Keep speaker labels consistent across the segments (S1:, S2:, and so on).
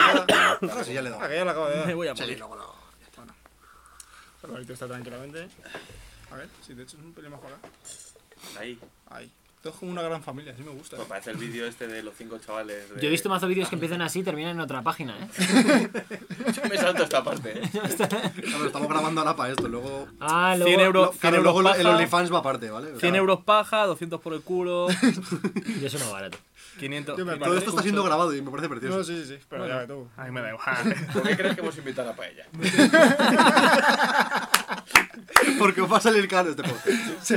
S1: Ahora sí, ya le
S2: Ah,
S1: doy.
S2: que ya lo acabo de dar.
S3: Me voy a
S1: Sí,
S3: morir.
S1: luego lo-
S2: Bueno. Lo ahorita está tranquilamente. A ver, si te echas un pelín más para acá.
S4: Ahí.
S2: Ahí. Todo es como una gran familia, así me gusta.
S1: Oh,
S4: Pues
S2: ¿eh?
S4: parece el vídeo este de los cinco chavales. de-
S3: Yo he visto más vídeos que empiezan así y terminan en otra página, ¿eh?
S4: Me salto esta parte, ¿eh?
S1: Claro, estamos grabando ahora para esto, luego...
S3: Ah,
S5: 100
S3: luego...
S5: euros,
S1: Lo-
S5: 100
S1: claro,
S5: euros
S1: luego lo- el
S5: paja,
S1: OnlyFans va aparte, ¿vale?
S5: 100 euros paja, 200 por el culo,
S3: Yo soy más barato.
S5: 500...
S2: Yo me
S1: Todo esto está siendo grabado y me parece
S2: ¿eh? No,
S1: precioso.
S2: sí, sí, sí. Pero ya tú.
S5: A mí me da igual.
S4: ¿Por qué crees que hemos invitado a la paella?
S1: Porque os va a salir caro este podcast. Sí.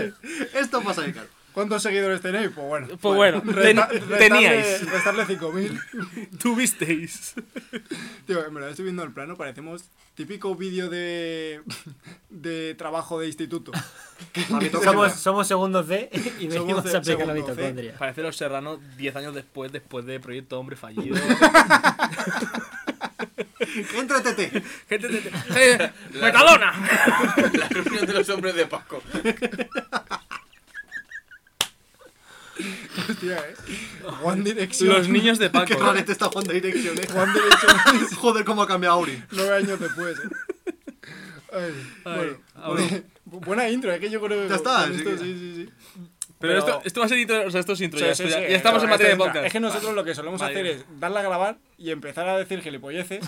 S1: Esto os va a salir caro.
S2: ¿Cuántos seguidores tenéis? Pues bueno.
S5: Pues bueno, ten-
S2: Resta- restarle-
S5: teníais,
S2: Restarle 5.000.
S5: tuvisteis.
S2: Tío, en verdad estoy viendo el plano, parecemos típico vídeo de, de trabajo de instituto.
S1: A mí toca-
S3: Somos, somos segundo C y venimos
S2: Somos
S3: a aplicar la
S2: segundo C.
S3: mitocondria.
S5: Parece los serranos 10 años después, después de Proyecto Hombre Fallido.
S1: Entretete.
S5: Gente de... ¡Eh, ¡Metadona!
S4: La reunión de los hombres de Paco.
S2: Hostia, eh. One Direction.
S5: Los niños de
S1: Qué
S5: Paco. ¿eh?
S1: rarete está Juan Direction, eh.
S2: One Direction
S1: Joder, cómo ha cambiado Aurin.
S2: nueve años después, eh. Ay,
S5: Ay,
S2: bueno,
S5: ahora.
S2: bu- buena intro, es que yo creo que.
S1: Ya está,
S2: con
S1: sí
S2: esto-
S1: que-
S2: sí, sí, sí.
S5: Pero,
S2: Pero-
S5: esto, esto va a ser intro, o sea, esto es intro,
S2: Sí,
S5: ya,
S2: sí,
S5: esto ya-
S2: sí,
S5: ya estamos
S2: eh,
S5: en materia de
S2: esta
S5: podcast.
S2: Es que nosotros lo que solemos
S5: Vale.
S2: hacer es darle a grabar y empezar a decir gilipolleces.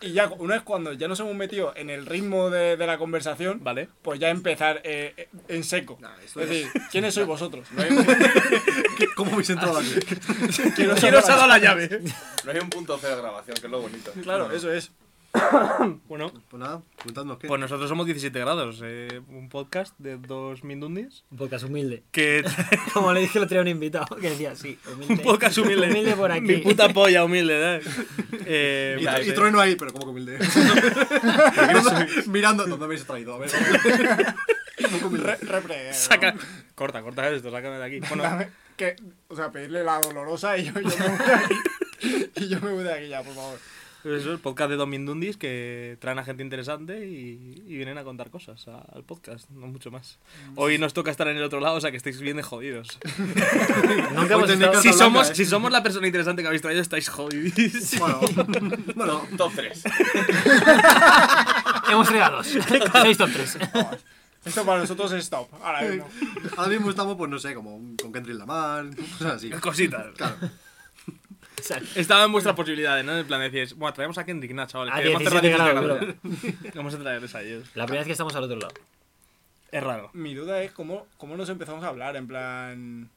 S2: Y, y ya, una vez cuando ya nos hemos metido en el ritmo de, de la conversación,
S5: Vale.
S2: pues ya empezar eh, eh, en seco.
S1: Nah, eso
S2: es
S1: ya-
S2: decir, ¿quiénes sois vosotros?
S1: ¿Qué- ¿Cómo habéis entrado aquí?
S2: Quiero
S5: ¿Quién os ha dado la llave?
S4: No hay un punto cero de grabación, que es lo bonito.
S2: Claro, eso es.
S5: Bueno,
S1: Pues nada, contadnos qué.
S5: pues nosotros somos 17 grados, eh, un podcast de dos mindundis
S3: Un podcast humilde.
S5: que...
S3: Como le dije lo tenía un invitado que decía, sí, humilde.
S5: un podcast humilde.
S3: Humilde por aquí.
S5: Mi puta polla humilde, ¿eh? eh
S1: Y,
S5: vale.
S1: y Trueno ahí, pero como que humilde. Mirando, ¿dónde habéis traído? A ver. Como que
S2: Re-
S1: humilde.
S2: repre- eh,
S5: Saca... Corta, corta esto, sácame de aquí. Bueno,
S2: Dame- que, o sea, pedirle la dolorosa y yo, yo me voy de aquí. Y yo me voy de aquí ya, por favor.
S5: Pues eso, el podcast de Don Mindundis que traen a gente interesante y, y vienen a contar cosas a- al podcast, no mucho más. Hoy nos toca estar en el otro lado, o sea que estáis bien de jodidos. Pues,
S3: Nunca
S1: Hoy
S3: hemos
S1: tendré
S3: estado...
S1: Carta
S5: Si
S1: blanca,
S5: somos,
S1: ¿eh?
S5: si somos la persona interesante que habéis traído, estáis jodidísimos.
S1: Bueno, bueno,
S4: Top 3.
S3: Hemos traído dos. Sois top tres.
S2: Esto para nosotros es top. Ahora mismo.
S1: Eh, ahora mismo estamos, pues no sé, como un- con Kendrick Lamar, cosas así.
S5: Cositas.
S1: Claro.
S5: Estaba en vuestras posibilidades, ¿no? En el plan de decir, bueno, traemos a Kendrick Nat, chavales.
S3: A
S2: Ah,
S5: queremos
S3: 17
S5: hacer
S3: grados,
S5: grados". Vamos a traerles a ellos.
S3: La primera vez que estamos al otro lado.
S5: Es raro.
S2: Mi duda es cómo, cómo nos empezamos a hablar, en plan.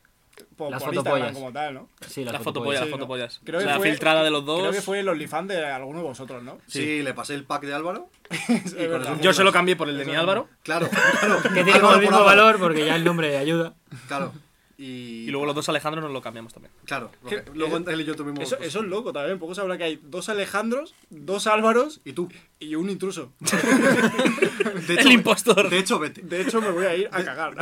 S2: Por,
S3: Las
S2: por Instagram
S3: fotopollas.
S2: como tal, ¿no?
S3: Sí,
S5: Las
S3: la,
S5: la
S3: fotopollas.
S5: fotopollas,
S2: Sí,
S5: las
S2: no.
S5: fotopollas.
S2: Creo que
S5: la
S2: fue-
S5: filtrada de los dos.
S2: Creo que fue el OnlyFans de alguno de vosotros, ¿no?
S1: Sí. le pasé el pack de Álvaro.
S2: Es
S1: con
S2: verdad.
S1: eso-
S5: Yo se lo cambié por el de mi Álvaro
S1: Claro, claro.
S3: Que tiene como
S1: Álvaro
S3: el mismo
S1: por Álvaro.
S3: valor porque ya el nombre ayuda.
S1: Claro. Y,
S5: y luego los dos Alejandro nos lo cambiamos también.
S1: Claro.
S2: ¿Qué?
S1: Luego él y yo tuvimos. pues,
S2: Eso, eso es loco también. Poco se habla que hay dos Alejandros, dos Álvaros
S1: Y tú.
S2: y un intruso.
S1: De eh,
S5: El impostor.
S1: De hecho, vete.
S2: De hecho, me voy a ir a cagar.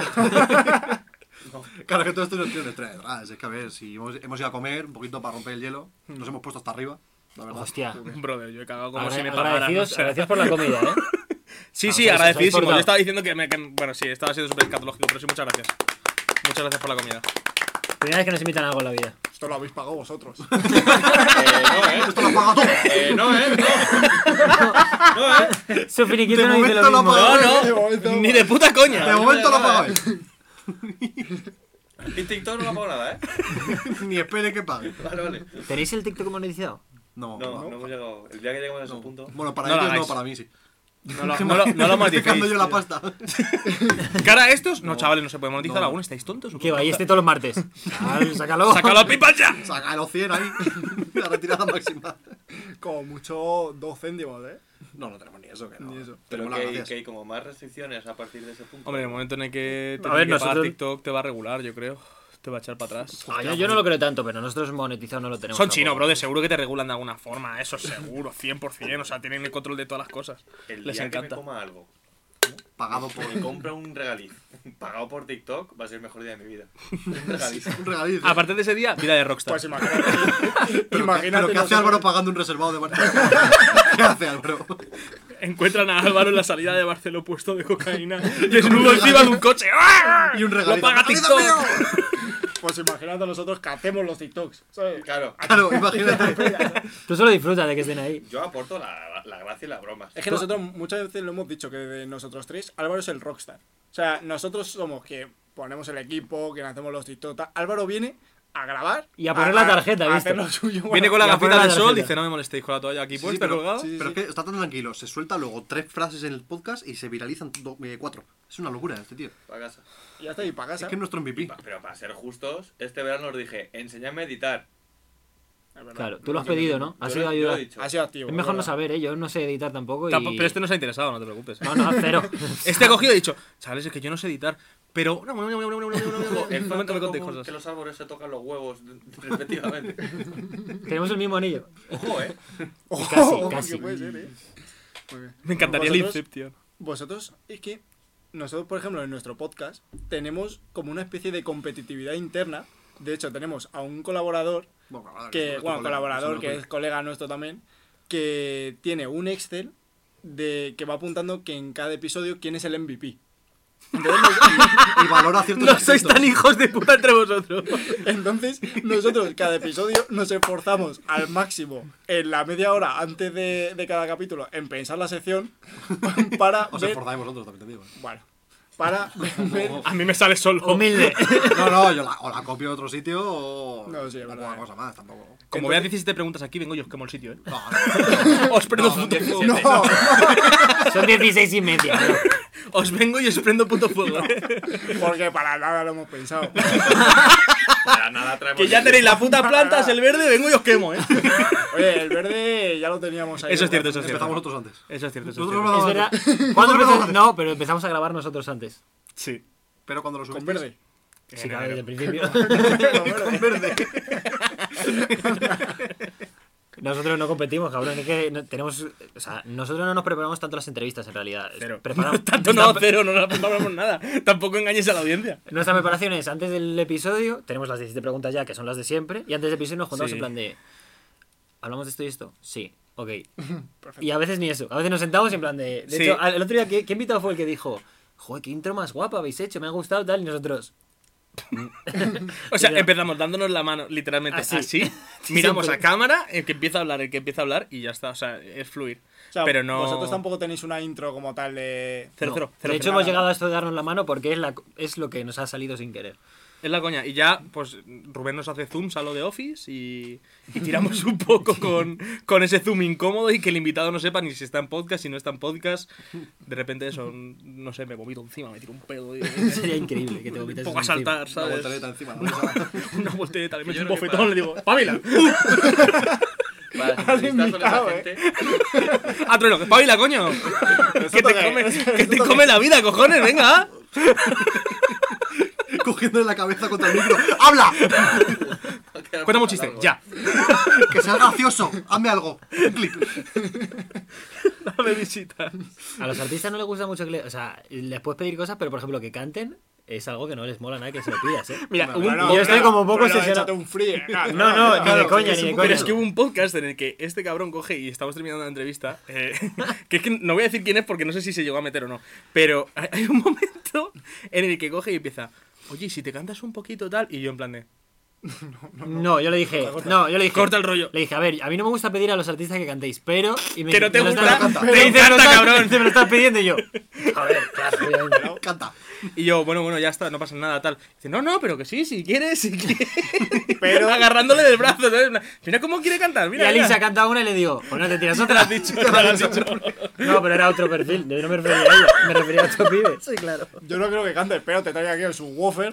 S1: Claro que todo esto no tiene historia detrás. Es que a ver, si hemos, hemos ido a comer un poquito para romper el hielo, nos hemos puesto hasta arriba. La verdad.
S3: Hostia.
S5: Brother, yo he cagado como
S3: Agra-
S5: si me pagaran.
S3: agradecidos,
S5: o sea.
S3: agradecidos por la comida, ¿eh?
S5: Sí,
S3: Ah, o sea,
S5: sí,
S3: os habéis
S5: agradecidísimo. Yo
S3: portado.
S5: estaba diciendo que, me, que- Bueno, sí, estaba siendo súper escatológico, pero sí, muchas gracias. Muchas gracias por la comida.
S3: Primera vez que nos invitan a algo en la vida.
S2: Esto lo habéis pagado vosotros.
S4: Eh,
S1: Esto lo paga todo.
S4: no, ¿eh? Eh, no, ¿eh? No.
S3: Su finiquito
S1: De
S3: no dice
S1: momento
S3: lo
S1: no
S3: mismo.
S1: pago.
S5: No,
S2: de momento,
S5: no, ni de puta
S1: De
S5: coña.
S1: momento lo paga él.
S4: Y TikTok no me ha pagado nada, ¿eh?
S1: Ni espere que pague.
S4: Vale, vale.
S3: ¿Tenéis el TikTok monetizado?
S1: No,
S4: No, no hemos llegado. El día que lleguemos a ese
S1: no.
S4: punto.
S1: Bueno, para
S5: No lo
S1: ellos no,
S5: hagáis.
S1: para mí sí.
S5: No lo, no
S1: Me
S5: lo, no lo
S1: estoy
S5: moneticéis.
S1: quedando yo la pasta.
S5: Cara a estos, no, chavales, no se puede monetizar aún. ¿Estáis tontos? o
S3: Que
S5: qué?
S3: va, y este todos los martes. Claro, sácalo.
S5: ¡Saca la pipa ya!
S1: Saca los 100 ahí. La retirada máxima.
S2: Como mucho dos céntimos, ¿eh?
S1: No, no tenemos ni eso, que no.
S2: Ni eso.
S4: Pero
S1: Tenemos
S4: que
S1: las
S4: hay,
S1: gracias.
S4: que hay como más restricciones a partir de ese punto.
S5: Hombre, en el momento en el que te
S3: A ver,
S5: que pagar
S3: nosotros-
S5: TikTok te va a regular, yo creo. Te va a echar para atrás.
S3: Ah, yo, yo no lo creo tanto, pero nosotros monetizado no lo tenemos.
S5: pues Son
S3: tampoco.
S5: chinos, brother. Seguro que te regulan de alguna forma. Eso es seguro, 100%. O sea, tienen el control de todas las cosas.
S4: el
S5: Les
S4: día que me
S5: encanta.
S4: coma algo,
S1: Pagado por
S4: que me compra un regaliz pagado por TikTok, va a ser el mejor día de mi vida. Un regaliz.
S1: un regaliz.
S5: A partir de ese día, vida de rockstar.
S2: Pues imagínate.
S1: Pero, pero
S2: imagínate
S1: ¿qué hace
S2: nosotros-
S1: Álvaro pagando un reservado de bar? ¿Qué hace Álvaro?
S5: Encuentran a Álvaro en la salida de Barceló puesto de cocaína, desnudo encima de un coche. ¡Ah!
S1: Y un
S5: Lo
S1: regaliz.
S5: paga
S1: ¡Regaliz
S5: TikTok.
S1: mío!
S2: Pues imagínate a nosotros que hacemos los TikToks. ¿sabes?
S4: Claro,
S1: Claro, imagínate.
S3: Tú solo disfruta de que estén ahí.
S4: yo aporto la, la gracia y las bromas.
S2: Es que nosotros muchas veces lo hemos dicho que de nosotros tres, Álvaro es el rockstar. O sea, nosotros somos que ponemos el equipo, que hacemos los TikTok. tal. Álvaro viene a grabar
S3: Y a poner la tarjeta,
S2: a
S3: ¿viste?
S2: hacer lo suyo. bueno,
S5: Viene con la
S3: y a poner
S5: gafita
S3: la
S5: de sol,
S3: tarjeta.
S5: dice, no me molestéis con la toalla aquí
S1: Sí, sí,
S5: puesta,
S1: pero,
S5: colgada.
S1: pero es que está tan tranquilo. Se suelta luego tres frases en el podcast y se viralizan do- eh, cuatro. Es una locura este tío.
S4: Para casa.
S2: Y ya está, y para casa.
S1: Es que es nuestro MVP.
S4: Pa- Pero para ser justos, este verano os dije, enseñadme a editar.
S2: Es verdad.
S3: Claro, tú lo has pedido, ¿no? Has
S4: Yo
S3: sido
S4: lo- yo lo
S3: ayuda.
S4: he dicho.
S2: Ha sido activo.
S3: Es mejor no
S2: ¿verdad?
S3: saber, ¿eh? Yo no sé editar tampoco. Y...
S5: Tampo- Pero este nos ha interesado, no te preocupes.
S3: No, no, cero.
S5: Este ha cogido y ha dicho, chavales, es que yo no sé editar, pero... No, no, no, no, no, no, no, no, no, no,
S4: El
S5: no me
S4: factor común
S5: contéis cosas.
S4: que los árboles se tocan los huevos respectivamente.
S3: Tenemos el mismo anillo.
S4: Ojo, eh.
S3: Casi,
S2: Ojo,
S3: casi.
S2: que puede ser, ¿eh? Muy bien.
S5: Me encantaría el
S2: ¿Vosotros?
S5: Inception.
S2: Vosotros, es que nosotros, por ejemplo, en nuestro podcast tenemos como una especie de competitividad interna. De hecho, tenemos a un colaborador,
S1: Bueno, colaborador,
S2: que,
S1: nuestro
S2: bueno,
S1: colega,
S2: colaborador,
S1: nuestro
S2: que es colega nuestro también, que tiene un Excel de que va apuntando que en cada episodio quién es el MVP.
S1: Y valora ciertos
S5: No sois
S1: aspectos.
S5: tan hijos de puta entre vosotros.
S2: Entonces, nosotros cada episodio nos esforzamos al máximo en la media hora antes de, de cada capítulo en pensar la sección para
S1: Os
S2: ver,
S1: esforzáis vosotros también, te digo.
S2: bueno, para ver
S5: A mí me sale solo.
S3: Humilde.
S1: ¿eh? No, no, yo la, o la copio de otro sitio o.
S2: No, sí, es
S1: o
S2: verdad,
S1: alguna
S2: eh.
S1: cosa más, tampoco.
S5: Como veas 17 preguntas aquí, vengo yo, quemo el sitio, ¿eh?
S1: No, no,
S5: Os
S1: no,
S5: prendo puto fuego.
S1: no, no,
S3: Son 16 y media. ¿no?
S5: Os vengo y os prendo puto fuego. ¿eh?
S2: Porque para nada lo hemos pensado.
S4: Para nada traemos.
S5: Que ya tenéis la puta planta, es el verde, vengo y os quemo, ¿eh?
S2: Oye, el verde ya lo teníamos ahí.
S5: Eso es cierto, eso es cierto.
S1: Empezamos nosotros antes.
S5: Eso es cierto, eso es
S1: Nosotros
S5: cierto.
S3: Es verdad. ¿Cuándo empezamos? No, pero empezamos a grabar nosotros antes.
S5: Sí.
S1: Pero cuando lo
S2: Con
S1: subisteis.
S2: verde.
S3: Sí, claro, desde el principio.
S1: Con verde.
S3: Nosotros no competimos, cabrón. Es que no- tenemos. O sea, nosotros no nos preparamos tanto las entrevistas en realidad.
S5: Cero.
S3: Preparamos.
S5: Tanto no, cero, no nos preparamos nada. Tampoco engañes a la audiencia.
S3: Nuestra preparación es antes del episodio, tenemos las 17 preguntas ya, que son las de siempre, y antes del episodio nos juntamos
S5: Sí.
S3: en plan de. ¿Hablamos de esto y esto? Sí, ok.
S2: Perfecto.
S3: Y a veces ni eso, a veces nos sentamos y en plan de. De
S5: Sí.
S3: hecho, al- el otro día, ¿qué, qué invitado fue el que dijo? Joder, qué intro más guapa habéis hecho, me ha gustado tal, y nosotros.
S5: O sea,
S3: Mira.
S5: empezamos dándonos la mano, literalmente así.
S3: Así.
S5: miramos
S3: Siempre.
S5: a cámara, el que empieza a hablar, el que empieza a hablar y ya está. O sea, es fluir.
S2: O sea,
S5: Pero no.
S2: Vosotros tampoco tenéis una intro como tal de.
S5: Cero,
S3: No.
S5: cero, cero,
S3: de hecho,
S5: cero.
S3: hemos llegado a esto de darnos la mano porque es, la, es lo que nos ha salido sin querer.
S5: Es la coña. Y ya, pues Rubén nos hace zooms a lo de Office y, y tiramos un poco con, con ese zoom incómodo y que el invitado no sepa ni si está en podcast, si no está en podcast. De repente eso, no sé, me vomito encima, me tiro un pedo. Y,
S3: Sería increíble que te vomites.
S5: un poco a
S3: encima.
S5: saltar,
S1: Una
S5: ¿sabes?
S1: voltereta encima. de la mesa.
S5: Una voltereta, le meto
S4: Yo
S5: un
S4: creo que
S5: bofetón,
S4: para-
S5: le digo, ¡Pavila!
S4: Para las entrevistas con esa
S2: invitado, eh.
S4: gente.
S5: ¡Ah, trueno! ¡Pavila, coño! que te,
S2: toca,
S5: come,
S2: eso
S5: que te
S2: toca.
S5: come la vida, cojones, venga.
S1: Cogiéndole la cabeza contra el micro. ¡Habla!
S3: pues,
S5: Cuéntame un chiste, ya.
S1: ¡Que sea gracioso! ¡Hazme algo! Clic.
S5: Dame visita.
S3: A los artistas no les gusta mucho que le, O sea, les puedes pedir cosas, pero por ejemplo, que canten es algo que no les mola nada que se lo pidas, ¿eh?
S5: Mira, hubo un
S2: Bueno,
S3: yo estoy
S2: bueno,
S3: como un poco
S2: bueno,
S3: obsesionado.
S2: échate un free. eh, claro,
S3: No, no, ni de coña,
S5: es
S3: ni de
S5: un poco-
S3: coña.
S5: Pero es que hubo un podcast en el que este cabrón coge y estamos terminando la entrevista. eh, que es que no voy a decir quién es porque no sé si se llegó a meter o no. Pero hay hay un momento en el que coge y empieza. Oye, ¿y si te cantas un poquito tal. Y yo en plan de.
S3: No, yo le dije. No, yo le dije.
S5: Corta el rollo.
S3: Le dije, a ver, a mí no me gusta pedir a los artistas que cantéis, pero. Y me
S5: Que no te
S3: me lo
S5: gusta,
S3: estás-
S5: canta.
S3: me
S5: Te
S3: lo estás- me
S5: encanta,
S3: lo estás-
S5: cabrón.
S3: Te me lo estás pidiendo y yo. A ver, claro, obviamente, ¿no?
S1: Canta.
S5: Y yo, bueno, bueno, ya está, no pasa nada tal. Dice, no, no, pero que sí, si quieres, si quieres.
S2: Pero-
S5: Pero agarrándole del brazo, ¿sabes? En plan, Mira cómo quiere cantar,
S3: Y
S5: mira.
S3: Alisa
S5: mira.
S3: canta una y le digo, pues no te tiras
S5: Te lo
S3: otra.
S5: has dicho, te lo has dicho.
S3: No, pero era otro perfil. Yo no me refería a ella, me refería a otro pibe.
S2: Yo no creo que cantes, pero te traiga aquí el subwoofer.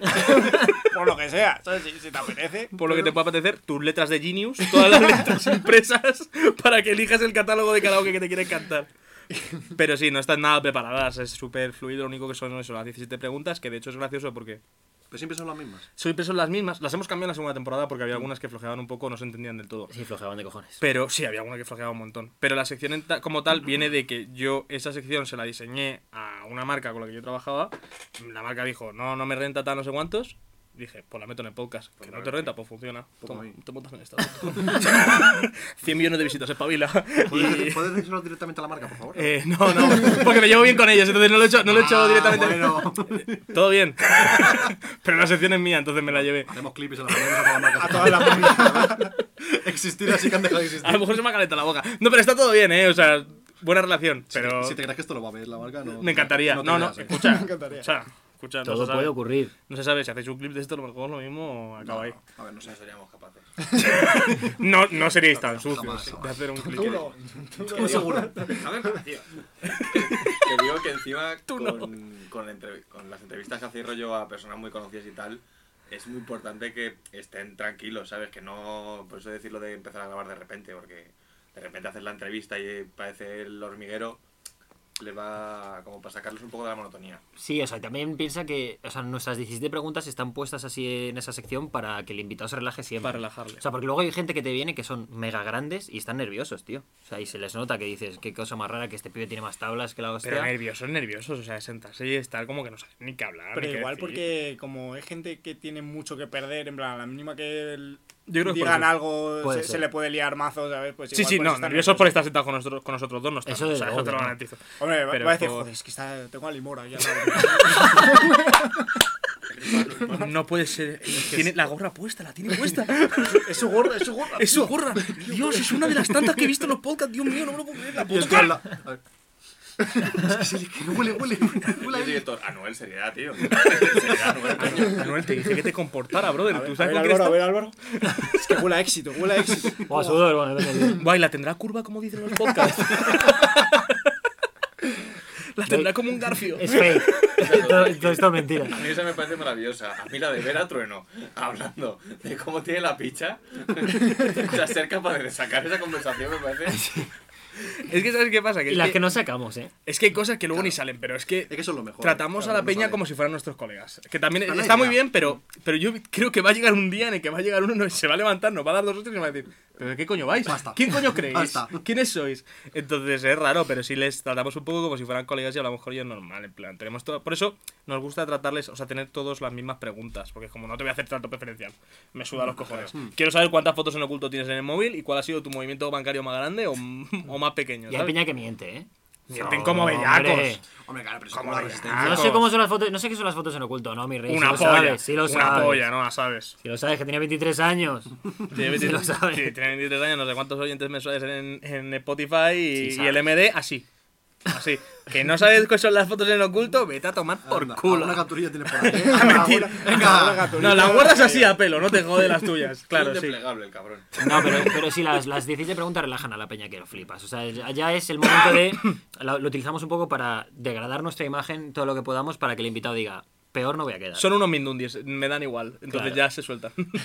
S2: por lo que sea. ¿sabes? Si, si te apetece.
S5: Por lo que te pueda apetecer, tus letras de Genius, todas las letras impresas para que elijas el catálogo de karaoke que te quieres cantar. Pero sí, no están nada preparadas, es súper fluido, lo único que son eso, las 17 preguntas, que de hecho es gracioso porque
S1: Pero siempre son las mismas.
S5: siempre son las mismas, las hemos cambiado en la segunda temporada porque había algunas que flojeaban un poco, no se entendían del todo.
S3: Sí, flojeaban de cojones.
S5: Pero sí, había alguna que flojeaba un montón. Pero la sección en ta- como tal viene de que yo esa sección se la diseñé a una marca con la que yo trabajaba. La marca dijo, no, no me renta tal, no sé cuántos. Dije, pues la meto en el podcast.
S4: Pues
S5: que
S4: la
S5: no te
S4: meto.
S5: renta, pues funciona. Toma,
S1: ahí.
S5: te montas en el estado. 100 millones de visitas, espabila.
S1: ¿Puedes,
S5: Y-
S1: ¿Puedes decirlo directamente a la marca, por favor?
S5: eh, no, no, porque me llevo bien con ellos, entonces no lo he hecho, no lo he hecho
S1: Ah,
S5: directamente.
S1: Bueno,
S5: Todo bien. Pero la sección es mía, entonces me la llevé.
S1: hacemos clips y se los ponemos a todas las marcas.
S2: A todas las familias.
S1: Existir así que han dejado de existir.
S5: A lo mejor se me ha calentado la boca. No, pero está todo bien, ¿eh? O sea, buena relación. Pero
S1: Si te crees que esto lo va a ver la marca, no.
S5: me encantaría.
S1: te
S5: No, no,
S1: creas, eh.
S5: escucha.
S2: Me encantaría.
S5: Escucha, escucha. No
S3: Todo
S5: se,
S3: puede
S5: sabe,
S3: ocurrir.
S5: no se sabe si hacéis un clip de esto, a lo mejor lo mismo acaba ahí.
S1: A ver, no sé.
S4: No seríamos capaces.
S5: No, no seríais tan
S1: jamás,
S5: sucios
S1: jamás.
S5: de hacer un clip.
S2: Tú no.
S1: Estoy seguro.
S4: Déjame en paz, tío. Te digo que encima con, con entrev- con las entrevistas que hacéis rollo a personas muy conocidas y tal, es muy importante que estén tranquilos, ¿sabes? Que no, por eso decirlo de empezar a grabar de repente, porque de repente haces la entrevista y eh, parece el hormiguero, le va como para sacarles un poco de la monotonía.
S3: Sí, o sea, también piensa que o sea, nuestras 17 preguntas están puestas así en esa sección para que el invitado se relaje siempre.
S5: Para relajarle.
S3: O sea, porque luego hay gente que te viene que son mega grandes y están nerviosos, tío. O sea, y se les nota que dices, qué cosa más rara que este pibe tiene más tablas que la hostia.
S5: Pero nerviosos, nerviosos. O sea, sentarse y estar como que no saben ni qué hablar.
S2: Pero
S5: ni qué
S2: igual
S5: decir.
S2: porque como es gente que tiene mucho que perder, en plan, a la mínima que el-
S5: Yo creo que es por
S2: digan
S5: eso.
S2: algo,
S3: Puede
S2: se,
S3: ser.
S2: se le puede liar mazo, ¿sabes? Pues
S5: Sí,
S2: igual
S5: sí,
S2: pues
S5: no,
S2: está
S5: nerviosos por estar sentados con nosotros, con nosotros dos no están.
S3: Eso
S5: o
S3: desde
S5: sea, eso
S3: luego
S5: te lo
S3: que no.
S5: garantizo.
S2: Hombre, va-
S5: Pero
S2: va a decir,
S5: por-
S2: joder, es que está, tengo a Limor aquí al lado".
S5: No puede ser. Tiene la gorra puesta, la tiene puesta.
S2: es su gorra, es su gorra.
S5: Es su gorra. Dios, es una de las tantas que he visto en los podcasts. Dios mío, no me lo puedo creer. La
S1: Y
S5: puta
S1: esto es la. a ver. Es que se le- que huele, huele.
S4: Yo
S1: Huele a
S4: soy
S1: él.
S4: director, Anuel, seriedad, tío. Seriedad, Anuel, coño.
S5: Manuel, te dije que te comportara, brother.
S2: A ver,
S5: ¿Tú
S2: a
S5: sabes
S2: ver,
S5: con quién
S2: Álvaro, a
S5: está?
S2: ver, Álvaro. Es que huele a éxito, huele a éxito.
S3: Buah, sudor, bueno, entonces-
S5: Guay, la tendrá curva como dicen en los podcasts. la tendrá como un garfio.
S3: Es fake. todo, todo esto es mentira.
S4: A mí esa me parece maravillosa. A mí la de Vera Trueno, hablando de cómo tiene la picha, o sea, ser capaz de sacar esa conversación me parece...
S5: Es que, ¿sabes qué pasa? Que
S3: Y
S5: es,
S3: las
S5: que,
S3: que no sacamos, ¿eh.
S5: es que hay cosas que luego ni salen, pero es que.
S1: Es que eso es lo mejor.
S5: Tratamos
S1: Claro,
S5: a la
S1: no
S5: peña
S1: sale.
S5: como si fueran nuestros colegas. Que también
S1: Está la
S5: está muy
S1: idea.
S5: bien, pero, pero yo creo que va a llegar un día en el que va a llegar uno y se va a levantar, nos va a dar dos hostias y nos va a decir, ¿pero de qué coño vais?
S1: Basta.
S5: ¿Quién coño creéis?
S1: Basta.
S5: ¿Quiénes sois? Entonces es raro, pero sí les tratamos un poco como si fueran colegas y a lo mejor yo normal, en plan, tenemos todo... Por eso nos gusta tratarles, o sea, tener todos las mismas preguntas, porque es como no te voy a hacer trato preferencial, me suda los cojones. Quiero saber cuántas fotos en oculto tienes en el móvil y cuál ha sido tu movimiento bancario más grande o, o más
S3: Y
S5: pequeño.
S3: hay
S5: ¿sabes?
S3: peña que miente, ¿eh.
S5: Sienten como
S3: Hombre.
S5: bellacos.
S1: Hombre, claro, pero es como
S5: Como
S1: la
S5: de-
S1: resistencia.
S3: no
S5: Claro.
S3: sé cómo son las fotos, no sé qué son las fotos en oculto, no, mi rey.
S5: Una
S3: si lo
S5: polla,
S3: sabes, si lo
S5: una
S3: sabes.
S5: polla, no la sabes.
S3: Si lo sabes, que tenía 23 años.
S5: Tiene
S3: Sí,
S5: 23,
S3: lo sabe.
S5: sí, tiene 23 años, no sé cuántos oyentes mensuales en, en Spotify y,
S3: Sí,
S5: y
S3: sabes.
S5: el MD así. Así. Que no sabes cuáles son las fotos en el oculto, vete a tomar por
S1: Anda,
S5: culo.
S1: Una capturilla tienes por ahí. Ah,
S5: Mentira.
S1: Venga.
S5: No, las guardas así a pelo, no te jode las tuyas. Claro,
S4: Es
S5: sí.
S4: desplegable el cabrón.
S3: No, pero, pero sí, las, las 17 preguntas relajan a la peña que lo flipas. O sea, ya es el momento de. la- Lo, utilizamos un poco para degradar nuestra imagen todo lo que podamos para que el invitado diga, peor no voy a quedar.
S5: Son unos mindundis, me dan igual. Entonces
S3: Claro.
S5: ya se sueltan.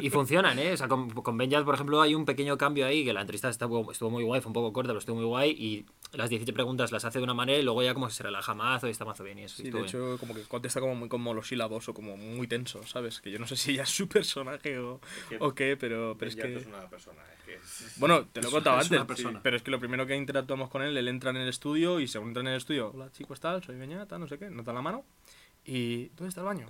S3: Y funcionan, ¿eh? O sea, con, con Ben Yard, por ejemplo, hay un pequeño cambio ahí, que la entrevista estuvo, estuvo muy guay, fue un poco corta, pero estuvo muy guay. Y las 17 preguntas las hace de una manera y luego ya como que se relaja mazo y está mazo bien. Y eso sí,
S5: Sí,
S3: estuvo
S5: de
S3: bien.
S5: hecho, como que contesta como muy con monosílabos o como muy tenso, ¿sabes? Que yo no sé si ya es su personaje o,
S4: que
S5: o qué, pero, pero es
S4: Bellato
S5: que...
S4: es una persona, es que es-
S5: Bueno, te lo he
S1: Pues, Es-
S5: contado
S1: es una
S5: antes, sí,
S1: persona.
S5: pero es que lo primero que interactuamos con él, él entra en el estudio y según entra en el estudio, hola chicos, tal, soy Beñata, no sé qué, nos da la mano y ¿dónde está el baño?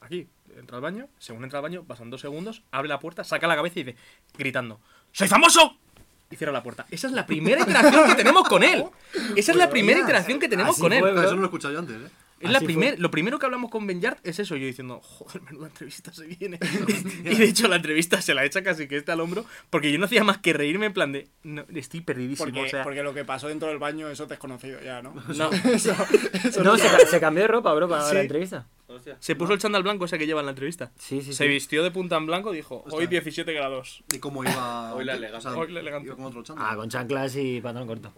S5: Aquí, entra al baño, según entra al baño, pasan dos segundos, abre la puerta, saca la cabeza y dice, gritando, ¡Soy famoso! Y cierra la puerta. Esa es la primera interacción que tenemos con él. Esa es
S1: Pues,
S5: la primera interacción que tenemos
S3: Así
S5: con él.
S3: fue,
S1: Claro, Eso no lo he escuchado yo antes, ¿eh?
S5: Es la
S3: Así fue.
S5: primer, lo primero que hablamos con Ben Yard es eso, yo diciendo, joder, menuda entrevista se viene. y de hecho la entrevista se la echa casi que este al hombro, porque yo no hacía más que reírme en plan de, no, estoy perdidísimo.
S2: Porque,
S5: o sea,
S2: porque lo que pasó dentro del baño, eso es desconocido ya, ¿no?
S5: no.
S2: Eso, eso
S3: No,
S2: no-
S3: se, ca- se cambió de ropa, bro, para
S5: Sí.
S3: la entrevista.
S4: Hostia.
S5: Se puso el chándal blanco ese que lleva en la entrevista.
S3: Sí, sí,
S5: se
S3: sí.
S5: vistió de punta en blanco, dijo, hoy 17 grados.
S1: ¿Y cómo iba?
S4: Hoy la
S1: o
S4: elegante.
S1: sea,
S5: Hoy la elegante.
S1: Iba con otro chándal.
S3: Ah, con chanclas y pantalón corto.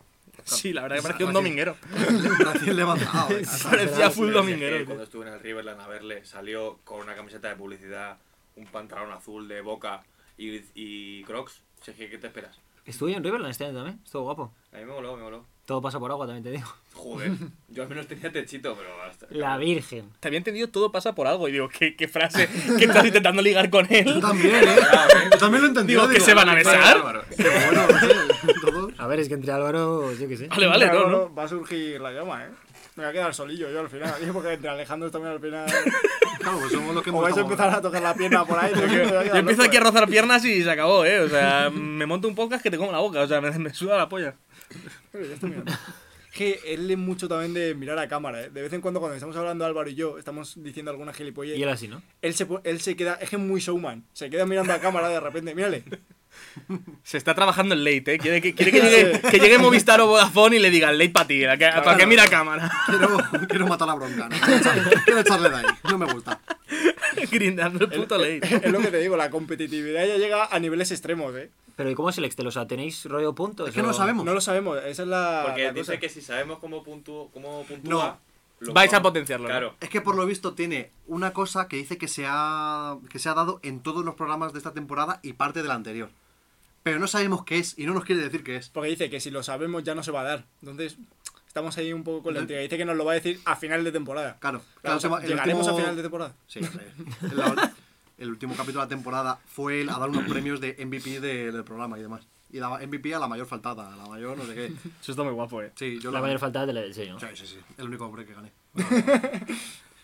S5: Sí, la verdad que parecía
S1: Así-
S5: un dominguero.
S1: Recién levantado. ¿eh?
S5: parecía full
S4: Pero es que
S5: dominguero.
S4: Cuando
S5: tío.
S4: estuve en el Riverland a verle, salió con una camiseta de publicidad, un pantalón azul de boca y, y crocs. Si es que, ¿qué te esperas?
S3: Estuve en Riverland este año también, estuvo guapo.
S4: A mí me moló, me moló.
S3: Todo pasa por agua, también te digo.
S4: Joder, yo al menos tenía techito, pero hasta...
S3: La Virgen.
S5: Te había entendido todo pasa por algo. Y digo, ¿qué, qué frase? ¿Qué estás intentando ligar con él?
S1: Yo también, ¿eh? Yo también lo entendí.
S5: Digo,
S1: yo
S5: ¿que se van a
S1: vale,
S5: besar?
S1: vale, vale. Pero bueno, no sé, todos.
S3: A ver, es que entre Álvaro, yo qué sé.
S5: Vale, vale, no,
S2: Álvaro,
S5: no.
S2: Va a surgir la llama, ¿eh? Me voy a quedar solillo yo al final. Dije, porque entre Alejandro también al final.
S1: Claro, pues somos los que
S2: O
S1: hemos
S2: vais a
S1: estado
S2: empezar a tocar la pierna por ahí. porque me voy a
S5: Yo
S2: quedar
S5: empiezo
S2: loco,
S5: aquí a
S2: eh.
S5: rozar piernas y se acabó, ¿eh? O sea, me monto un podcast que te como la boca, o sea, me, me suda la polla.
S2: Pero ya estoy mirando. Es Que él es mucho también de mirar a cámara. ¿eh? De vez en cuando, cuando estamos hablando Álvaro y yo, estamos diciendo alguna gilipollez.
S3: Y él así, ¿no?
S2: Él se, po- él se queda, es que es muy showman. Se queda mirando a cámara de repente. Mírale.
S5: Se está trabajando en late, ¿eh? Quiere que, quiere que, llegue, que llegue Movistar o Vodafone y le diga late para ti, ¿para que, pa' que mira cámara?
S1: Quiero, quiero matar la bronca. ¿no? Quiero, echarle, quiero echarle de ahí. No me gusta.
S5: Grindando el puto late.
S2: es lo que te digo, la competitividad ya llega a niveles extremos, ¿eh?
S3: Pero ¿y cómo es el Excel? O sea, ¿tenéis rollo puntos?
S1: Es que no
S3: o-
S1: sabemos.
S2: No lo sabemos, esa es la.
S4: Porque
S2: la
S4: dice
S2: cosa.
S4: que si sabemos cómo, puntú- cómo
S1: No.
S4: puntúa. lo
S5: Vais a
S4: vamos-
S5: potenciarlo, ¿no?
S4: Claro.
S1: Es que por lo visto tiene una cosa que dice que se ha, que se ha dado en todos los programas de esta temporada y parte de la anterior. Pero no sabemos qué es y no nos quiere decir qué es.
S2: Porque dice que si lo sabemos ya no se va a dar. Entonces, estamos ahí un poco con la intriga. Dice que nos lo va a decir a final de temporada.
S1: Claro,
S2: Claro,
S1: claro,
S2: o sea,
S1: el
S2: llegaremos
S1: último-
S2: a final de temporada.
S1: Sí, sí. La- el último capítulo de la temporada fue él a dar unos premios de MVP de- del programa y demás. Y daba MVP a la mayor faltada, a la mayor no sé qué.
S5: Eso está muy guapo, ¿eh?
S1: Sí, yo
S3: La
S1: lo-
S3: mayor falta te la enseño.
S1: Sí, sí, sí. El único hombre que gané.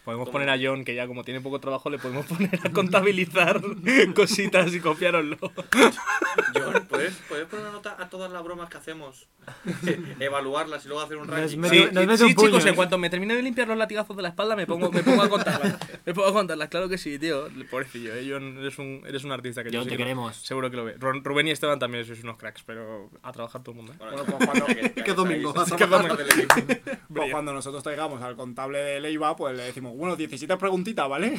S5: Podemos poner a John, que ya como tiene poco trabajo, le podemos poner a contabilizar cositas y copiároslo.
S4: John, ¿puedes, puedes poner una nota a todas las bromas que hacemos? Evaluarlas y luego hacer un
S3: No es
S4: ranking.
S3: medio-
S5: Sí,
S3: nos
S5: sí,
S3: mete
S5: sí,
S3: un puño,
S5: chicos, en
S3: ¿eh?
S5: cuanto me termine de limpiar los latigazos de la espalda, me pongo, me pongo a contarlas. Me pongo a contarlas, claro que sí, tío. Pobrecillo, ¿eh? John, eres un, eres un artista que yo
S3: John,
S5: sé
S3: te
S5: que lo-
S3: queremos.
S5: seguro que lo ve. Ru- Rubén y Esteban también sois unos cracks, pero a trabajar todo el mundo. ¿eh?
S4: Bueno,
S2: Bueno, pues cuando-
S4: ya que- ya que
S1: Qué
S4: estáis-
S1: domingo, vas a
S4: Qué
S1: trabajar.
S4: del equipo.
S2: Pues cuando nosotros traigamos al contable de Leiva, pues le decimos, bueno, 17 preguntitas, ¿vale?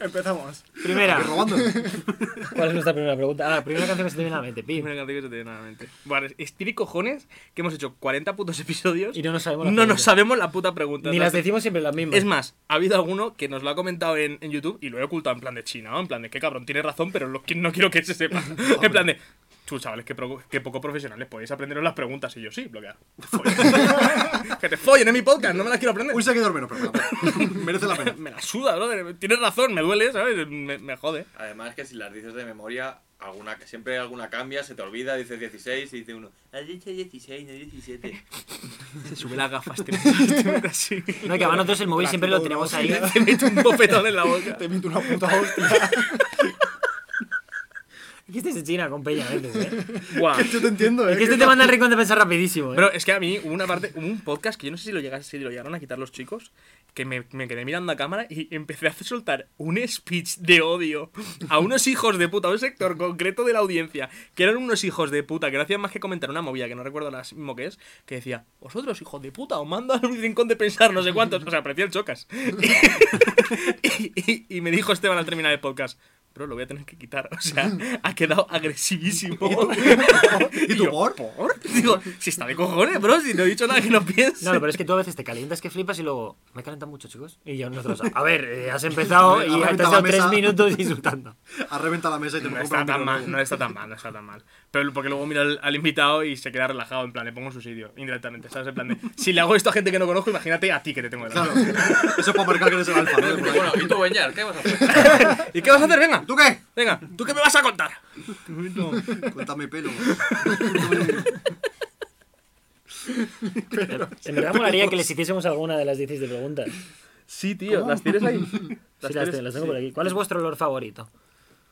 S2: Empezamos.
S3: Primera.
S1: Robando.
S3: ¿Cuál es nuestra primera pregunta? Ah, la primera canción que se te viene a la mente, pim.
S5: Primera canción que se te viene a la mente. Vale, es tiene cojones que hemos hecho 40 putos episodios
S3: Y no nos sabemos la
S5: no nos
S3: pregunta.
S5: sabemos la puta pregunta.
S3: Ni las
S5: Entonces,
S3: decimos siempre las mismas.
S5: Es más, ha habido alguno que nos lo ha comentado en, en YouTube y lo he ocultado en plan de China, ¿no? en plan de qué cabrón, tiene razón, pero lo, que- no quiero que se sepa. en plan de, tú chavales, qué, pro- qué poco profesionales, podéis aprenderos las preguntas. Y yo, sí, bloquear. Te follen. que te follen en mi podcast, no me las quiero aprender.
S1: Un seguidor menos, pero bueno, merece la pena.
S5: me la suda, brother. Tienes razón, me duele, ¿sabes? Me, me jode.
S4: Además que si las dices de memoria, alguna, siempre alguna cambia, se te olvida, dices 16 y dice uno, has dicho 16, no 17.
S5: Se sube las gafas, te metes- te metes así.
S3: No, que además nosotros el móvil siempre lo tenemos ahí.
S5: Te mete un bofetón en la boca.
S2: Te meto una puta hostia.
S3: Aquí este es de China con Peña, ¿eh? Es
S5: Guau.
S2: Yo te entiendo, ¿eh?
S3: que este te manda al rincón de pensar rapidísimo, ¿eh?
S5: Pero es que a mí hubo una parte, hubo un podcast que yo no sé si lo, llegas- si lo llegaron a quitar los chicos, que me, me quedé mirando a cámara y empecé a soltar un speech de odio a unos hijos de puta, a un sector concreto de la audiencia, que eran unos hijos de puta, que no hacían más que comentar una movida que no recuerdo ahora mismo que es, que decía, vosotros hijos de puta, os mando al rincón de pensar no sé cuántos, o sea, parecía el chocas. y, y- y me dijo Esteban al terminar el podcast. Bro, lo voy a tener que quitar. O sea, ha quedado agresivísimo.
S1: ¿Y tú
S5: yo,
S1: por?
S5: ¿Por? Digo, si está de cojones, bro, si no he dicho nada que no piense.
S3: No, no, pero es que tú a veces te calientas que flipas y luego me calenta mucho, chicos. Y yo nosotros, a ver, eh, has empezado
S1: Ha
S3: y has
S1: reventado
S3: estado
S1: la
S3: tres
S1: mesa.
S3: minutos insultando.
S1: Ha reventado la mesa y te
S5: No
S1: me
S5: está
S1: compra
S5: tan
S1: un
S5: mal,
S1: micro
S5: no está tan mal, no está tan mal. Pero porque luego mira al, al invitado y se queda relajado, en plan, le pongo en su sitio, indirectamente, ¿sabes? En plan de, si le hago esto a gente que no conozco, imagínate a ti que te tengo
S1: Claro,
S5: delante.
S1: eso es para marcar que eres el alfa. ¿no? Por
S4: bueno,
S1: ahí.
S4: ¿y tú, Beñar? ¿Qué vas a hacer?
S5: ¿Y qué vas a hacer? Venga,
S1: ¿Tú qué?
S5: venga, ¿tú qué me vas a contar?
S1: Cuéntame pelo.
S3: En verdad molaría que les hiciésemos alguna de las 16 de preguntas.
S5: Sí, tío, ¿las tienes ahí?
S3: Sí, las tengo, las tengo por aquí. ¿Cuál es vuestro olor favorito?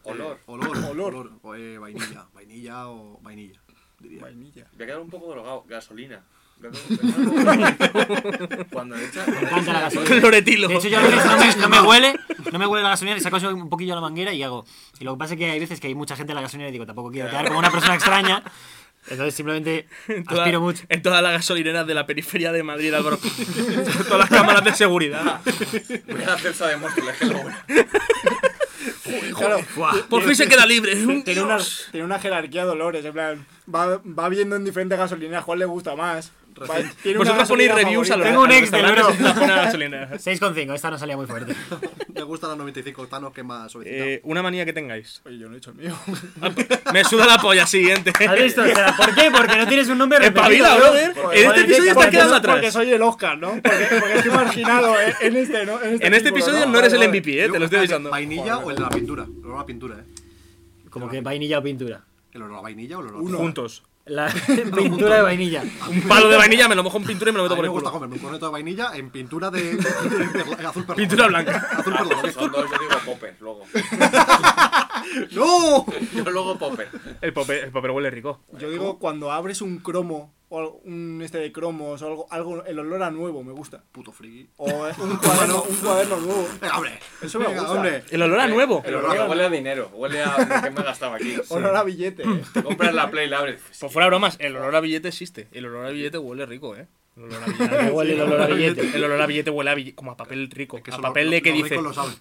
S4: Olor.
S1: Olor.
S2: Olor.
S1: olor. O, eh, vainilla. Vainilla o vainilla. Diría.
S2: Vainilla.
S4: Voy a quedar un poco drogado. Gasolina. Gasolina. Cuando echas...
S3: Me encanta la gasolina.
S5: Loretilo.
S3: Ah, De hecho, yo a veces no me, no me huele, no me huele la gasolina, le saco así un poquillo a la manguera y hago. Y lo que pasa es que hay veces que hay mucha gente en la gasolinera y digo, tampoco quiero quedar como una persona extraña. Entonces simplemente
S5: En toda-
S3: aspiro mucho.
S5: En todas las gasolineras de la periferia de Madrid, Álvaro. todas las cámaras de seguridad.
S4: Voy a hacer esa de Móstoles, que es lo bueno.
S2: Claro,
S5: Por fin se queda libre.
S2: tiene una, tiene una jerarquía de olores, en plan, va, va viendo en diferentes gasolineras cuál le gusta más. Va- tiene una
S5: Vosotros ponéis
S2: gasolina
S5: reviews a
S2: favorita.
S5: los
S3: Tengo un
S5: a los
S3: ex del
S5: restaurantes
S3: oro.
S5: en la zona de gasolinera.
S3: 6,5, esta no salía muy fuerte.
S1: Me gustan las 95 octanos que más solicitado.
S5: Eh, una manía que tengáis.
S2: Oye, yo no he hecho el mío.
S5: Me suda la polla, siguiente.
S3: ¿Has visto? O sea, ¿Por qué? Porque no tienes un nombre repetido.
S5: Espabila,
S3: bro.
S5: brother.
S2: Joder,
S5: En este
S2: joder,
S5: episodio
S2: porque-
S5: estás quedando
S2: porque- Porque
S5: atrás.
S2: soy el Oscar, ¿no? Porque, porque estoy marginado eh, en este, ¿no? En este,
S5: En este
S2: círculo,
S5: episodio no eres
S2: Vale,
S5: el
S2: vale.
S5: MVP, eh, te lo estoy
S1: Yo,
S5: avisando.
S1: ¿Vainilla o el de la pintura? El olor a la pintura, ¿eh?
S3: Como que vainilla o pintura.
S1: El olor a vainilla o el olor a
S2: Uno.
S1: pintura.
S5: Juntos.
S3: La pintura de vainilla.
S5: Un palo de vainilla, me lo mojo en pintura y me lo
S1: A mí
S5: meto por
S1: me
S5: el
S1: gusta
S5: culo.
S1: comerme un corneto de vainilla en pintura de en perla- azul perla-
S5: Pintura blanca.
S1: Azul
S4: Ah,
S1: perla-
S4: esos son dos, yo digo popper, luego.
S1: ¡No!
S4: Yo luego popper.
S5: El papel, el papel huele rico.
S2: Yo digo, cuando abres un cromo, o al- un este de cromos, o algo, algo, el olor a nuevo me gusta.
S1: Puto friki.
S2: O un cuaderno, un cuaderno nuevo.
S1: Venga, hombre.
S2: Eso me
S1: Venga,
S2: gusta.
S1: hombre.
S5: El olor a nuevo.
S4: El olor que huele a dinero, huele a lo que me he gastado aquí.
S2: Olor a billete. eh.
S4: Te compras la Play y la abres.
S5: Pues fuera de bromas, el olor a billete existe. El olor a billete huele rico, ¿eh? El olor a
S3: Me
S5: billete,
S3: huele el olor a billete.
S5: El olor a billete huele a bill- como a papel rico.
S1: Que
S5: a
S1: eso
S5: papel
S1: lo-
S5: de que
S1: los
S5: dice.
S1: ricos lo saben.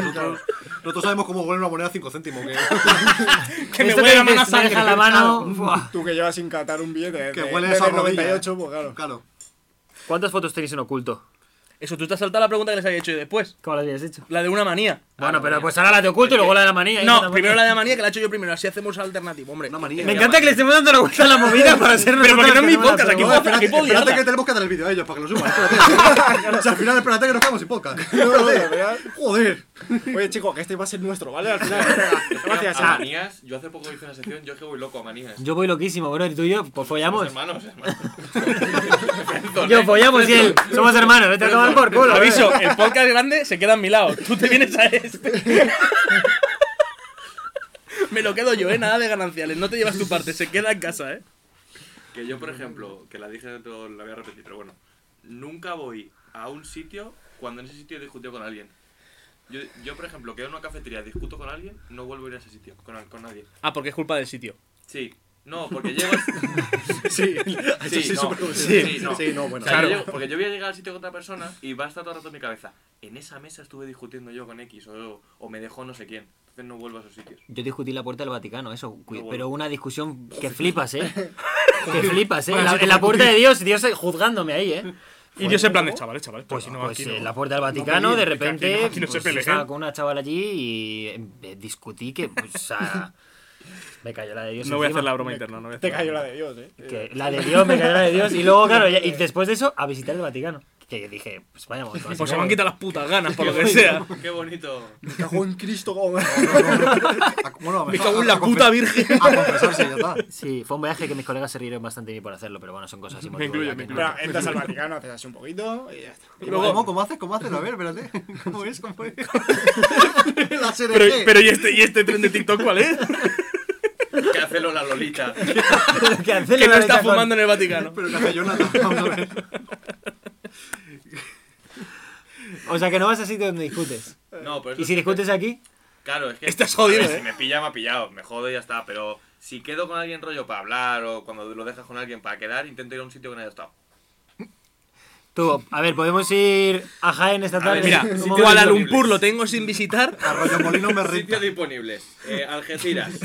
S1: nosotros, nosotros sabemos cómo huele una moneda de 5 céntimos. Que,
S5: Que me
S3: Esto
S5: huele
S3: dices,
S5: la mano a
S3: me deja
S5: sangre.
S3: la mano. buah.
S2: Tú que llevas sin catar un billete.
S1: que
S2: de-
S1: huele
S2: de
S1: esa rodilla.
S2: 98, pues claro.
S1: Claro.
S3: ¿Cuántas fotos tenéis en oculto?
S5: Eso, tú te has saltado la pregunta que les había hecho yo después.
S3: ¿Cómo las habías hecho?
S5: La de una manía.
S3: Bueno, pero pues ahora la de oculto y luego la de la manía. Esa
S5: No,
S3: también.
S5: primero la de manía que la he hecho yo primero. Así hacemos alternativo, hombre.
S1: Una manía.
S3: Me encanta que le estemos dando la vuelta a la movida para ser
S5: Pero porque
S3: nosotros
S5: no es
S3: los
S5: mi
S3: que hacemos la
S5: podcast, aquí
S3: pregunta.
S5: puedo hacer-
S1: Espérate,
S5: aquí puedo
S1: espérate
S5: liarla.
S1: que tenemos que dar el vídeo a ellos para que lo suban. Espérate. O sea, al final, espérate que nos quedamos sin podcast. Joder.
S2: Oye, chicos, que este va a ser nuestro, ¿vale? Al final. Gracias.
S4: A
S2: ah.
S4: manías, yo hace poco hice una sección, yo es que voy loco a manías.
S3: Yo voy loquísimo, bro. ¿Y tú y yo? Pues
S4: Somos
S3: follamos.
S4: hermanos,
S3: Yo follamos y él. Somos hermanos. Vete a tomar por culo. bro.
S5: Aviso, el podcast grande se queda a mi lado. Tú te vienes a este. Me lo quedo yo, eh. Nada de gananciales. No te llevas tu parte. Se queda en casa, eh.
S4: Que yo, por ejemplo, que la dije, dentro, la voy a repetir, pero bueno. Nunca voy a un sitio cuando en ese sitio he discutido con alguien. Yo, yo, por ejemplo, quedo en una cafetería, discuto con alguien, no vuelvo a ir a ese sitio, con, al- con nadie.
S5: Ah, porque es culpa del sitio.
S4: Sí. No, porque llegas...
S1: Sí, eso sí,
S4: no.
S1: súper-
S4: Sí, no.
S1: sí, no, bueno.
S4: O sea,
S5: Claro.
S4: yo llego- porque yo voy a llegar al sitio con otra persona y va a estar todo el rato en mi cabeza. En esa mesa estuve discutiendo yo con X o, o me dejó no sé quién. Entonces no vuelvo a esos sitios.
S3: Yo discutí la puerta del Vaticano, eso. cu-
S4: No, bueno.
S3: Pero una discusión que flipas, ¿eh? que flipas, ¿eh? En la, en la puerta de Dios, Dios juzgándome ahí, ¿eh?
S5: Y Dios en plan de chavales, chavales.
S3: Pues,
S5: Pues, si no,
S3: pues,
S5: aquí no.
S3: en la puerta del Vaticano, de
S5: aquí no-
S3: repente,
S5: aquí no se
S3: pues,
S5: pelea.
S3: estaba con una chaval allí y eh, discutí que, pues, o sea, me cayó la de Dios.
S5: No voy a
S3: encima.
S5: hacer la broma Pues interna. No voy a hacer
S2: Te cayó la de Dios, eh.
S3: Que la de Dios, me cayó la de Dios. Y luego, claro, y después de eso, a visitar el Vaticano. Que dije, pues vaya momento, así
S5: Pues se
S3: como-
S5: me han quitado las putas ganas, por lo que sea.
S4: Qué bonito.
S2: Me cago en Cristo, como.
S1: A- bueno, a-
S5: Me cago en
S1: a-
S5: la
S1: a
S5: puta
S1: confe-
S5: virgen.
S1: A confesarse, ya está.
S3: Sí, fue un viaje que mis colegas se rieron bastante de mí por hacerlo, pero bueno, son cosas y motivos
S5: incluyo,
S3: de la
S5: me
S3: que no-
S2: Pero entras al Vaticano, haces así un poquito y ya está.
S5: Luego-
S1: ¿Cómo, ¿Cómo haces? ¿Cómo haces? A ver, espérate. ¿Cómo es? ¿Cómo es? La serie
S5: Pero, pero ¿y, este, ¿y este tren de TikTok cuál es?
S4: ¿Qué hace Lola Lolita?
S3: que hacerle
S5: que no
S3: la
S5: está
S3: letra con-
S5: fumando en el Vaticano.
S1: Pero que hace Jonathan. Vamos a ver.
S3: O sea, que no vas a sitio donde discutes.
S4: No, pero eso
S3: Y si
S4: es-
S3: discutes aquí,
S4: Claro, es que.
S5: Estás jodido,
S4: a ver,
S5: ¿eh?
S4: Si me pilla, me ha pillado. Me jodo y ya está. Pero si quedo con alguien rollo para hablar o cuando lo dejas con alguien para quedar, intento ir a un sitio que no haya estado.
S3: tú, a ver, podemos ir a Jaén esta
S4: A
S3: tarde.
S4: ver,
S5: Mira,
S4: Sí,
S3: ¿Cómo
S5: Kuala
S3: ves?
S4: disponibles.
S5: Lumpur lo tengo sin visitar.
S1: Arroyo Molino me rindo.
S4: Sitios disponibles. Eh, Algeciras.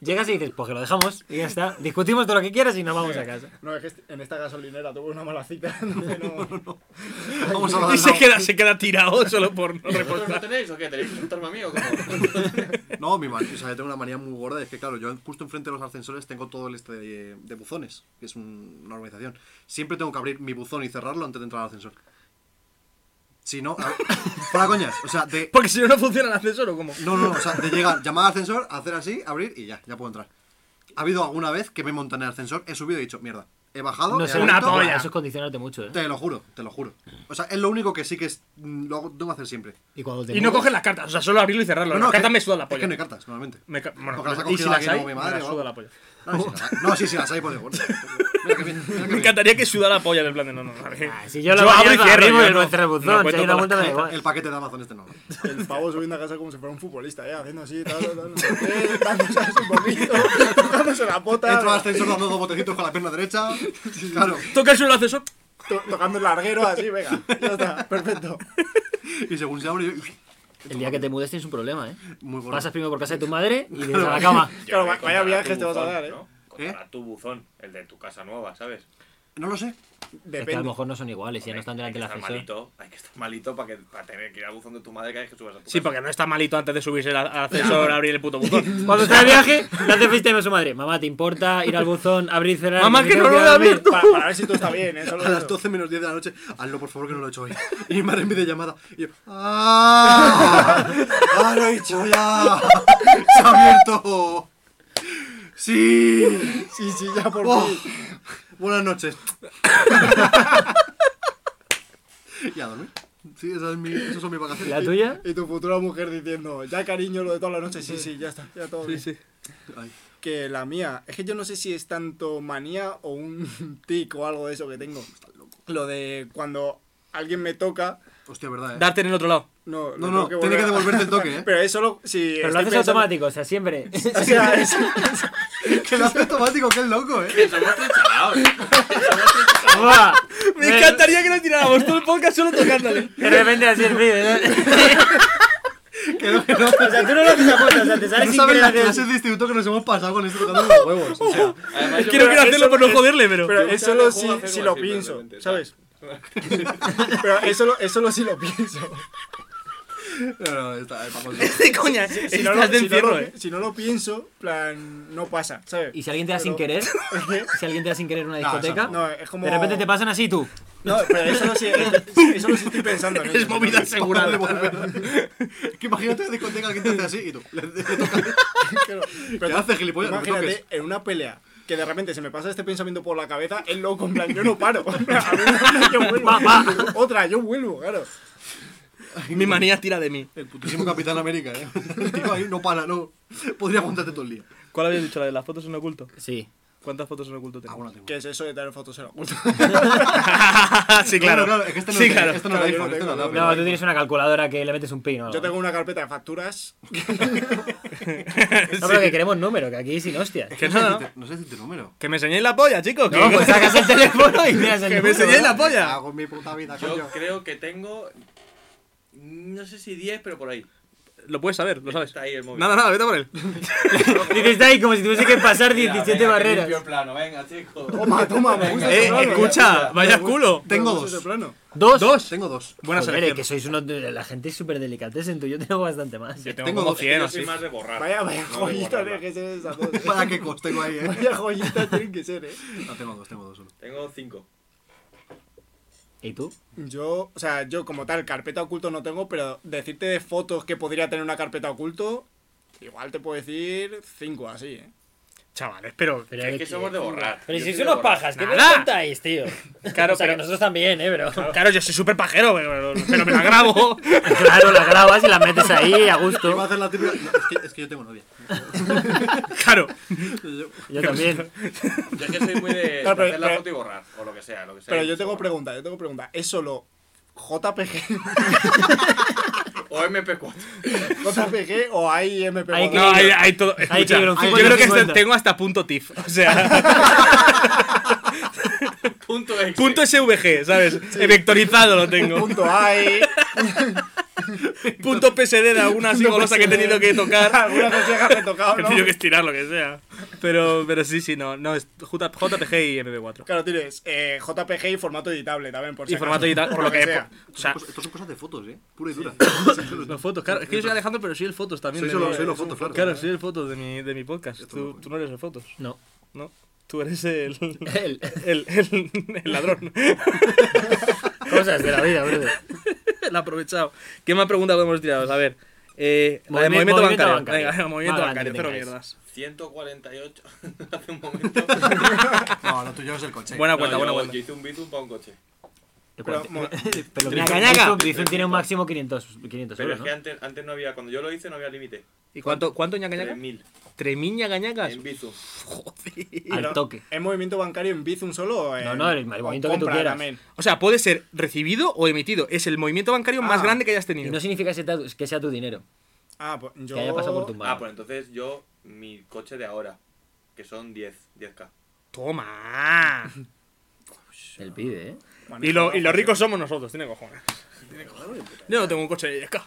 S3: Llegas y dices, pues que lo dejamos y ya está. Discutimos todo lo que quieras y nos vamos a casa.
S2: No, es que este- en esta gasolinera tuve una mala cita. entonces no-
S1: Vamos a
S5: Y se
S1: hablar.
S5: queda, se queda tirado solo por no
S4: ¿Vosotros no
S5: reportar.
S4: tenéis o qué? ¿Tenéis un torma mío?
S1: No, mi manía, o sea, yo tengo una manía muy gorda. Es que, claro, yo justo enfrente de los ascensores tengo todo el este de, de buzones, que es un- una organización. Siempre tengo que abrir mi buzón y cerrarlo antes de entrar al ascensor. Si no, a- fuera coñas. O sea, de.
S5: Porque si no, no funciona el ascensor o cómo.
S1: No, no, no, o sea, de llegar, llamar al ascensor, hacer así, abrir y ya, ya puedo entrar. Ha habido alguna vez que me montan en el ascensor, he subido y he dicho, mierda, he bajado.
S3: No
S1: he
S3: sé,
S5: una
S1: abierto,
S3: no,
S5: polla.
S3: Eso es condicionarte mucho, ¿eh?
S1: Te lo juro, te lo juro. O sea, es lo único que sí que es, mm, lo hago- tengo que hacer siempre.
S3: Y, cuando te
S5: Y no
S3: mueves-
S5: coges las cartas, o sea, solo abrirlo y cerrarlo.
S1: no,
S5: las
S1: es que-
S5: cartas me sudan la
S1: es que
S5: polla.
S1: no hay cartas, normalmente.
S5: Me ca- bueno,
S1: Porque las ha
S5: y si
S1: cogido
S5: las
S1: alguien
S5: hay,
S1: o mi
S5: me
S1: madre
S5: las
S1: o
S5: suda
S1: algo.
S5: la polla.
S1: No, sí, sí las hay. no, sí, sí, las hay por default. Mira que bien, mira que
S5: Me
S1: bien.
S5: encantaría que sudara la polla en el plan de no, no, a ver.
S3: Ah, si yo lo abro y cierro,
S5: yo
S3: abrimos y
S5: no-
S3: lo encerré el
S5: no
S3: buzón. si
S5: cuento
S3: hay una
S5: con
S3: vuelta,
S5: las
S3: da igual.
S1: El paquete de Amazon este no.
S2: El pavo subiendo a casa como si fuera un futbolista, ¿eh? Haciendo así, tal, tal, tal, no sé qué, dándose a su poquito, tocándose la pota,
S1: Entro al ascensor dando dos botecitos con la pierna derecha. Claro.
S5: Toca el suelo del ascensor.
S2: to- tocando el larguero, así, venga, ya está, perfecto.
S1: Y según se abre, yo-
S3: El día que te mudes tienes un problema, ¿eh?
S1: muy gordo.
S3: Pasas primero por casa de tu madre y vienes a la cama.
S2: Claro, va- vaya viajes te vas a dar, ¿eh?
S4: Contra tu buzón, el de tu casa nueva, ¿sabes?
S1: No lo sé.
S3: Es que a lo
S2: Depende.
S3: mejor no son iguales, ya no están delante
S4: hay
S3: del
S4: que estar
S3: ascensor.
S4: malito, hay que estar malito para, que, para tener que ir al buzón de tu madre cada vez que subas a tu
S5: Sí,
S4: casa.
S5: porque no está malito antes de subirse al al ascensor, abrir el puto buzón.
S3: Cuando está de viaje, le hace FaceTime a su madre. Mamá, ¿te importa ir al buzón, abrir, cerrar?
S5: Mamá,
S3: me
S5: que
S3: tengo
S5: no lo
S3: ir
S5: he
S3: a dormir?
S5: abierto.
S2: Para, para ver si tú estás bien, ¿eh? Solo
S1: A las
S2: eso.
S1: 12 menos 10 de la noche, hazlo por favor que no lo he hecho hoy. Y mi madre en videollamada. Y yo, ¡Ah! ¡Ah, lo he hecho ya! ¡Se ha abierto! ¡Sí!
S2: Sí, sí, ya por
S1: Oh,
S2: fin.
S1: Buenas noches. y a dormir. Sí, esas son mi- esas son mis vacaciones.
S3: ¿La tuya?
S2: Y tu futura mujer diciendo, ya cariño, lo de toda la noche. Sí, sí, ya está, ya todo
S5: Sí,
S2: bien.
S5: sí.
S1: Ay,
S2: Que la mía, es que yo no sé si es tanto manía o un tic o algo de eso que tengo. Lo de cuando alguien me toca,
S1: hostia, verdad, ¿eh?
S5: Darte en el otro lado.
S2: no,
S1: No,
S2: lo
S1: no,
S2: tengo
S1: tiene que
S2: volver a-
S1: devolverte el toque, ¿eh?
S2: Pero es solo si.
S3: Pero lo
S2: estoy
S3: haces
S2: pensando-
S3: automático, o sea, siempre.
S2: O sea, es-
S1: que lo hace automático, que es loco, ¿eh?
S4: Que somos tres chalaos.
S3: Buah.
S5: Me encantaría que nos tiráramos todo el podcast solo tocándole.
S3: De repente así ¿eh? es
S1: Que no, que no.
S3: O sea, tú no lo haces a posta, o sea, te sales
S1: No
S3: sin
S1: saben
S3: querer
S1: las
S3: hacer-
S1: clases de instituto que nos hemos pasado con esto tocando los huevos. O sea,
S4: Además, yo
S5: Quiero
S4: creo
S5: que hacerlo por no joderle, pero.
S2: pero
S4: Yo
S2: es
S4: muchas
S2: solo
S4: veces juego a
S2: si,
S4: hacerlo
S2: si lo
S4: así,
S2: pienso,
S4: realmente,
S2: ¿sabes? Pero es solo, es solo si lo pienso.
S1: no, no, está, eh, vamos.
S5: De coña,
S2: Si no, lo,
S5: estás de
S2: si no lo-
S5: encierro, eh.
S2: si no lo pienso, plan, no pasa, ¿sabes?
S3: Y si alguien te da sin querer, si alguien te da sin querer una
S1: eso
S3: discoteca,
S2: No, es como.
S3: de repente te pasan así tú.
S2: No, pero eso no sí, eso no sí estoy pensando. en ello.
S1: asegurada. que imagínate la discoteca alguien te hace así y tú. Le, le tocas.
S2: Pero-
S1: ¿Qué haces, gilipollas? No me toques.
S2: Imagínate en una pelea que de repente se me pasa este pensamiento por la cabeza, el loco, en plan, yo no paro. A mí, yo vuelvo. Otra, yo vuelvo, claro.
S5: Mi manía tira de mí.
S1: El putísimo Capitán América, ¿eh? El tío ahí no para, no. Podría aguantarte todo el día.
S5: ¿Cuál habías dicho? La de las fotos en oculto.
S3: Sí.
S5: ¿Cuántas fotos en oculto tengo?
S1: Ah, bueno, tengo.
S2: ¿Qué es eso de tener fotos en la oculta?
S5: sí,
S1: Claro,
S5: claro.
S1: claro, es que este no,
S5: sí,
S1: es,
S5: claro.
S1: este no es
S2: Claro,
S1: el
S2: yo
S1: iPhone, este
S2: no
S1: no es el
S2: tengo,
S1: Apple.
S3: No, tú tienes una calculadora que le metes un pino.
S2: Yo tengo una carpeta de facturas.
S3: No, pero que queremos número, que aquí sin hostia.
S5: Que
S1: No sé
S5: nada.
S1: decirte- No sé decirte número.
S5: Que me enseñéis la polla, chicos.
S3: No,
S5: que-
S3: pues sacas el teléfono y miras el
S5: que me
S3: número.
S5: enseñéis la polla.
S1: Hago mi puta vida, coño.
S4: Yo creo que tengo. No sé si 10, pero por ahí.
S5: Lo puedes saber, lo sabes.
S4: Está ahí el móvil.
S5: Nada, nada, vete por él.
S3: Dices, está ahí como si tuviese que pasar
S4: Mira,
S3: 17
S4: venga, que
S3: barreras.
S4: limpio el plano, venga, chicos.
S2: Toma, toma, me gusta
S5: Eh,
S2: ese plano.
S5: escucha, vaya culo.
S1: Tengo
S2: Me gusta ese
S1: dos.
S2: plano.
S3: Dos.
S5: Dos.
S1: Tengo dos.
S5: Buena
S3: Joder,
S5: selección.
S3: que sois uno de la gente es súper delicatez en tu. Yo tengo bastante más.
S5: Yo
S1: tengo
S5: tengo como
S1: dos.
S5: 100 o
S4: Yo soy
S5: así.
S4: más de borrar.
S2: Vaya, vaya
S4: No de
S2: joyita
S4: guardarla.
S2: tiene que ser esa foto.
S1: Para que cos tengo ahí, eh.
S2: Vaya joyita tiene que ser, eh.
S1: No, tengo dos, tengo dos solo.
S4: Tengo 5.
S3: ¿Y tú?
S2: Yo, o sea, yo como tal, carpeta oculto no tengo, pero decirte de fotos que podría tener una carpeta oculto, igual te puedo decir cinco así, ¿eh?
S5: Chavales, pero.
S3: Pero
S4: Es que somos de borrar.
S3: Pero
S4: Yo
S3: si
S4: soy de
S3: sois unos
S4: borrar.
S3: pajas, ¿qué me
S5: Nada.
S3: contáis, tío? Claro, o sea,
S5: pero-
S3: que nosotros también, ¿eh, bro?
S5: Claro, yo soy súper pajero, pero, pero me la grabo.
S3: Claro, la grabas y la metes ahí a gusto.
S1: Iba a hacer la típica. No, es, que, es que yo tengo novia.
S5: Claro.
S3: Yo también.
S4: Yo es que soy muy de, de
S2: Claro, pero-
S4: hacer la
S2: pero-
S4: foto y borrar, o lo que sea, lo que sea.
S2: Pero yo tengo
S4: Borrar.
S2: pregunta, yo tengo pregunta. ¿Es solo JPG,
S4: O MP4.
S2: JPG o hay MP?
S3: Hay
S5: No,
S3: que-
S5: hay, hay todo.
S3: Hay que
S5: Escucha,
S3: ir
S5: yo
S3: un cinco
S5: creo que
S3: cincuenta.
S5: hasta- tengo hasta punto TIFF. O sea,
S4: Punto X.
S5: punto SVG, ¿sabes? Vectorizado lo tengo.
S2: Punto hay.
S5: Punto PSD de alguna así golosa que he tenido que tocar.
S2: Alguna cosa que he tocado,
S5: He
S2: ¿no?
S5: tenido que estirar lo que sea. Pero, pero sí, sí, no. No, es J- JPG y MP4.
S2: Claro, tienes eh, JPG y formato editable también, por si
S5: Y
S2: acaso.
S5: formato digital, por lo que.
S2: sea.
S5: O sea,
S1: Estos son cosas de fotos, eh. Pura y dura.
S5: Los fotos, claro. Es que yo soy Alejandro, pero soy el fotos también.
S1: Soy
S5: de
S1: solo-
S5: mi-
S1: soy los fotos, claro.
S5: Claro, soy el fotos de mi, de mi podcast. Tú, tú no eres el fotos,
S3: No.
S5: ¿no? Tú eres el.
S3: El-
S5: El, el, el ladrón.
S3: Cosas de la vida, bro.
S5: el aprovechado. ¿Qué más preguntas podemos tiraros? A ver. Eh, la de
S3: Movimi-
S5: movimiento,
S3: movimiento
S5: bancario.
S3: bancario.
S5: Venga, movimiento
S3: Más
S5: bancario.
S3: grande
S5: Cero
S3: tengáis.
S5: mierdas.
S4: 148. Hace un momento.
S1: No, lo tuyo es el coche.
S5: Buena
S4: No,
S5: cuenta,
S4: yo-
S5: buena cuenta.
S4: Yo hice un bitum para un coche.
S2: Pero, mo-
S3: Pero
S5: Ñaca,
S3: Bizum-
S5: ñaca.
S3: Bizum- Bizum tiene un máximo 500, 500
S4: Pero
S3: euros,
S4: es
S3: ¿no?
S4: que antes, antes no había, cuando yo lo hice no había límite.
S5: ¿Y cuánto, cuánto ñaca ñaca?
S4: 3.000
S5: ¿Tremil ñaca ñacas?
S4: en Bitum.
S3: Al toque.
S2: ¿Es movimiento bancario en Bizum solo o en,
S3: No, no, el movimiento
S2: o
S3: que tú
S2: compra
S3: quieras.
S2: también?
S5: O sea, puede ser recibido o emitido. Es el movimiento bancario más
S2: Ah.
S5: grande que hayas
S3: Y
S5: tenido.
S3: no significa que sea tu, que sea tu dinero.
S2: Ah, pues yo...
S3: Que haya pasado por tu mano.
S4: Ah, pues entonces yo, mi coche de ahora, que son 10, 10k.
S5: Toma.
S3: El pibe, ¿eh?
S5: Y, lo, y los ricos somos nosotros, tiene cojones. Yo no tengo un coche de 10K.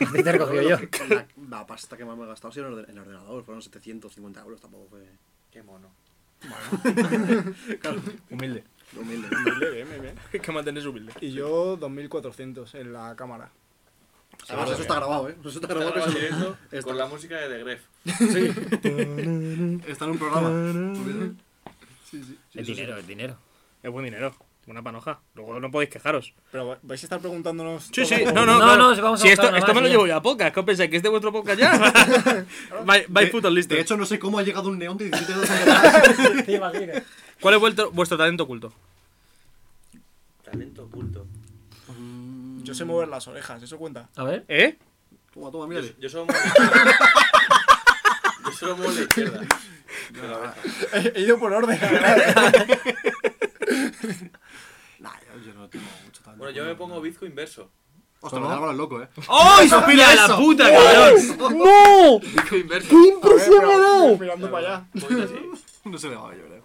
S3: Este te he recogido yo.
S1: La, la pasta que más me he gastado ha sido en orden- en el ordenador. Fueron 750 euros, tampoco fue.
S4: Qué mono.
S5: Humilde.
S1: Humilde.
S2: Muy bien, muy bien.
S5: Es que mantenerse humilde.
S2: Y yo 2400 en la cámara.
S1: Además, eso está grabado, eh. Eso está grabado.
S4: Estaba
S1: que se
S4: directo
S1: lo- está-
S4: con la música de The Gref.
S1: Está en un programa.
S3: El dinero, el dinero.
S5: Es buen dinero. Una panoja. Luego no podéis quejaros.
S2: Pero vais a estar preguntándonos.
S5: Sí,
S2: todo
S5: sí.
S2: como-
S5: No, no,
S3: No,
S5: claro.
S3: no, si vamos a
S5: Si
S3: buscar
S5: esto,
S3: una
S5: esto me
S3: más,
S5: lo
S3: ya.
S5: llevo yo a podcast. ¿Qué os pensáis? ¿Que es de vuestro podcast ya? Vais vais
S1: De-
S5: putos listos.
S1: De hecho, no sé cómo ha llegado un neón de 17 años atrás.
S3: Te imaginas.
S5: ¿Cuál es vuestro, vuestro talento oculto?
S4: Talento oculto.
S2: Yo sé mover las orejas, eso cuenta.
S3: A ver.
S5: ¿Eh?
S1: Toma, toma,
S4: Yo,
S1: mírale.
S4: yo solo muevo la izquierda. Yo solo muevo la izquierda. De la oreja.
S2: He ido por orden, la verdad.
S1: Nah, yo, yo no tengo mucho talento.
S4: Bueno, yo me pongo bizco inverso.
S1: Ostras, me da igual al loco, eh.
S5: ¡Ay, ¡Oh! suspira de la puta, cabrón!
S4: Bizco inverso.
S2: Impresión me Mirando para allá.
S4: Un poquito así.
S1: No se le va, yo creo.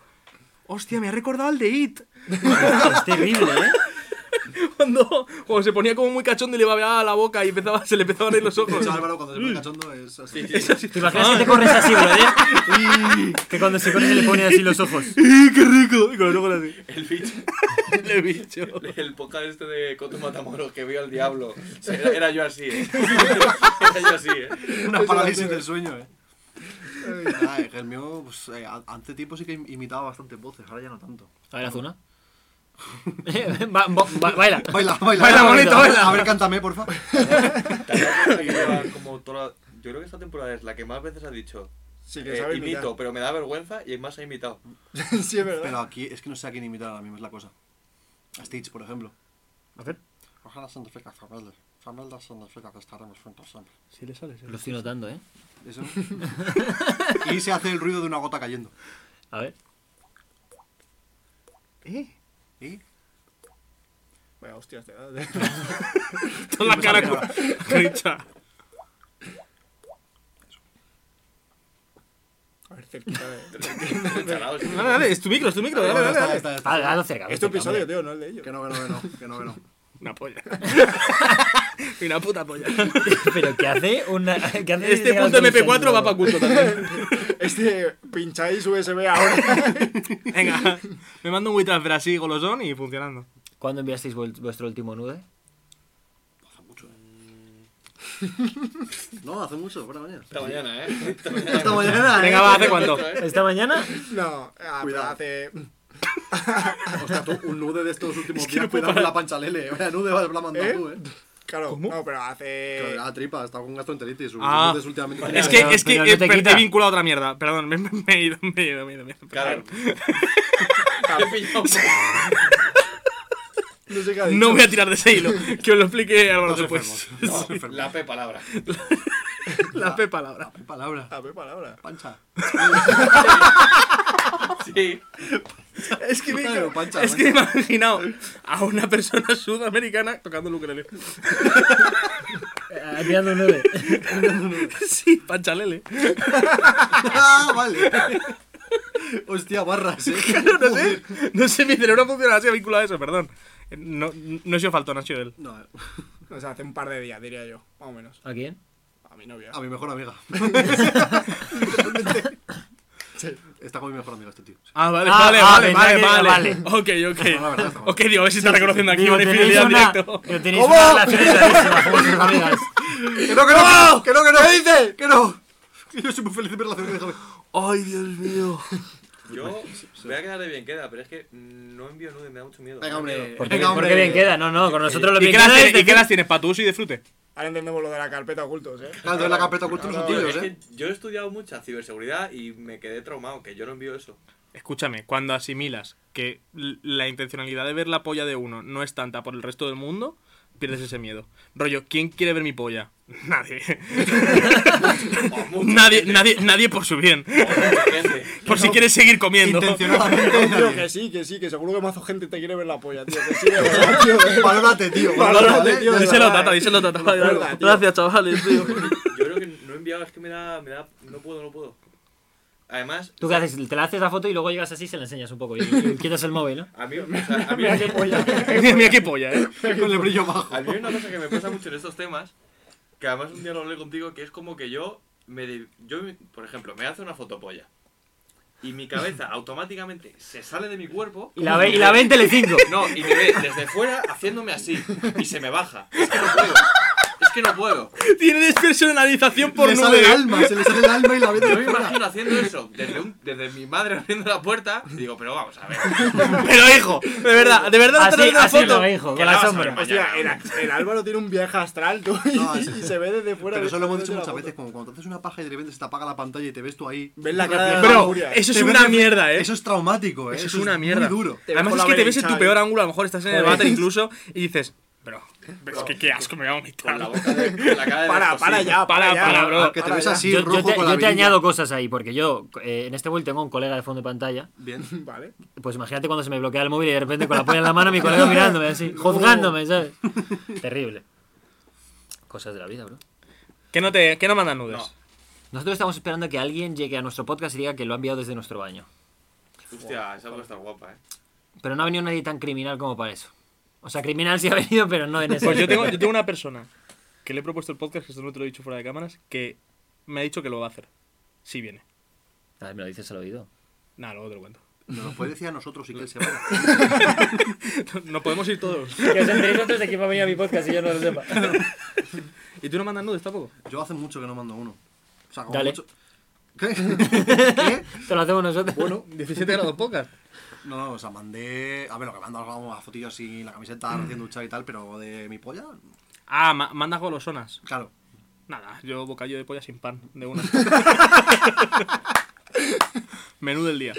S5: Hostia, me ha recordado al de It.
S3: Es terrible, ¿eh?
S5: Cuando, cuando se ponía como muy cachondo y le babeaba la boca y empezaba, se le empezaban a ir los ojos.
S1: Ese Álvaro
S5: Mm.
S1: cuando se pone cachondo es así.
S4: Sí, sí.
S3: ¿Te imaginas que te corres así, bro? ¿eh? que cuando se corre se le pone así los ojos.
S5: ¡Eh, ¡Qué rico! Y con los ojos así.
S4: El bicho.
S5: Le he dicho.
S4: El podcast este de Coto Matamoros que vio al diablo. O sea, Era, era yo así, eh. Era yo así, eh.
S1: Una parálisis del sueño, eh. Ay, el mío, pues eh, a- ante tiempo sí que im- imitaba bastante voces, ahora ya no tanto.
S3: A ver, haz una. Va- va- va- baila.
S1: Baila, baila,
S3: Baila, bonito,
S1: baila. A ver, cántame, porfa.
S4: Tarea que lleva como toda la- Yo creo que esta temporada es la que más veces ha dicho.
S2: Sí, que
S4: eh,
S2: sabe imitar.
S4: imito, pero me da vergüenza y más ha imitado.
S2: Sí, es
S1: Pero
S2: verdad.
S1: aquí es que no sé a quién imitar ahora mismo, es la cosa. A Stitch, por ejemplo.
S5: A ver.
S1: Ojalá significa familia. Familia significa que estaremos juntos siempre.
S5: Si le sale,
S3: Lo estoy notando, ¿eh?
S1: Eso. y se hace el ruido de una gota cayendo.
S3: A ver.
S5: ¿Eh?
S1: ¿Y?
S2: Vaya, este hostias, te da.
S5: Toda la
S1: Me
S5: cara
S1: sale ahora.
S5: cu- crincha.
S2: A ver, cerquita de.
S4: Chalaos. ¿eh?
S5: Dale, dale, es tu micro, es tu micro. Dale,
S1: Bueno,
S5: dale,
S1: está,
S5: dale.
S1: está, está.
S3: Vale, hazlo cerca.
S2: Es tu
S3: hazlo cerca,
S2: Este episodio, tío, no el de ellos.
S1: Que no, que no, que no, que no, que no.
S5: Una polla. Una puta polla.
S3: hombre. Pero que hace una. que hace
S5: Este
S3: llegar
S5: punto
S3: a un
S5: MP4 va
S3: sonido.
S5: para culto también.
S2: Este, pincháis USB ahora.
S5: Venga, me mando un WeTransfer así golosón y funcionando.
S3: ¿Cuándo enviasteis vuel- vuestro último nude?
S1: Hace mucho, eh. No, hace mucho, por la mañana.
S4: Esta mañana, eh. Esta mañana.
S1: Esta mañana,
S5: Venga,
S1: eh.
S5: va, ¿hace cuánto?
S3: ¿Esta mañana?
S2: No, ah, pero
S1: Cuidado.
S2: hace.
S1: Hostia, tú, un nude de estos últimos
S5: que
S1: días,
S5: no puedo
S1: cuidado con
S5: parar.
S1: la pancha lele. Vaya nude vas a mandar
S2: ¿Eh?
S1: tú, eh.
S2: Claro,
S5: ¿Cómo?
S2: no, pero
S1: Pero de
S2: hace.
S1: la tripa, está con gastroenteritis. sus
S5: Ah.
S1: nudes últimamente.
S5: Es que,
S3: pero-
S5: es que,
S3: pero no
S5: eh,
S3: te
S5: per-
S3: quita.
S5: te he vinculado a otra mierda. Perdón, me, me- me he ido, me he ido, me he ido. me he ido.
S4: Claro.
S2: Claro.
S4: He pillado.
S2: No sé qué ha dicho.
S5: No voy a tirar de ese hilo. Que os lo explique Álvaro
S1: Nos
S5: después.
S1: enfermos. Nos enfermos.
S4: La P palabra.
S5: La P palabra.
S1: Qué Ah, palabra.
S2: A ver, palabra.
S1: Pancha.
S4: Sí.
S5: Es que me,
S1: Claro, pancha,
S5: es que me he imaginado a una persona sudamericana tocando el ukelele.
S3: Eh, Enviando un nude.
S5: Sí, panchalele.
S1: Ah, vale. Hostia, barras, eh.
S5: No sé, no sé, mi cerebro funciona así vinculado a eso, perdón. Eh, No, no he sido faltón, ha sido él.
S1: No, eh.
S2: O sea, hace un par de días, diría yo, más o menos.
S3: ¿A quién?
S2: A mi novia.
S1: a mi mejor amiga.
S2: Sí.
S1: Está con mi mejor amiga este tío. sí.
S5: Ah, vale,
S3: Ah,
S5: vale,
S3: ah,
S5: vale,
S3: pensaba
S5: vale,
S3: que era-
S5: vale.
S3: vale.
S5: Ok, ok.
S1: No, la verdad, está mal.
S5: ok, digo, a ver si está reconociendo aquí
S3: Digo,
S5: una
S3: tenéis
S5: infidelidad en
S3: una-
S5: directo.
S3: digo, tenéis una relación clarísima con vuestras amigas.
S1: ¡Que no, que no! ¡Que no, que no! ¡Ah! ¿Qué dices? ¡Que no! Que yo soy muy feliz de mi relación, déjame.
S5: Ay, Dios mío.
S4: Yo voy a quedar de bien queda, pero es que no envío nude, me da mucho miedo.
S1: Venga, hombre.
S3: ¿Por qué,
S1: Venga,
S3: por
S1: hombre.
S3: qué bien queda? No, no, con nosotros lo
S5: ¿Y
S3: bien
S5: qué las
S3: queda es
S5: tienes, y qué
S3: decir-
S5: las tienes para tu uso y de frute?
S2: Ahora entendemos lo de la carpeta ocultos, eh.
S1: Claro, entonces la carpeta oculta son
S4: Tío, es
S1: tuyos, eh.
S4: que yo he estudiado mucha ciberseguridad y me quedé traumado, que yo no envío eso.
S5: Escúchame, cuando asimilas que l- la intencionalidad de ver la polla de uno no es tanta por el resto del mundo, pierdes ese miedo. Rollo, ¿quién quiere ver mi polla? Nadie.
S4: O mucha
S5: nadie,
S4: gente,
S5: nadie, nadie por su bien.
S4: o mucha gente.
S5: Por si quieres seguir comiendo.
S1: Intencionadamente.
S2: Tío,
S1: nadie.
S2: que sí, que sí, que seguro que mazo gente te quiere ver la polla, tío. Que sí, de verdad, tío.
S1: Valórate, tío.
S2: Valórate, tío, de
S5: Díselo,
S2: verdad,
S5: Tata,
S2: eh.
S5: díselo, Tata.
S2: Me acuerdo, tío.
S5: Gracias, chavales, tío.
S4: Yo creo que no he enviado, es que me da, me da, no puedo, no puedo. Además,
S3: ¿Tú qué haces? Te la haces la foto y luego llegas así y se la enseñas un poco. Y, y quitas el móvil, ¿no?
S4: a mí, o sea, a mí,
S2: Mira qué polla.
S5: Mira, mira qué polla, eh.
S1: Con el brillo bajo.
S4: a mí hay una cosa que me pasa mucho en estos temas, que además un día lo hablé contigo, que es como que yo, me, de- yo por ejemplo, me hace una fotopolla y mi cabeza automáticamente se sale de mi cuerpo
S3: Y la ve, y la ve en Telecinco.
S4: No, y me ve desde fuera haciéndome así. Y se me baja. Es que no puedo. Es que no puedo.
S5: Tiene despersonalización por
S1: le sale
S5: nube.
S1: el alma, se le sale el alma y la vende
S4: Yo me
S1: fuera.
S4: imagino haciendo eso desde, un- desde mi madre abriendo la puerta y digo, pero vamos a ver.
S5: Pero hijo, de verdad, de verdad no te
S3: Así,
S5: una
S3: así
S5: foto.
S3: lo dijo,
S4: Que
S3: con
S4: la
S3: la
S4: vas a
S3: sombra.
S4: ver.
S2: Hostia, el, el Álvaro tiene un viaje astral, tú, y,
S1: No, sí.
S2: y se ve desde fuera.
S1: Pero eso lo hemos dicho
S2: de la
S1: muchas
S2: foto.
S1: veces, como cuando te haces una paja y de repente se te apaga la pantalla y te ves tú ahí.
S2: Ves la cara de la
S5: Pero
S2: furia.
S5: eso es
S1: Te
S5: una
S1: ves-
S5: mierda, eh.
S1: Eso es traumático, eh.
S5: Eso es una mierda.
S1: Muy duro.
S2: Te ves
S5: Además
S2: con
S5: es
S2: la
S5: que te
S2: vela
S5: ves en tu
S2: hinchada,
S5: peor
S2: ¿eh?
S5: ángulo, a lo mejor estás en el
S3: Joder.
S5: váter incluso y dices, bro, es que qué asco me voy a vomitar.
S4: Con la boca de, con la cara de
S2: Para,
S4: descosido.
S2: para ya,
S5: Para,
S2: para, ya.
S5: para, bro.
S1: Que te
S2: Ahora
S1: ves
S2: ya.
S1: así,
S3: Yo, yo
S1: rojo
S3: te,
S1: con la
S3: yo te
S1: virilla.
S3: añado cosas ahí, porque yo eh, en este vuelo tengo un colega de fondo de pantalla.
S1: Bien.
S2: Vale.
S3: Pues imagínate cuando se me bloquea el móvil y de repente con la polla en la mano mi colega mirándome así, juzgándome, ¿sabes? Terrible. Cosas de la vida, bro.
S5: Que no te que no mandan nudes.
S4: No.
S3: Nosotros estamos esperando que alguien llegue a nuestro podcast y diga que lo ha enviado desde nuestro baño.
S4: Hostia, esa puede estar guapa, eh.
S3: Pero no ha venido nadie tan criminal como para eso. O sea, criminal sí ha venido, pero no en ese.
S5: Pues yo tengo, yo tengo una persona que le he propuesto el podcast, que esto no te lo he dicho fuera de cámaras, que me ha dicho que lo va a hacer. Si viene.
S3: A ver, Ah, me lo dices al oído.
S5: Nada, luego te lo cuento.
S1: Nos lo puede decir a nosotros y que él se vaya.
S5: No podemos ir todos.
S3: Que os enteréis vosotros de que va a venir a mi podcast y yo no lo sepa.
S5: ¿Y tú no mandas nudes tampoco?
S1: Yo hace mucho que no mando uno. O sea, como
S3: Dale.
S1: mucho- ¿Qué? ¿Qué?
S3: Te lo hacemos nosotros.
S5: Bueno, 17 grados podcast.
S1: No, no, o sea, mandé. A ver, lo que mando vamos a fotillos así, la camiseta recién duchada y tal, pero de mi polla,
S5: Ah, ma- mandas golosonas.
S1: claro.
S5: Nada, yo bocadillo de polla sin pan, de una. Menú del día.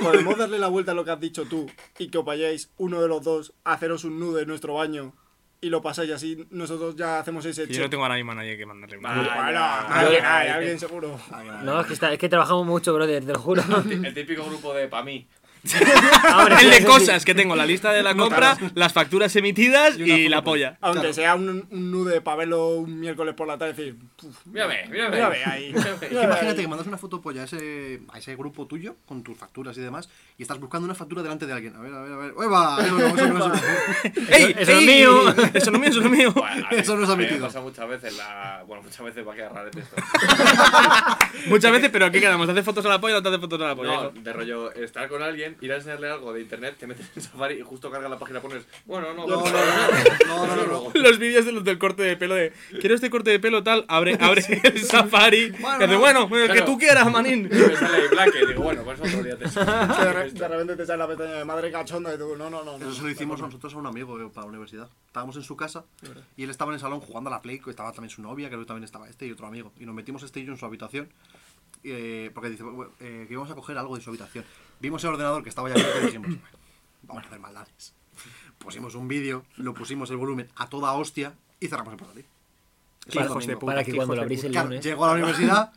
S2: Podemos darle la vuelta a lo que has dicho tú y que os vayáis uno de los dos a haceros un nudo en nuestro baño y lo pasáis así. Nosotros ya hacemos ese
S5: Yo no
S2: check.
S5: tengo ahora mismo a nadie que mandarle un
S2: Bueno,
S5: nude.
S2: alguien, hay, alguien seguro.
S1: Ay, ay,
S3: No, es que, está- es que trabajamos mucho, brother, te lo juro.
S4: El típico grupo de pa' mí.
S3: Ahora sí,
S5: El de
S3: sí,
S5: cosas que tengo, la lista de la compra, las facturas emitidas
S1: una
S5: y
S1: foto
S5: la
S1: por-
S5: polla.
S2: Aunque
S1: Claro.
S2: sea un, un nude para verlo un miércoles por la tarde y decir, "Puf,
S4: Mírame, mírame.
S2: mírame ahí.
S4: Mírame.
S1: Que Imagínate que mandas una foto polla a ese, a ese grupo tuyo con tus facturas y demás y estás buscando una factura delante de alguien. A ver, a ver, a ver. ¡Ueva! Eso no, eso no, eso
S5: ¡Ey!
S3: eso es
S5: ey,
S3: mío.
S5: Eso no es mío, eso no es mío.
S4: Bueno, a mí-
S1: Eso no se ha
S4: a mí me
S1: metido.
S4: pasa muchas veces la... Bueno, muchas veces va a quedar raro esto.
S5: Muchas veces, pero aquí quedamos, ¿te haces fotos a la polla o no te haces fotos a la polla?
S4: No, de rollo estar con alguien, ir a enseñarle algo de internet, te metes en Safari y justo cargas la página pones, bueno,
S1: no,
S4: no,
S1: no,
S4: vamos a ver".
S1: no, no, no, no, no, no.
S5: Los vídeos de los del corte de pelo de quiero este corte de pelo tal, abre, abre el safari.
S1: Bueno,
S5: que hace, bueno, el que
S4: Claro.
S5: tú quieras, manín.
S4: Y me sale ahí Black y digo, bueno, pues otro día te enseño".
S2: De, re- de repente te sale la pestaña de madre cachonda y tú, no, no, no. no".
S1: Eso se lo hicimos nosotros a un amigo eh, para la universidad. Estábamos en su casa y él estaba en el salón jugando a la Play, que estaba también su novia, creo que también estaba este y otro amigo. Y nos metimos este y yo en su habitación, eh, porque dice, bueno, eh, que íbamos a coger algo de su habitación. Vimos el ordenador que estaba ya abierto y dijimos, "Bueno, vamos a hacer maldades. Pusimos un vídeo, lo pusimos el volumen a toda hostia y cerramos el portátil. Eso
S5: Qué
S1: era
S5: hijos de
S1: domingo.
S5: puta.
S3: Para que
S5: Qué
S3: cuando lo
S5: hijos
S3: abrís
S5: de
S3: el
S1: Claro,
S3: lunes.
S1: llegó a la universidad,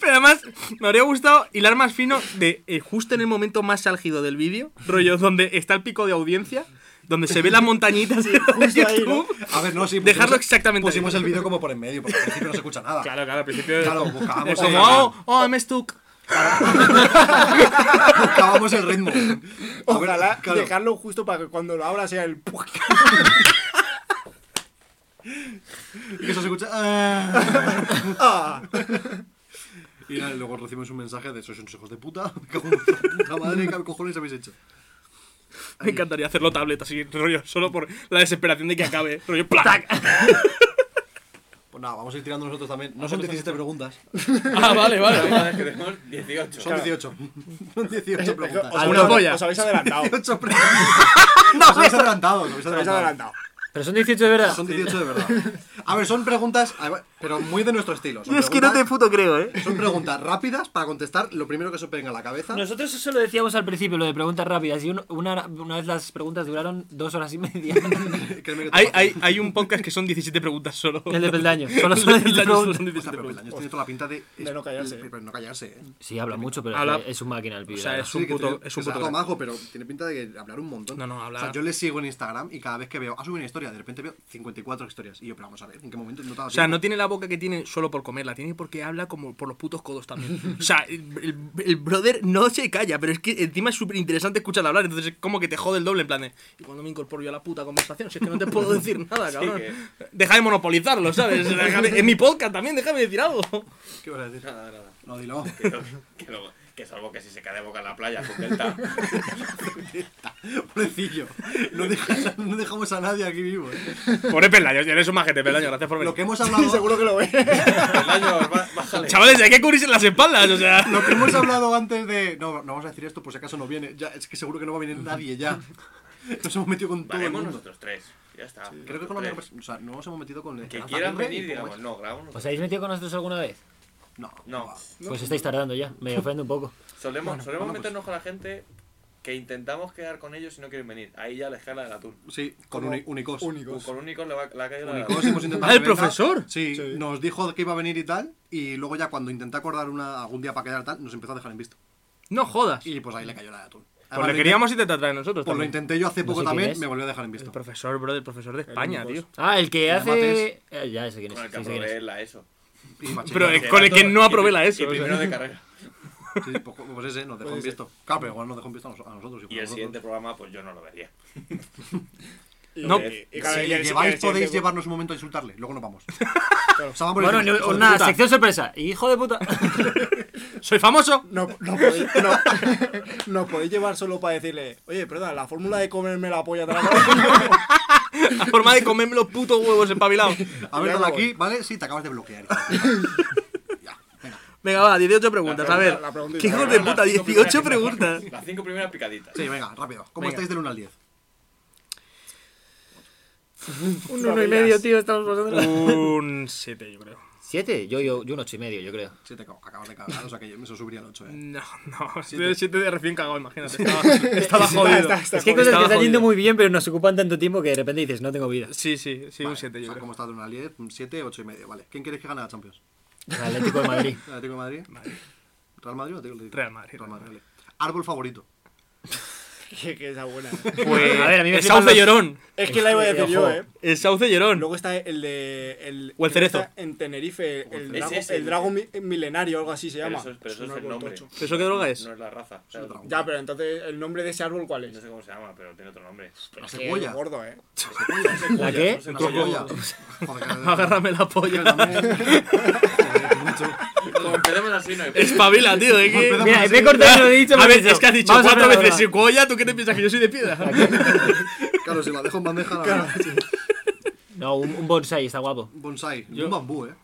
S5: Pero además, me habría gustado hilar más fino de eh, justo en el momento más álgido del vídeo, rollo, donde está el pico de audiencia, donde se ve las montañitas de
S2: justo ahí,
S5: YouTube.
S1: a ver, no, sí. pusimos-
S5: Dejarlo exactamente
S1: Pusimos
S5: ahí.
S1: el vídeo como por en medio, porque al principio no se escucha nada.
S5: Claro, claro, al principio.
S1: Claro, buscábamos
S5: es como,
S1: el-
S5: oh, oh, I'm stuck.
S1: Acabamos el ritmo. A
S2: Ojalá
S1: ver, claro.
S2: dejarlo justo para que cuando lo abra sea el... "Puf".
S1: Y que eso se escucha. "Ah".
S2: Ah.
S1: y nada, y luego recibimos un mensaje de sois unos hijos de puta. Me cago en vuestra puta madre, ¿qué cojones habéis hecho?
S5: Me encantaría hacerlo tablet así, rollo, solo por la desesperación de que acabe. Rollo, ¡plac!
S1: Pues nada, vamos a ir tirando nosotros también. No son 17 preguntas,
S5: Ah, vale,
S4: La
S5: vale.
S4: verdad es que tenemos 18.
S1: son 18. Son 18 preguntas.
S2: Os,
S5: Alguna
S2: habéis-
S5: polla.
S2: os habéis adelantado.
S1: 18 preguntas. Os habéis adelantado, os habéis
S2: Os habéis
S1: adelantado.
S2: adelantado.
S3: Pero son 18 de verdad.
S1: Son 18 de verdad. A ver, son preguntas, a ver, pero muy de nuestro estilo. Son preguntas-
S5: puto creo, eh.
S1: Son preguntas rápidas para contestar lo primero que se os venga a la cabeza.
S3: Nosotros eso lo decíamos al principio, lo de preguntas rápidas. Y un- una, una vez las preguntas duraron dos horas y media.
S1: Créeme que te
S5: Hay,
S1: pasa.
S5: hay, hay un podcast que son 17 preguntas solo.
S3: El de peldaño. Solo son
S5: El de
S3: preguntas.
S5: Peldaños son
S1: O sea,
S5: 17
S1: pero
S5: preguntas.
S1: Belaños tiene toda la pinta de...
S2: De no callarse.
S1: Pero no callarse, eh.
S3: Sí, habla mucho, pero
S5: Habla-
S3: es un máquina el pibe.
S5: O sea,
S3: la
S5: es un
S1: que
S5: puto.
S1: tiene-
S5: Es un
S1: que
S5: puto.
S1: majo, pero tiene pinta de que hablar un montón.
S5: No, no, habla-
S1: O sea, yo le sigo en Instagram y cada vez que veo, ha subido una historia, de repente veo 54 historias. Y yo, pero vamos a ver, ¿en qué momento no te ha dado
S5: O sea,
S1: tiempo?
S5: no tiene la boca que tiene solo por comerla, tiene porque habla como por los putos codos también. O sea, el, el- el brother no se calla, pero es que encima es súper interesante escucharla hablar, entonces es como que te jode el doble en plan de. Y cuando me incorporo yo a la puta conversación, si es que no te puedo decir nada, cabrón.
S4: que-
S5: Deja de monopolizarlo, ¿sabes? Déjame- en mi podcast también, déjame decir algo.
S1: ¿Qué vas a decir?
S4: Nada, nada.
S1: No, dilo.
S4: Que lo, que lo- Que salvo que si se cae de boca en la playa, con Delta.
S1: Pobrecillo. No, dejas a- no dejamos a nadie aquí vivo. ¿eh?
S5: Pobre Pelayo, eres un majete, Pelayo, gracias por venir.
S1: Lo que hemos hablado.
S2: Seguro que lo ve.
S4: El año, ba- bájale.
S5: Chavales, hay que cubrirse las espaldas, o sea.
S1: Lo que hemos hablado antes de. No, no vamos a decir esto por si acaso no viene. Ya, es que seguro que no va a venir nadie ya. Nos hemos metido con todo el
S4: Valemos
S1: mundo.
S4: nosotros tres. Ya está.
S1: Creo que con
S4: Nosotros
S1: la misma
S4: tres.
S1: persona. O sea, no nos hemos metido con.
S4: Que
S1: Esperanza
S4: quieran
S1: Aguirre
S4: venir,
S1: y poco
S4: digamos, no, grabamos.
S3: ¿Os habéis metido con nosotros alguna vez?
S1: más. No.
S4: No.
S3: Pues estáis tardando ya, me ofende un poco.
S4: Solemos, solemos
S1: bueno, pues.
S4: meternos con la gente que intentamos quedar con ellos y no quieren venir. Ahí ya les cae la del atún.
S1: Sí, con uni- únicos.
S2: Únicos.
S4: Con únicos le, va, le ha caído la del
S1: Únicos
S4: atún.
S1: hemos intentado
S5: Ah, el
S1: que venga.
S5: profesor.
S1: Sí,
S2: Sí.
S1: nos dijo que iba a venir y tal. Y luego ya cuando intenté acordar una, algún día para quedar tal, nos empezó a dejar en visto.
S5: No jodas.
S1: Y pues ahí le cayó la de atún.
S5: Pues
S1: Además,
S5: le
S1: lo
S5: queríamos intentar traer nosotros.
S1: Pues lo
S5: también.
S1: intenté yo hace poco
S3: sé quién
S1: también,
S3: es.
S1: me volvió a dejar en visto.
S5: El profesor, bro, el profesor de España,
S2: Mongos.
S5: tío.
S3: Ah, el que hace.
S1: mates.
S3: Eh, ya sé quién es.
S4: Con el que
S3: sí sé quién es.
S4: aprobé la ESO.
S1: Y maché.
S5: Pero
S1: Sí,
S5: es con el que no aprobé la ESO.
S4: Y
S5: o sea.
S4: primero de carrera.
S1: pues, pues ese nos dejó en
S2: Puede ser.
S1: visto. Claro, pero igual nos dejó en visto a nos- a nosotros.
S4: Y el siguiente programa, pues yo no lo vería.
S5: No.
S1: Si
S2: claro, y el- y
S1: lleváis,
S2: el siguiente-
S1: podéis llevarnos un momento a insultarle. Luego nos vamos. O sea, vamos eh, a
S3: Bueno,
S1: decir,
S3: ni-
S1: "Hijo de
S3: una
S1: puta".
S3: sección sorpresa. Hijo de puta.
S5: ¿Soy famoso?
S2: No, no, podéis, no, no podéis llevar solo para decirle, oye, perdona, la fórmula de comerme la polla te la hago".
S5: La forma de comerme los putos huevos empabilados.
S1: A ver, dale
S2: Ya me
S1: aquí, ¿vale? Sí, te acabas de bloquear. ya, venga.
S5: Venga, va, 18 preguntas, a ver.
S2: la pregunta-
S5: ¿Qué
S2: la
S5: hijos de
S2: pregunta-
S5: puta?
S4: Las cinco primeras
S5: 18
S4: que salgan.
S5: preguntas.
S4: Las cinco primeras picaditas.
S1: Sí, venga, rápido. ¿Cómo
S5: Venga.
S1: estáis del 1 al 10?
S3: un
S2: uno y medio,
S3: tío, estamos pasando.
S5: Un 7, yo creo.
S3: ¿Siete? Yo, yo, yo un ocho y medio, yo creo.
S1: Sí, te acabo- acabas de cagar. O sea, que yo- eso subiría al 8, ¿eh?
S5: No, no. 7 de recién cagado, imagínate. Estaba, estaba
S2: Está-
S5: jodido.
S2: está- está
S3: Es que
S2: jodido.
S3: hay cosas que
S5: Estaba
S3: están yendo
S5: jodido.
S3: muy bien, pero nos ocupan tanto tiempo que de repente dices, no tengo vida.
S5: Sí, sí, sí, un
S1: Vale,
S5: 7,
S1: o
S5: yo
S1: sea,
S5: creo.
S1: ¿Cómo estás de 1 al 10? 7, 8 y medio. Vale. ¿Quién quieres que gane la Champions?
S3: El Atlético de Madrid.
S1: ¿El Atlético de Madrid? ¿Real Madrid o Atlético de Madrid?
S5: Real Madrid,
S1: Real
S5: Real
S1: Madrid. vale. Árbol favorito.
S2: Que- que esa buena.
S5: Pues,
S3: A ver, a mí me
S5: el
S3: flipan
S5: sauce
S3: los-
S5: llorón.
S2: Es que la iba a decir
S3: Ojo.
S2: yo, eh.
S5: El sauce llorón.
S2: Luego está el de. El,
S5: O
S2: creo
S5: el
S2: que
S5: cerezo.
S2: está En Tenerife, el,
S4: Ese
S2: drago-
S4: es
S2: el
S4: el-
S2: dragón mi- milenario, algo así se
S4: Pero
S2: llama.
S4: eso, es- pero eso
S2: un
S4: es el
S2: árbol
S4: nombre.
S2: tocho.
S5: ¿Eso qué droga es?
S4: No es la raza. o sea,
S1: otra
S4: no
S2: Ya, pero entonces, ¿el nombre de ese árbol cuál es?
S4: sé cómo se llama, pero tiene otro nombre.
S1: La
S3: que
S1: cebolla.
S2: gordo, eh.
S3: ¿La qué?
S1: La cebolla. Joder, que-
S5: Agárrame la polla.
S1: También.
S4: Como empecemos así, no hay
S5: Espabila, tío. Es que...
S1: Empezamos
S3: Mira,
S1: así.
S3: me he cortado y lo he dicho.
S5: A
S3: lo
S5: ver,
S3: he dicho.
S5: es que has dicho
S3: Vamos a
S5: cuatro
S3: hablar
S5: veces
S3: ahora.
S5: secuoya, ¿tú qué te piensas que yo soy de piedra?
S1: Claro, si la dejo en bandeja, la verdad.
S3: No, un, un bonsai, está guapo.
S1: Bonsai. Un bambú, ¿eh?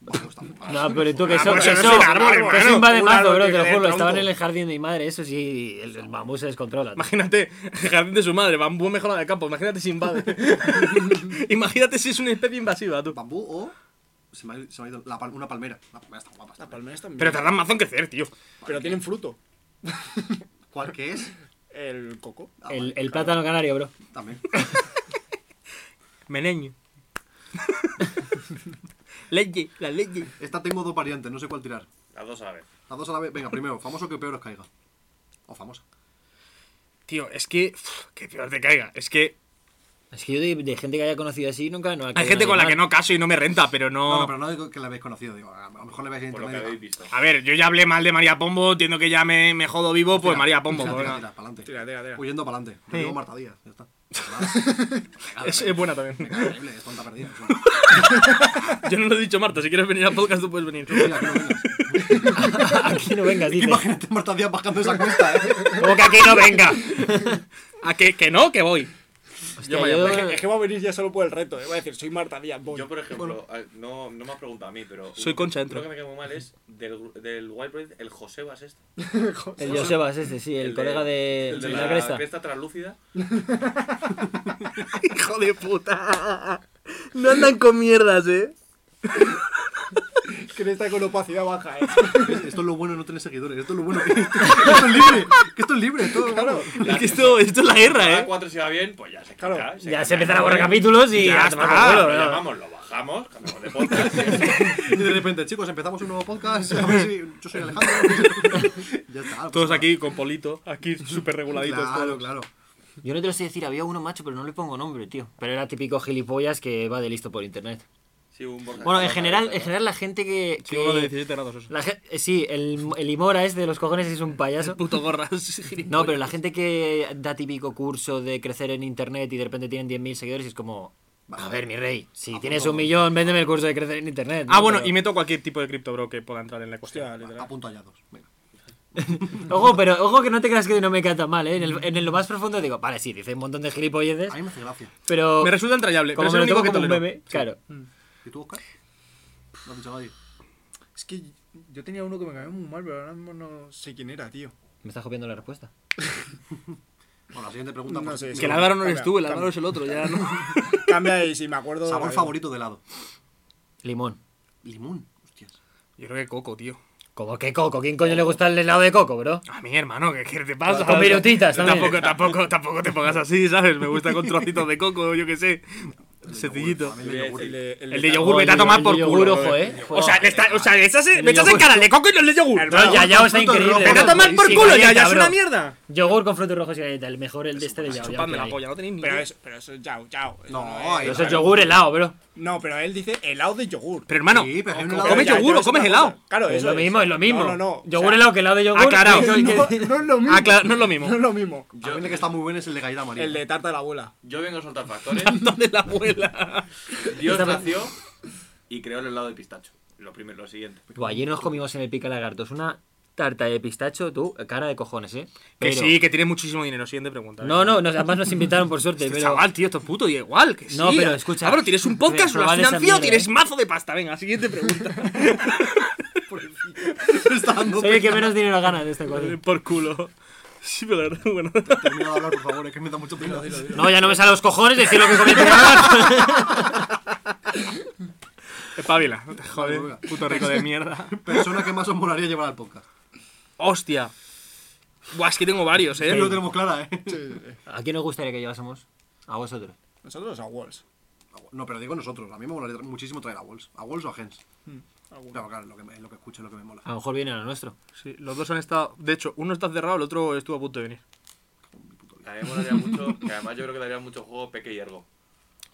S1: Bueno, está muy mal.
S3: No, pero tú que
S5: Ah,
S3: eso,
S5: pero eso
S3: eso,
S5: no es un árbol,
S3: que
S5: hermano.
S3: eso va de
S5: Un
S3: mazo,
S5: árbol
S3: bro,
S5: que
S3: te lo
S5: cree
S3: juro.
S5: tronco.
S3: Estaban en el jardín de mi madre, eso sí, el, el bambú se descontrola. tío.
S5: Imagínate, el jardín de su madre, bambú mejorado de campo. Imagínate si invade. Imagínate si es una especie invasiva, tú.
S1: Bambú o. Se me ha ido, se me ha ido la pal- una palmera. La palmera está guapa. Está
S2: Las palmeras también.
S5: Pero tardan mazo en crecer, tío.
S2: Pero tienen fruto.
S1: ¿Cuál que es?
S2: El coco.
S3: El, el plátano canario, bro.
S1: También.
S5: Meneño. Leye, la leye.
S1: Esta tengo dos variantes, no sé cuál tirar.
S4: Las dos a la vez.
S1: Las dos a la vez. Venga, primero, famoso que peor os caiga. O famosa.
S5: Tío, es que. uf, que peor te caiga. Es que
S3: Es que yo de, de gente que haya conocido así nunca no ha
S5: hay
S3: caído
S5: gente con la
S3: nadie
S5: que
S3: mal.
S5: no caso y no me renta, pero
S1: No,
S5: no.
S1: no, pero no digo que la habéis conocido, digo, a lo mejor le veis en
S4: Por lo que
S1: internet. y
S4: habéis
S1: digo,
S4: visto.
S5: A ver, yo ya hablé mal de María Pombo, entiendo que ya me, me jodo vivo, pues
S1: tira,
S5: María Pombo.
S1: Tira, tira,
S5: venga.
S1: tira, pa'lante.
S2: Tira, tira, tira.
S1: Huyendo para adelante. Yo
S5: Sí.
S1: digo Marta Díaz, ya está.
S5: Es, es buena también.
S1: Increíble, es tonta perdida.
S5: Yo no lo he dicho, Marta, si quieres venir al podcast tú puedes venir.
S1: Mira, aquí no vengas.
S3: Aquí no vengas, dice.
S1: Imagínate a Marta Díaz bajando esa cuesta, ¿eh?
S5: ¿Cómo que aquí no venga? ¿A que, que no? Que voy.
S3: Hostia,
S5: Yo me
S3: yo-
S5: voy
S2: Es que, es que va a venir ya solo por el reto, eh. Voy a decir, soy Marta Díaz, voy.
S4: Yo, por ejemplo, al- no, no me has preguntado a mí, pero.
S5: Soy Concha, entro.
S4: Lo que me queda muy mal es del, gru- del Wild Project, el Josebas este.
S3: El Josebas este, sí, el,
S4: de-
S3: colega de,
S4: el de
S3: de
S4: la,
S3: la cresta.
S4: translúcida.
S5: Hijo de puta. No andan con mierdas, eh.
S2: Que está con opacidad baja, eh.
S1: Esto es lo bueno de no tener seguidores. Esto es lo bueno. Que esto, esto es libre. Que esto es libre. Todo,
S2: Claro.
S5: Es que esto, esto es la guerra,
S4: Cada
S5: eh.
S4: cuatro si va bien, pues ya se quita.
S2: Claro.
S3: Ya
S4: quita.
S3: se empiezan a borrar capítulos y
S5: Ya
S3: a tomar por
S5: está,
S3: culo,
S4: Lo
S3: bro.
S4: llamamos, lo bajamos, cambiamos de podcast.
S1: Y de repente, chicos, empezamos un nuevo podcast. A ver si. Yo soy Alejandro. ya está. pues,
S5: Todos aquí con Polito, aquí súper reguladitos.
S1: Claro,
S5: todos.
S1: claro.
S3: Yo no te lo sé decir, había uno macho, pero no le pongo nombre, tío. Pero era típico gilipollas que va de listo por internet.
S4: Sí, un Borja
S3: Bueno, en
S4: Escalona,
S3: general,
S4: ¿no?
S3: en general la gente que.
S5: Sí,
S3: que-
S5: uno de 17 grados eso.
S3: la gen- eh, sí, el, el Imora es de los cojones es un payaso.
S5: Puto gorras.
S3: No, pero la gente que da típico curso de crecer en internet y de repente tienen 10.000 seguidores y es como. A ver, mi rey, si tienes un millón, véndeme el curso de crecer en internet.
S5: Ah,
S3: ¿no?
S5: bueno,
S3: Pero-
S2: Ah,
S5: y meto cualquier tipo de cripto, bro, que pueda entrar en la cuestión.
S2: Hostia, literal.
S1: Apunto a ya dos. Venga.
S3: Ojo, pero ojo que no te creas que no me cae tan mal, ¿eh? En, el- en el lo más profundo digo, vale, sí, dice un montón de gilipolleces,
S1: A mí me hace gracia.
S3: pero
S5: Me resulta entrañable, pero
S3: como
S5: es
S3: me
S5: el
S3: lo
S5: único
S3: tomo
S5: que
S3: como un
S5: tolero. Mm.
S3: meme, claro.
S1: ¿Y tú, Oscar? No has dicho nadie.
S2: Es que yo tenía uno que me cayó muy mal, pero ahora mismo no sé quién era, tío.
S3: Me estás copiando la respuesta.
S1: Bueno, la siguiente pregunta.
S2: No
S1: pues,
S2: sé,
S5: Que
S2: sí.
S5: el Álvaro no eres
S2: Cambia,
S5: tú, el
S2: cambia.
S5: Álvaro es el otro, ya no.
S2: Cambia y si me acuerdo. eh, la
S1: Sabor
S2: digo.
S1: favorito de helado.
S3: Limón.
S1: Limón. Hostias.
S5: Yo creo que Coco, tío.
S3: ¿Cómo que coco? ¿Quién coño le gusta el helado de coco, bro?
S5: A mí, hermano, ¿qué, qué te pasa?
S3: Con virutitas también.
S5: Tampoco, tampoco, tampoco te pongas así, ¿sabes? Me gusta con trocitos de coco, yo qué sé. Sencillito.
S1: A mí el yogur.
S2: El de, el
S5: El
S2: de
S5: de yogur, vete a
S3: El de-
S5: tomar
S3: el
S5: por
S3: de
S5: culo.
S3: yogur, ojo, eh.
S5: O sea, le está- o sea, le estás- me echas en
S3: yogur.
S5: cara el de coco y no el de yogur.
S2: El
S3: No, ya, ya, está
S1: Frutos
S3: increíble.
S1: rojos.
S5: Vete a tomar por
S3: Sí,
S5: culo, ya, ya
S3: galleta,
S5: es una
S3: bro.
S5: mierda.
S3: Yogur con frutos rojos y galleta, el mejor, el de este de Yao. Yao
S5: Chupadme
S3: que
S5: la
S3: hay.
S5: polla, no tenéis ni
S2: Pero
S5: idea.
S2: eso, pero eso es yao, yao. Eso
S1: No,
S2: es-
S1: ahí-
S3: Eso es yogur helado, bro.
S2: No, pero él dice helado de yogur.
S5: Pero hermano,
S1: Sí, pero hay un
S5: o
S1: helado
S5: comes
S1: de-
S2: Ya,
S5: yogur
S2: ya
S5: o comes
S2: una
S5: helado.
S2: cosa. Claro,
S3: Pero es
S2: eso
S3: lo mismo, es lo mismo.
S2: No, no, no.
S3: Yogur
S2: O sea,
S3: helado que helado de yogur.
S5: Aclarado.
S3: eso hay que
S2: No,
S3: decir.
S2: no es lo mismo.
S5: Ah, claro, no es lo mismo.
S2: No es lo mismo.
S1: A mí el que está muy bueno es el de galleta amarilla.
S2: El de tarta de la abuela.
S4: Yo vengo a soltar factores.
S5: Tanto de la abuela.
S4: Dios
S3: Esta-
S4: nació y creó el helado de pistacho. Lo primero, lo siguiente.
S3: Buah, ayer nos comimos en el pica lagartos una tarta de pistacho, tú, cara de cojones, eh.
S5: Que
S3: Pero-
S5: sí, que tiene muchísimo dinero. Siguiente pregunta.
S3: No, no, nos- además nos invitaron por suerte,
S5: Este
S3: pero.
S5: chaval, tío, esto es puto y igual. Que sí.
S3: No, pero escucha.
S5: Álvaro, tienes un podcast, lo has
S3: Probad esa
S5: financiado,
S3: mierda,
S5: tienes
S3: eh.
S5: mazo de pasta. Venga, siguiente pregunta.
S1: Se está dando
S3: Soy el que
S1: pena.
S3: menos dinero gana de este cuadro.
S5: por culo. Sí, pero la verdad, bueno.
S1: Termina de hablar, por favor, es que me da mucho pena.
S3: No, ya no me salen los cojones decir lo que comí en Pica Lagartos.
S5: Espabila. no te Joder,
S1: Venga.
S5: puto rico de mierda.
S1: Persona que más os molaría llevar al podcast.
S5: Hostia. Buah, es que tengo varios,
S1: Pero
S5: eh.
S1: lo tenemos clara, ¿eh?
S3: ¿A quién os gustaría que llevásemos? A vosotros.
S2: Nosotros a Walls.
S1: No, pero digo nosotros. A mí me molaría tra- muchísimo traer a Walls. A Walls o a Gens.
S5: Hmm.
S2: a Walls.
S1: Claro, claro, lo que, me- lo que escucho es lo que me mola.
S3: A lo mejor viene a lo nuestro.
S5: Sí, los dos han estado. De hecho, uno está cerrado, el otro estuvo a punto de venir.
S4: A mí me molaría mucho, que además yo creo que daría mucho juego Peque y Ergo.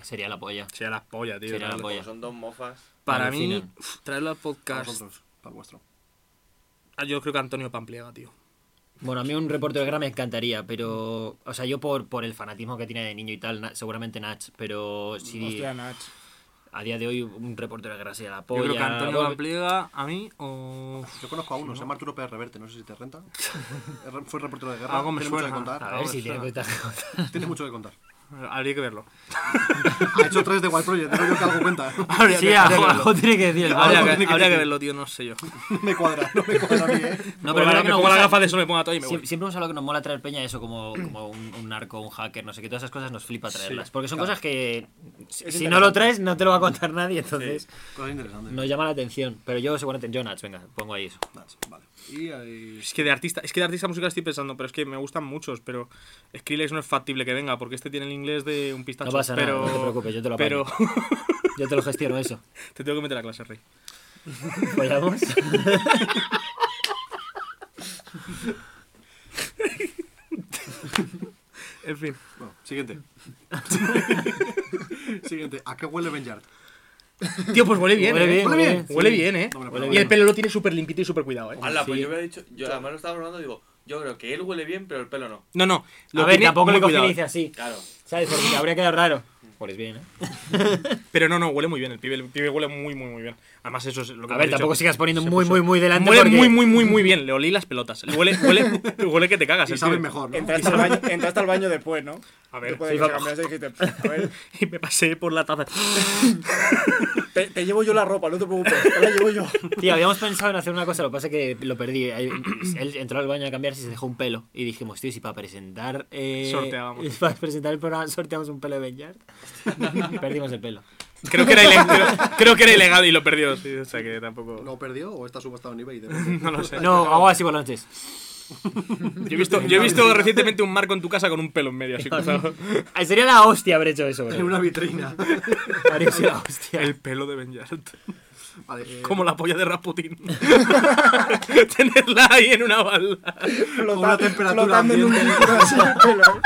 S3: Sería la polla.
S5: Sería la polla, tío.
S3: Sería la
S5: Para-
S3: polla.
S4: Como son dos mofas.
S5: Para
S3: Alucinan.
S5: mí, uf, traerlo al
S1: Para
S5: podcast.
S1: vosotros, para el vuestro.
S5: Ah, Yo creo que Antonio Pampliega, tío.
S3: Bueno, a mí un reporte de guerra me encantaría, pero. O sea, yo por, por el fanatismo que tiene de niño y tal, na- seguramente Nach, pero si
S2: Hostia, Nach.
S3: a día de hoy un reporte de guerra sería la
S5: Yo
S3: polla.
S5: creo que Antonio
S3: bueno,
S5: Pampliega, a mí, o.
S1: Yo conozco a uno, se llama Arturo Pérez Reverte, no sé si te renta. Es re- Fue reportero de guerra.
S5: Algo me
S1: tiene
S5: suena.
S1: mucho que
S3: a
S1: contar.
S3: ver si tiene cuenta.
S1: Tiene mucho que contar.
S5: Habría que verlo.
S1: Ha hecho tres de Wild Project, creo yo que algo cuenta. ¿eh?
S5: Habría
S3: sí,
S5: que- habría que
S3: algo,
S5: verlo.
S3: algo tiene que decir el
S5: Habría
S3: pavo.
S5: que,
S1: tiene que
S5: habría que
S1: decir.
S5: verlo, tío, no sé yo.
S1: No me cuadra, no me cuadra a mí, ¿eh?
S3: No,
S5: Me
S3: pero
S5: pongo
S3: verdad
S5: la-
S3: que
S5: me
S3: nos
S5: pongo las
S3: gusta-
S5: gafas de sol, me pongo la toalla y me voy.
S3: Sie- Siempre hemos hablado que nos mola traer peña eso, como, como un, un narco, un hacker, no sé qué, todas esas cosas nos flipa traerlas. porque son cosas que si, si no lo traes no te lo va a contar nadie, entonces
S1: Cosas interesantes.
S3: nos llama la atención. Pero yo seguramente, yo Nach, venga, pongo ahí eso.
S1: Nats, Vale. Y eh, ahí...
S5: Es que de artista, es que de artista musical estoy pensando, pero es que me gustan muchos, pero Skrillex no es factible que venga, porque este tiene el inglés de un pistacho.
S3: No pasa nada,
S5: pero,
S3: no te preocupes, yo te lo
S5: Pero
S3: apaño. Yo te lo gestiono eso.
S5: te tengo que meter a clase, Rey.
S3: ¿Follamos?
S5: En fin.
S1: Bueno, siguiente. siguiente. ¿A qué huele Ben Yard?
S5: Tío, pues huele bien,
S3: Huele
S5: eh.
S3: bien,
S5: huele
S3: huele
S5: bien,
S3: bien,
S5: huele
S3: sí.
S5: bien, eh.
S1: No me lo
S5: y
S1: puedo
S5: el pelo lo tiene súper limpito y súper cuidado, eh.
S4: Hala, pues
S3: Sí.
S4: yo hubiera dicho, yo además lo estaba hablando y digo, yo creo que él huele bien, pero el pelo no.
S5: No, no.
S3: A
S5: lo
S3: ver,
S5: tiene
S3: tampoco
S5: muy
S3: le cogí
S5: cuidado,
S3: y
S5: eh.
S3: dice así.
S4: Claro.
S3: ¿Sabes? Porque habría quedado raro. Pues bien, ¿eh?
S5: Pero no, no, huele muy bien. El pibe, el pibe huele muy, muy, muy bien. Además, eso es lo
S3: A
S5: que hemos
S3: ver,
S5: dicho.
S3: tampoco sigas poniendo
S5: Se
S3: muy,
S5: puso-
S3: muy, muy delante.
S5: Huele
S3: porque-
S5: muy, muy, muy, muy bien. Le olí las pelotas. Le Huele, huele, huele que te cagas.
S1: Y
S5: el
S1: saben
S5: pibe.
S1: mejor, ¿no?
S2: Entraste al, baño, entraste al baño después, ¿no?
S5: A ver,
S2: Después
S3: sí,
S2: de que te
S3: vamos.
S2: cambiaste dijiste, a ver,
S5: Y me pasé por la taza.
S2: te, te llevo yo la ropa, no te preocupes, te la llevo yo.
S3: Tío, habíamos pensado en hacer una cosa, lo que pasa es que lo perdí. Ahí- Él entró al baño a cambiarse y se dejó un pelo. Y dijimos, tío, si para presentar. eh,
S5: Sorteábamos.
S3: Para presentar el programa sorteamos un pelo de Benjar. Perdimos el pelo.
S5: Creo que, era ile- creo, creo que era ilegal y lo perdió. sí, o sea que tampoco.
S1: ¿Lo perdió o está subastado en eBay? De repente?
S5: No lo sé.
S3: No, hago así por las noches.
S5: Yo he visto, yo he visto recientemente un marco en tu casa con un pelo en medio así cruzado.
S3: Ay, Sería la hostia haber hecho eso,
S1: en
S3: bro.
S1: una vitrina.
S3: Habría sido la hostia.
S5: El pelo de Ben Yard.
S1: Vale, eh,
S5: Como la polla de Rasputin. Tenerla ahí en una balda.
S1: Con una
S2: Flota-
S1: temperatura
S2: flotando en un
S1: ambiente.
S2: líquido así de pelo.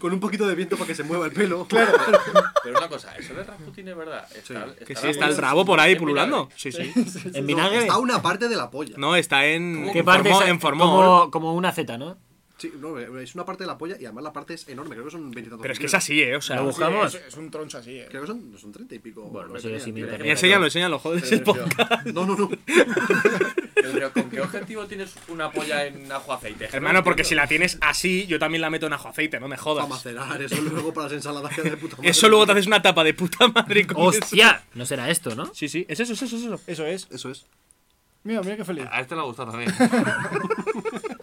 S1: con un poquito de viento para que se mueva el pelo.
S4: Pero una cosa, eso de Rasputin es verdad. Está,
S5: Que sí, está
S4: Rasputin ¿eh?
S5: el rabo por ahí
S4: en
S5: pululando.
S4: vinagre.
S5: Sí, sí.
S3: ¿En vinagre?
S1: Está una parte de la polla.
S5: No, está en.
S3: ¿Qué
S5: en
S3: parte
S5: Formol-
S3: es-
S5: en Formol.
S3: como, como una Z, ¿no?
S1: Sí, no, es una parte de la polla y además la parte es enorme. Creo que son 20 y tantos
S5: Pero es que es
S1: centímetros.
S5: así, ¿eh? O sea.
S3: Lo buscamos.
S2: Sí, es, es un troncho así, eh.
S1: Creo que son, son 30 y pico.
S3: Bueno,
S1: lo
S3: no
S1: que
S3: sé yo
S5: eh,
S1: tenía,
S3: si me
S1: tío.
S3: interesa.
S5: Enséñalo, enséñalo, joder. es el podcast.
S1: No, no, no.
S4: Pero, pero, ¿con qué objetivo tienes una polla en ajo aceite?
S5: Hermano, porque si la tienes así, yo también la meto en ajo aceite, no me
S1: Para
S5: jodas.
S1: macerar, eso luego para las ensaladas que de puta madre.
S5: Eso luego te haces una tapa de puta madre con eso.
S3: ¡Hostia! No será esto, ¿no?
S5: Sí, sí, es eso, es eso, es eso.
S2: Eso es.
S1: Eso es.
S2: Mira, mira qué feliz.
S6: A este le ha gustado también.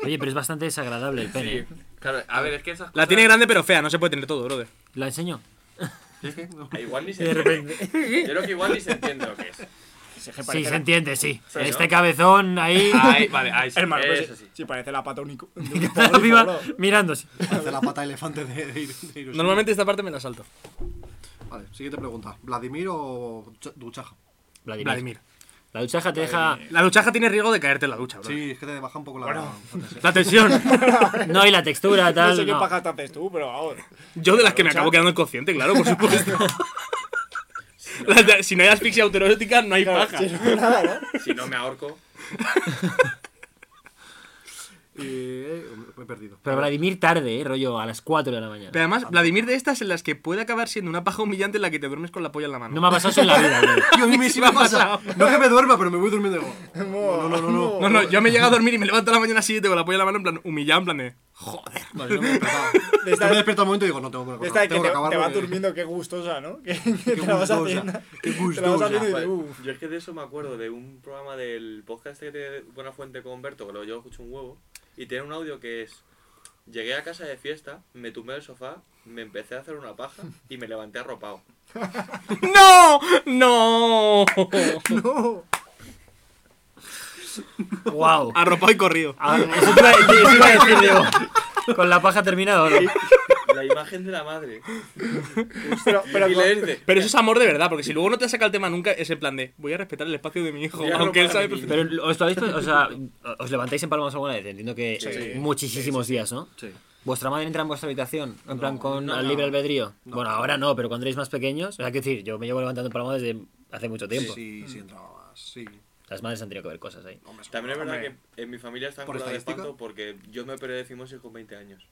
S3: Oye, pero es bastante desagradable el pene. ¿eh?
S6: Claro, a ver, es que esas cosas.
S5: La tiene grande pero fea, no se puede tener todo, brother.
S3: ¿La enseño?
S4: Ah, Igual ni se entiende. Yo creo que igual ni se entiende lo que es.
S3: Sí, se entiende, sí. Este cabezón ahí.
S6: Ahí, vale, ahí sí.
S2: Hermano, pues,
S6: eso sí.
S2: sí, parece la pata único.
S3: Viva- mirándose.
S1: Hace la pata de elefante de, de, Hir- de Hiroshima.
S5: Normalmente esta parte me la salto.
S1: Vale, siguiente pregunta. ¿Vladimir o Ch- Duchaja?
S3: Vladimir.
S5: Vladimir.
S3: La duchaja te deja.
S5: La duchaja tiene riesgo de caerte en la ducha, brother.
S1: Sí, es que te baja un poco la. fantasía.
S5: La tensión.
S3: No, y la textura, tal.
S2: No sé qué
S3: no.
S2: paja te haces tú, pero ahora.
S5: Yo de las que me acabo quedando inconsciente, claro, por supuesto. Las de- si no hay asfixia autoerótica, no hay paja.
S2: nada, ¿no?
S4: Si no me ahorco.
S1: Y, eh, me he perdido.
S3: Pero Vladimir tarde, ¿eh? rollo a las 4 de la mañana.
S5: Pero además, Vladimir de estas en las que puede acabar siendo una paja humillante en la que te duermes con la polla en la mano.
S3: No me ha pasado eso en la vida, bro.
S1: Tío, a mí me sí me pasa. No que me duerma, pero me voy durmiendo. y digo, No, no, no, no.
S5: No, no, yo me he llegado a dormir y me levanto a la mañana siguiente con la polla en la mano en plan humillado, en plan de... Joder.
S1: Vale, no me he despertado. Yo
S2: esta-
S1: me he despertado un momento y digo, no tengo que
S2: Esta de
S1: acabar.
S2: que
S1: Tengo que
S2: te, te
S1: acabar.
S2: vas
S1: porque-
S2: durmiendo, qué gustosa, ¿no? Que, que te la vas
S1: gustosa,
S2: haciendo.
S1: qué
S2: Te la vas
S1: gustosa.
S2: haciendo y dices,
S4: Joder,
S2: uff.
S4: Yo es que de eso me acuerdo, de un programa del podcast este que tiene Buena Fuente con Humberto, que lo yo escucho un huevo, y tiene un audio que es, llegué a casa de fiesta, me tumbé del sofá, me empecé a hacer una paja y me levanté arropado.
S5: ¡No! ¡No!
S3: ¡Wow!
S5: Arropado y corrido.
S3: eso, te iba, eso iba a decir, digo. Con la paja terminada, ¿no?
S4: La imagen de la madre.
S2: Pero, pero,
S4: y le dice,
S5: Pero eso es amor de verdad, porque si luego no te saca el tema nunca, es el plan de voy a respetar el espacio de mi hijo,
S4: Voy a
S5: aunque él
S4: arropar a mi
S5: sabe
S4: niño.
S5: perfectamente.
S3: Pero os lo habéis o sea, os levantáis en palmas alguna vez, entiendo que muchísimos días, ¿no?
S1: Sí.
S3: ¿Vuestra madre entra en vuestra habitación? En plan, con al libre albedrío. Bueno, ahora no, pero cuando erais más pequeños. O sea, que decir, yo me llevo levantando en palmas desde hace mucho tiempo.
S1: Sí, sí, entraba. Sí.
S3: Las madres han tenido que ver cosas ahí.
S1: Hombre, eso-
S4: También es verdad
S5: Hombre.
S4: que en mi familia están
S1: ¿Por
S4: curados de
S1: estadística?
S4: espanto porque yo me operé de fimosis con 20 años.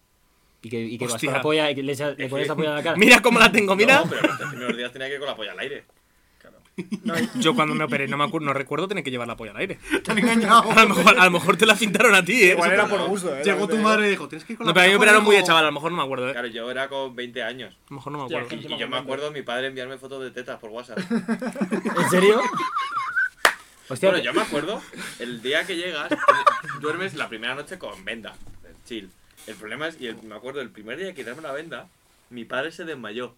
S3: Y que, y que vas
S5: Hostia.
S3: con la polla y que le, echa- le pones la polla en la cara.
S5: Mira cómo la tengo, mira.
S4: No, pero los tres primeros días tenía que ir con la polla al aire.
S5: Yo cuando me operé no, me acu- no recuerdo tener que llevar la polla al aire.
S1: Te han engañado.
S5: A lo mejor, a lo mejor te la cintaron a ti, ¿eh?
S2: igual era
S5: Eso-
S2: por gusto, ¿eh?
S1: Llegó tu madre y dijo, tienes que ir con la
S5: No, pero a mí me
S1: paja,
S5: operaron muy de
S1: hijo".
S5: chaval, a lo mejor no me acuerdo, ¿eh? A
S4: Claro, yo era con 20 años.
S5: lo mejor no me acuerdo.
S4: Y yo me acuerdo mi padre enviarme fotos de tetas por WhatsApp.
S3: ¿En serio? Hostia,
S4: Bueno, yo me acuerdo, el día que llegas, tú duermes la primera noche con venda, chill. El problema es, y el- me acuerdo, el primer día que quitarme la venda, mi padre se desmayó.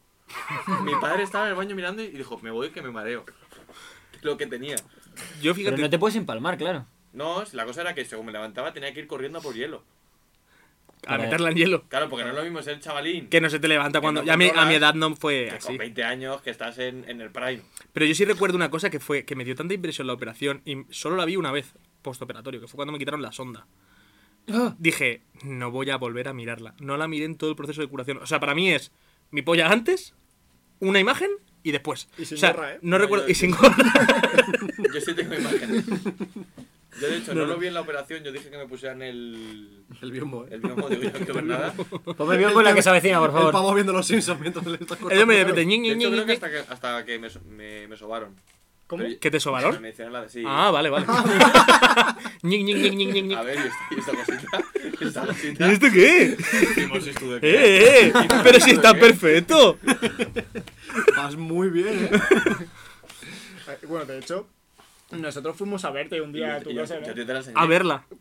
S4: Mi padre estaba en el baño mirando y dijo, me voy que me mareo. Lo que tenía.
S5: Yo
S3: pero
S5: fíjate,
S3: no te puedes empalmar, claro.
S4: No, la cosa era que según me levantaba tenía que ir corriendo a por hielo.
S5: a meterla en hielo.
S4: Claro, porque no es lo mismo ser chavalín
S5: Que no ¿eh? se te levanta cuando...
S4: no
S5: Ya a mi- a mi
S4: controlas,
S5: edad no fue
S4: que
S5: así.
S4: con 20 años que estás en, en el prime.
S5: Pero yo sí recuerdo una cosa que fue que me dio tanta impresión la operación y solo la vi una vez postoperatorio, que fue cuando me quitaron la sonda.
S3: Ah.
S5: Dije, no voy a volver a mirarla. No la miré en todo el proceso de curación. O sea, para mí es mi polla antes, una imagen y después.
S2: Y sin
S5: o sea,
S2: gorra, ¿eh?
S5: No recuerdo.
S4: yo-
S5: Y sin gorra.
S4: Yo sí tengo imágenes. Yo de hecho no, lo vi en la operación, yo dije que me pusieran el...
S1: El biombo, eh.
S4: El mismo digo, yo no quiero ver nada.
S5: Pues
S3: Ponme bien con la que se avecina, por
S1: El
S3: favor.
S1: pavo viendo los Simpsons mientras le estás cortando.
S5: Yo me repente, ñi,
S4: De
S5: ñi, ñi,
S4: hecho, creo que
S5: ñi.
S4: hasta que, hasta que me, so- me, me sobaron.
S2: ¿Cómo?
S4: Pero-
S5: ¿Que te sobaron?
S4: Me hicieron la de sí.
S5: Ah, vale, vale. Ñic, ñic, ñic, ñic, ñic, ñic.
S4: A ver, ¿y esta, y esta cosita? ¿Y esta
S5: ¿Y
S4: cosita?
S5: esto qué?
S4: Hicimos estudio de qué.
S5: ¡Eh, eh! Pero si está perfecto.
S1: Vas muy bien, eh.
S2: Eh, Bueno, de hecho, nosotros fuimos a verte un
S4: Y
S2: día a
S4: Yo,
S2: tu
S4: y yo-
S2: casa, ¿no?
S4: yo te la enseñé.
S5: A verla.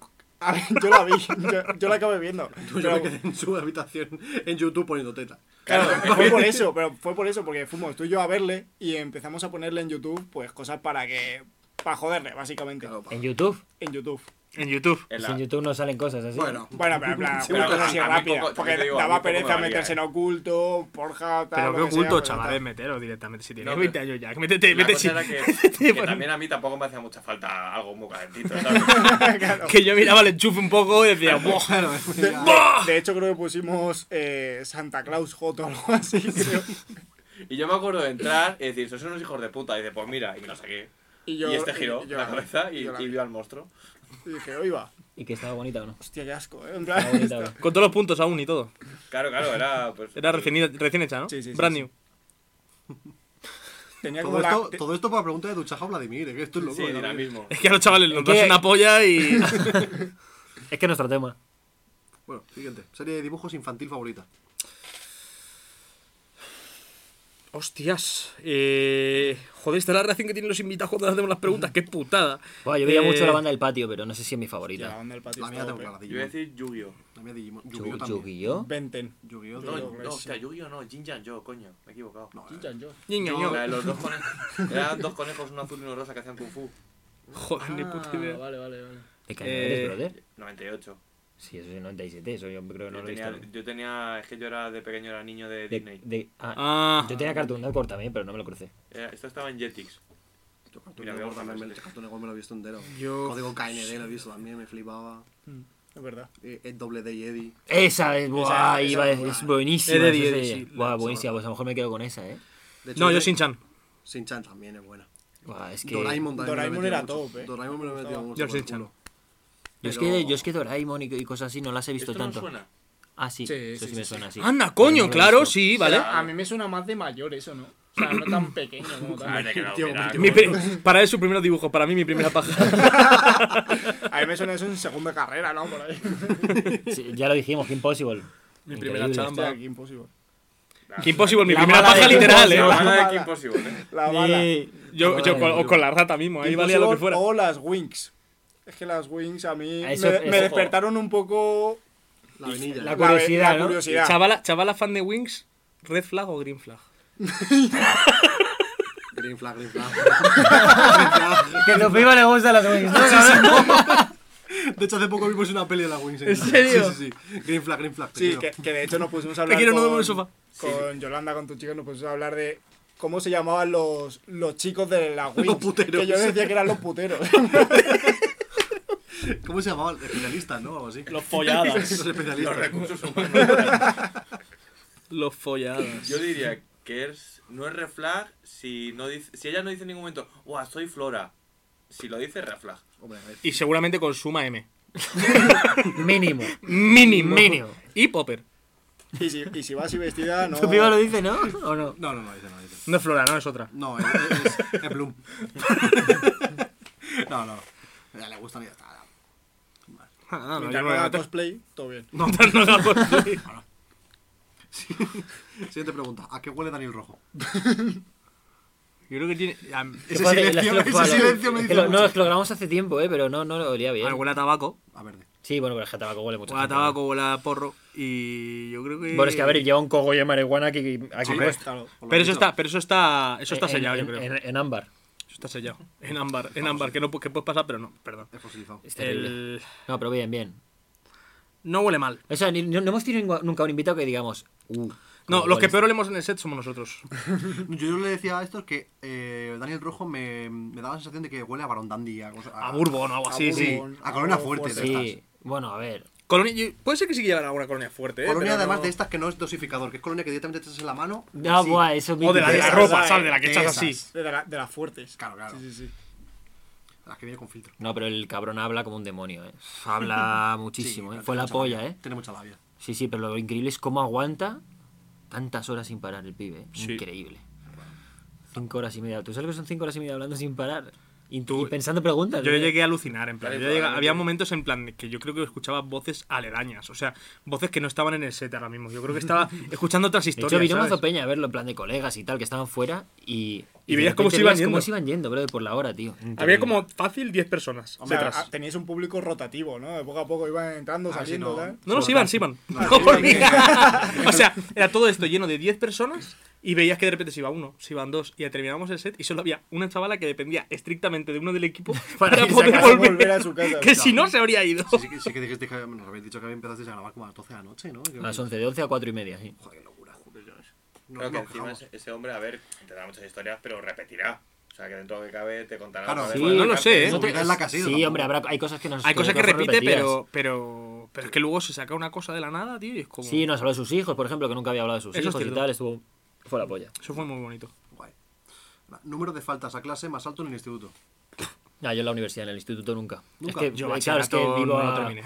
S2: A ver, yo la vi, yo, yo la acabé viendo.
S1: Tú yo
S2: Pero-
S1: me quedé en su habitación en YouTube poniendo teta.
S2: Claro, fue por eso, pero fue por eso, porque fuimos tú y yo a verle y empezamos a ponerle en YouTube, pues cosas para que. para joderle, básicamente.
S1: Claro,
S3: En YouTube.
S2: En YouTube.
S5: En YouTube.
S4: En la-
S3: Si en YouTube no salen cosas así.
S1: Bueno,
S2: Bueno, pero en plan,
S4: pero
S2: una cosa
S4: a-
S2: así
S4: a mí
S2: rápida.
S4: poco-
S2: porque
S4: también te digo, a mí
S2: daba
S4: poco me
S2: pereza
S4: valía,
S2: meterse
S4: eh.
S2: en oculto, porja, tal.
S5: Pero qué
S2: lo que sea,
S5: oculto,
S2: pero
S5: chavales,
S2: tal.
S5: meteros directamente. Si tienes
S4: No,
S5: 20 años ya, que métete,
S4: la
S5: métete.
S4: cosa era que, que también a mí tampoco me hacía mucha falta algo muy calentito, ¿sabes?
S2: Claro.
S5: Que yo miraba el enchufe un poco y decía, "Buah".
S1: claro,
S2: De,
S1: ya.
S2: de hecho, creo que pusimos eh, Santa Claus Hot o algo así, creo.
S4: Y yo me acuerdo de entrar y decir, sois unos hijos de puta. Y dice, pues mira, y me lo saqué.
S2: Y,
S4: Y este giró
S2: y yo
S4: la cabeza y,
S2: yo la
S4: y
S2: vi.
S4: vio al monstruo.
S2: Y dije, oiga,
S3: Y que estaba bonita o no.
S2: Hostia, qué asco, ¿eh? En plan,
S3: Estaba bonita o no.
S5: Con todos los puntos aún y todo.
S4: Claro, claro, era. Pues,
S5: Era recién, recién hecha, ¿no?
S2: Sí, sí, sí,
S5: Brand
S2: sí.
S5: new.
S2: tenía
S1: Todo
S2: como la.
S1: esto,
S2: te-
S1: todo esto por la pregunta de Duchaja o Vladimir, eh, que esto es loco.
S4: Sí,
S1: eh, Vladimir.
S4: dinamismo.
S5: Es que a los chavales
S3: Es
S5: nos
S3: que-
S5: das una polla y.
S3: Es que es nuestro tema.
S1: Bueno, siguiente. Serie de dibujos infantil favorita.
S5: Hostias. Eh... Joder, esta es la reacción que tienen los invitados cuando hacemos las preguntas. ¡Qué putada!
S3: Buah, yo veía
S5: Eh,
S3: mucho la banda del patio, pero no sé si es mi
S2: Ya,
S3: favorita.
S2: banda del patio
S1: La mía
S2: está
S1: tengo
S2: OP.
S1: clara,
S4: Yo iba a
S1: Digimon.
S4: decir Yu-Gi-Oh!
S1: La mía Digimon. Yu-Gi-Oh
S3: Yu-
S1: también.
S3: Yu-Gi-Oh.
S2: Venten.
S1: Yu-Gi-Oh
S4: No,
S1: también.
S4: no, hostia, Yu-Gi-Oh no, Jinjan Yo, coño, me he equivocado.
S1: No, eh.
S2: Yo.
S5: Niña,
S4: No,
S5: yo.
S4: la de los dos conejos. Eran dos conejos, uno azul y uno rosa que hacían Kung Fu.
S5: Joder, ni puta idea.
S2: vale, vale, vale.
S3: ¿De qué año eres,
S5: Eh,
S3: brother?
S4: 98.
S3: Sí, eso es 97, eso yo creo que no
S4: Yo
S3: lo he visto.
S4: tenía, yo tenía. Es que yo era de pequeño, era niño de
S3: De-
S4: Disney.
S3: de- ah,
S5: Ah,
S3: yo tenía Cartoon Network también, pero no me lo crucé.
S4: Era- esto estaba en Jetix.
S1: Yo Cartoon
S4: Mira,
S1: Network
S4: veo
S1: también, me-
S4: cosas.
S1: Cartoon Network me lo he visto entero.
S5: Yo-
S1: Código KND lo he visto también, me flipaba.
S2: Es verdad.
S1: Eh, Ed Doble D y Eddie.
S3: Esa es,
S2: esa
S3: buah, iba-
S2: es
S3: es,
S2: buena.
S3: buenísima.
S5: Es de
S3: esa
S5: Eddie,
S3: serie.
S5: sí, la-
S3: Buah, buenísima, pues a lo mejor me quedo con esa, ¿eh?
S1: De hecho,
S5: no, yo Shin-Chan.
S1: Shin-Chan también es buena.
S3: Buah, es que...
S1: Doraemon también. me lo he
S2: Doraemon
S1: metido
S2: era
S1: mucho.
S2: top, eh.
S1: Doraemon me lo he metido mucho.
S5: Yo
S1: por el
S5: Shin-Chan.
S1: culo.
S3: Yo es
S1: Pero-
S3: que, yo es que Doraemon y, y cosas así no las he visto
S4: ¿Esto
S3: tanto.
S4: no suena?
S3: Ah, sí,
S2: Sí,
S3: eso sí,
S2: sí,
S3: me
S2: sí,
S3: suena, sí.
S5: Anda,
S3: Pero no lo
S5: coño,
S3: he
S5: claro,
S3: visto.
S5: sí, vale.
S2: A mí me suena más de mayor eso, ¿no? O sea, no tan pequeño como
S4: Ah,
S2: tal.
S4: te he quedado,
S1: Tío,
S4: mira,
S1: tío.
S4: como-
S5: Mi pri- Para él su primer dibujo, para mí mi primera paja.
S2: A mí me suena eso en segunda carrera, ¿no? Por ahí.
S3: Sí, ya lo dijimos, Kim Possible.
S5: Mi primera
S2: Hostia,
S5: chamba.
S2: aquí imposible.
S5: Que imposible, mi
S3: La
S5: primera
S3: mala
S5: paja
S3: de
S5: literal,
S4: La
S5: eh.
S4: banda de
S2: mala.
S4: Kim Possible, ¿eh?
S2: La bala.
S5: Eh, Yo, yo con, o con la rata mismo, ahí valía lo que
S2: Impossible
S5: fuera.
S2: O las Wings. Es que las Wings a mí
S3: Eso-
S2: me, me
S3: eso-
S2: despertaron un poco
S1: La vainilla.
S3: La
S2: la-
S3: curiosidad,
S2: la
S3: ¿no?
S2: curiosidad.
S5: Chavala, chavala fan de Wings, red flag o green flag.
S1: Green flag, green flag. Green flag.
S3: Que a Sofía le gusta las Wings, ¿no?
S1: De hecho, hace poco vimos una peli de la Wings. ¿En
S5: serio?
S1: Sí, sí, sí. Green flag, green flag. te
S2: Sí,
S1: quiero.
S2: que, que de hecho nos pusimos a hablar.
S5: quiero, no
S2: con,
S5: duermo en el sofá.
S2: Con Yolanda, con tu chica, nos pusimos a hablar de cómo se llamaban los, los chicos de la Wings.
S1: puteros.
S2: Que yo decía que eran los puteros.
S1: ¿Cómo se llamaba? El finalista, ¿no? O algo así.
S5: Los folladas.
S1: Los especialistas.
S4: Recursos humanos.
S5: Los folladas.
S4: Yo diría que es, no es reflag si, no dice, si ella no dice en ningún momento, ¡guau, soy Flora! Si lo dice, reflag.
S1: Hombre, a ver.
S5: Y seguramente consuma M.
S3: Mínimo.
S5: Mínimo.
S3: Mínimo.
S5: Y Popper.
S2: y, si, y si va así vestida, no.
S3: Sofía lo dice, ¿no? ¿O no?
S1: No, no, no, dice, no, dice.
S5: No es Flora, no es otra.
S1: No, es, es, es Bloom. no, no. Ya le gustan y ya está.
S5: Ah, no, yo
S2: Mientras
S5: no
S2: no haga
S5: no te-
S2: cosplay, todo bien.
S5: no, no, no, pues no.
S1: Siguiente pregunta. ¿A qué huele Daniel Rojo?
S5: Yo creo que tiene. ah, a-
S1: Ese
S3: Fíjate,
S1: silencio-
S3: la que
S1: ese
S3: lo- fue a lo-
S1: silencio me
S3: que
S1: dice
S3: lo- No,
S1: mucho.
S3: es que lo grabamos hace tiempo, ¿eh? Pero no, no lo olía bien.
S5: a- Huele a tabaco.
S1: A verde.
S3: Sí, bueno, pero es que a tabaco huele mucho.
S5: Huele a
S3: gente,
S5: Ah, tabaco, huele a porro. Y yo creo que.
S3: ¿no? Bueno, es que a ver, lleva un cogollo de marihuana que que- aquí
S1: Hombre,
S3: puesto.
S2: Claro.
S1: os Pues, lo
S5: Pero
S1: he
S5: eso
S1: dicho.
S5: está, pero eso está. Eso está
S3: En-
S5: sellado,
S3: en,
S5: yo creo.
S3: En, en ámbar.
S5: Eso está sellado. En ámbar, en ámbar, que no pu- que puedes pasar, pero no, perdón.
S1: Es fosilizado.
S3: Es terrible.
S5: El-
S3: No, pero bien, bien.
S5: No huele mal.
S3: O sea, ni- no, no hemos tenido ningua- nunca un invitado que digamos. Uh,
S5: No,
S3: cómo
S5: los que
S3: hueles.
S5: peor olemos en el set somos nosotros.
S1: Yo le decía a estos que eh, Daniel Rojo me, me daba la sensación de que huele a Barón Dandy. A, cosas,
S5: A
S4: Eh,
S5: Bourbon o algo así, sí.
S2: Bourbon,
S1: A Corona
S2: algo
S1: Fuerte. de
S3: Sí, bueno, a ver.
S5: Colonia, yo- puede ser que sí que llevan alguna colonia fuerte, ¿eh?
S1: Colonia,
S5: pero
S1: además
S5: no-
S1: de estas que no es dosificador, que es colonia que directamente te echas en la mano.
S3: No,
S1: sí.
S3: buah, eso es
S5: O de la, de la
S2: Esas,
S5: ropa,
S2: ¿sabes?
S5: ¿sabes? De la que
S1: De
S5: echas
S1: esas.
S5: así.
S2: De, la- de las fuertes.
S1: Claro, claro.
S2: Sí, sí, sí.
S1: Las que viene con filtro.
S3: No, pero el cabrón habla como un demonio, ¿eh? Habla muchísimo,
S1: Sí,
S3: ¿eh?
S1: tiene
S3: Fue la
S1: mucha
S3: polla,
S1: labia,
S3: ¿eh?
S1: Tiene mucha labia.
S3: Sí, sí, pero lo increíble es cómo aguanta tantas horas sin parar el pibe. ¿eh? Increíble. Cinco horas y media. ¿Tú sabes lo que son cinco horas y media hablando sin parar? Y, y pensando preguntas. ¿eh?
S5: Yo
S3: ¿no?
S5: llegué a alucinar, en plan.
S4: Claro,
S5: yo llegué-
S4: probablemente.
S5: había momentos en plan que yo creo que escuchaba voces aledañas, o sea, voces que no estaban en el set ahora mismo. Yo creo que estaba escuchando otras
S3: De hecho,
S5: historias.
S3: vino
S5: ¿sabes?
S3: Mazo Peña a verlo en plan de colegas y tal, que estaban fuera y...
S5: Y
S3: de
S5: veías cómo
S3: repente
S5: se iban
S3: veías cómo
S5: yendo.
S3: se iban yendo, brother, por la hora, tío. Increíble.
S5: Había como fácil 10 personas
S2: Hombre,
S5: detrás.
S2: a- teníais un público rotativo, ¿no? De poco a poco iban entrando,
S1: A ver si
S2: saliendo,
S1: no-
S2: tal.
S5: No, no, sí iban, sí iban.
S2: Ah,
S5: o sea, era todo esto lleno de 10 personas y veías que de repente se iba uno, se iban dos y ya terminábamos el set y solo había una chavala que dependía estrictamente de uno del equipo para,
S3: Para que
S5: poder
S3: sacase
S5: volver.
S2: volver a su casa.
S5: que si no se habría ido.
S1: Sí, sí, que- sí que dijiste que nos habéis dicho que habéis empezado a grabar como a las 12 de la noche, ¿no? Que-
S3: A las 11, de 11 a 4 y media, sí.
S1: Joder, qué locura. No,
S4: Creo que
S1: no,
S4: encima
S1: vamos.
S4: ese, ese hombre, a ver, tendrá muchas historias, pero repetirá. O sea, que dentro de lo que cabe te contará.
S1: Claro,
S4: otra vez
S1: sí,
S4: cuando
S5: no lo
S4: acabe.
S5: sé, ¿eh?
S1: No te-
S3: es
S1: es la que ha sido,
S3: Sí,
S1: tampoco.
S3: hombre, habrá, hay cosas que nos...
S5: Hay cosas que
S3: fueron
S5: repite,
S3: repetidas.
S5: pero, pero. Pero es que luego se saca una cosa de la nada, tío, y es como.
S3: Sí, nos habló de sus hijos, por ejemplo, que nunca había hablado de sus
S5: Eso es
S3: hijos y
S5: cierto.
S3: tal. Estuvo... Fue la polla.
S5: Eso fue muy bonito.
S1: Guay. Número de faltas a clase más alto en el instituto.
S3: Ah, yo en la universidad, en el instituto nunca.
S1: Nunca.
S3: Es que,
S5: Yo
S3: eh, claro, es que
S5: bachillerato
S3: vivo
S5: no lo
S3: a-
S5: terminé.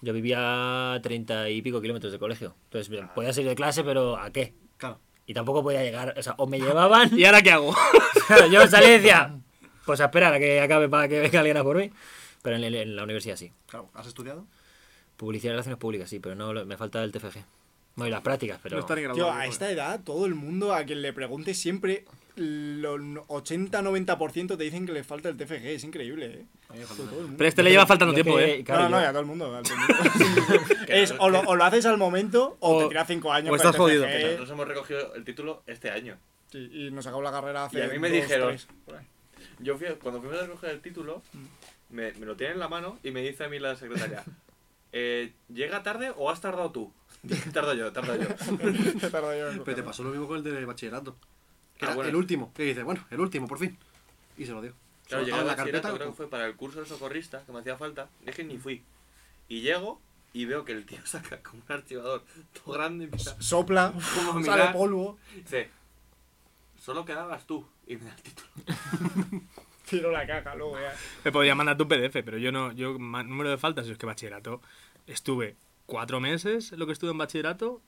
S3: Yo vivía a 30 y pico kilómetros de colegio. Entonces, bien, podía salir de clase, pero ¿a qué?
S1: Claro.
S3: Y tampoco podía llegar. O sea, o me llevaban.
S5: ¿Y ahora qué hago?
S3: Claro, yo salí y decía, pues a esperar a que acabe para que venga alguien a por mí. Pero en, el- en la universidad sí.
S1: Claro, ¿has estudiado?
S3: Publicidad y relaciones públicas sí, pero no lo- me falta el TFG. No, y las prácticas, pero...
S1: No está ni graduado.
S2: Tío, a
S1: joder.
S2: esta edad, todo el mundo a quien le pregunte siempre, los 80-90% te dicen que le falta el TFG. Es increíble, ¿eh? Todo el mundo.
S5: Pero este le lleva faltando
S3: Yo que-
S5: tiempo, ¿eh?
S3: claro,
S2: no, no,
S3: yo-
S2: ya todo el mundo. a todo el mundo. es, o, lo, o lo haces al momento o,
S5: O-
S2: te tiras 5 años.
S5: o
S2: con el
S5: estás jodido.
S2: TFG,
S4: Nosotros hemos recogido el título este año.
S2: sí, Y, nos acabó la carrera hace.
S4: Y a mí me
S2: dos,
S4: dijeron.
S2: tres.
S4: Yo fui, cuando fuimos a recoger el título, me, me lo tienen en la mano y me dice a mí la secretaria: eh, ¿Llega tarde o has tardado tú? Dije, Tardo yo, tardo yo.
S2: He tardado yo
S1: Pero
S2: en
S1: te
S2: cogerlo.
S1: pasó lo mismo con el de bachillerato. Que
S4: Ah,
S1: era
S4: bueno.
S1: el último. Que dice, bueno, el último, por fin. Y se lo dio. Solo
S4: Claro, llegué a
S1: estaba
S4: bachillerato,
S5: uh.
S4: creo que fue para el curso de socorrista, que me hacía falta. Es que ni fui. Y llego y veo que el tío saca como un archivador todo grande y empieza-
S2: Sopla,
S4: Como a
S2: sale
S4: mirar.
S2: polvo.
S4: Dice: Solo quedabas tú. Y me da el título.
S2: Tiro la caja luego, ya.
S5: Me podría mandar tu PDF, pero yo no. Yo, ma- número de faltas, es que bachillerato. Estuve cuatro meses lo que estuve en bachillerato.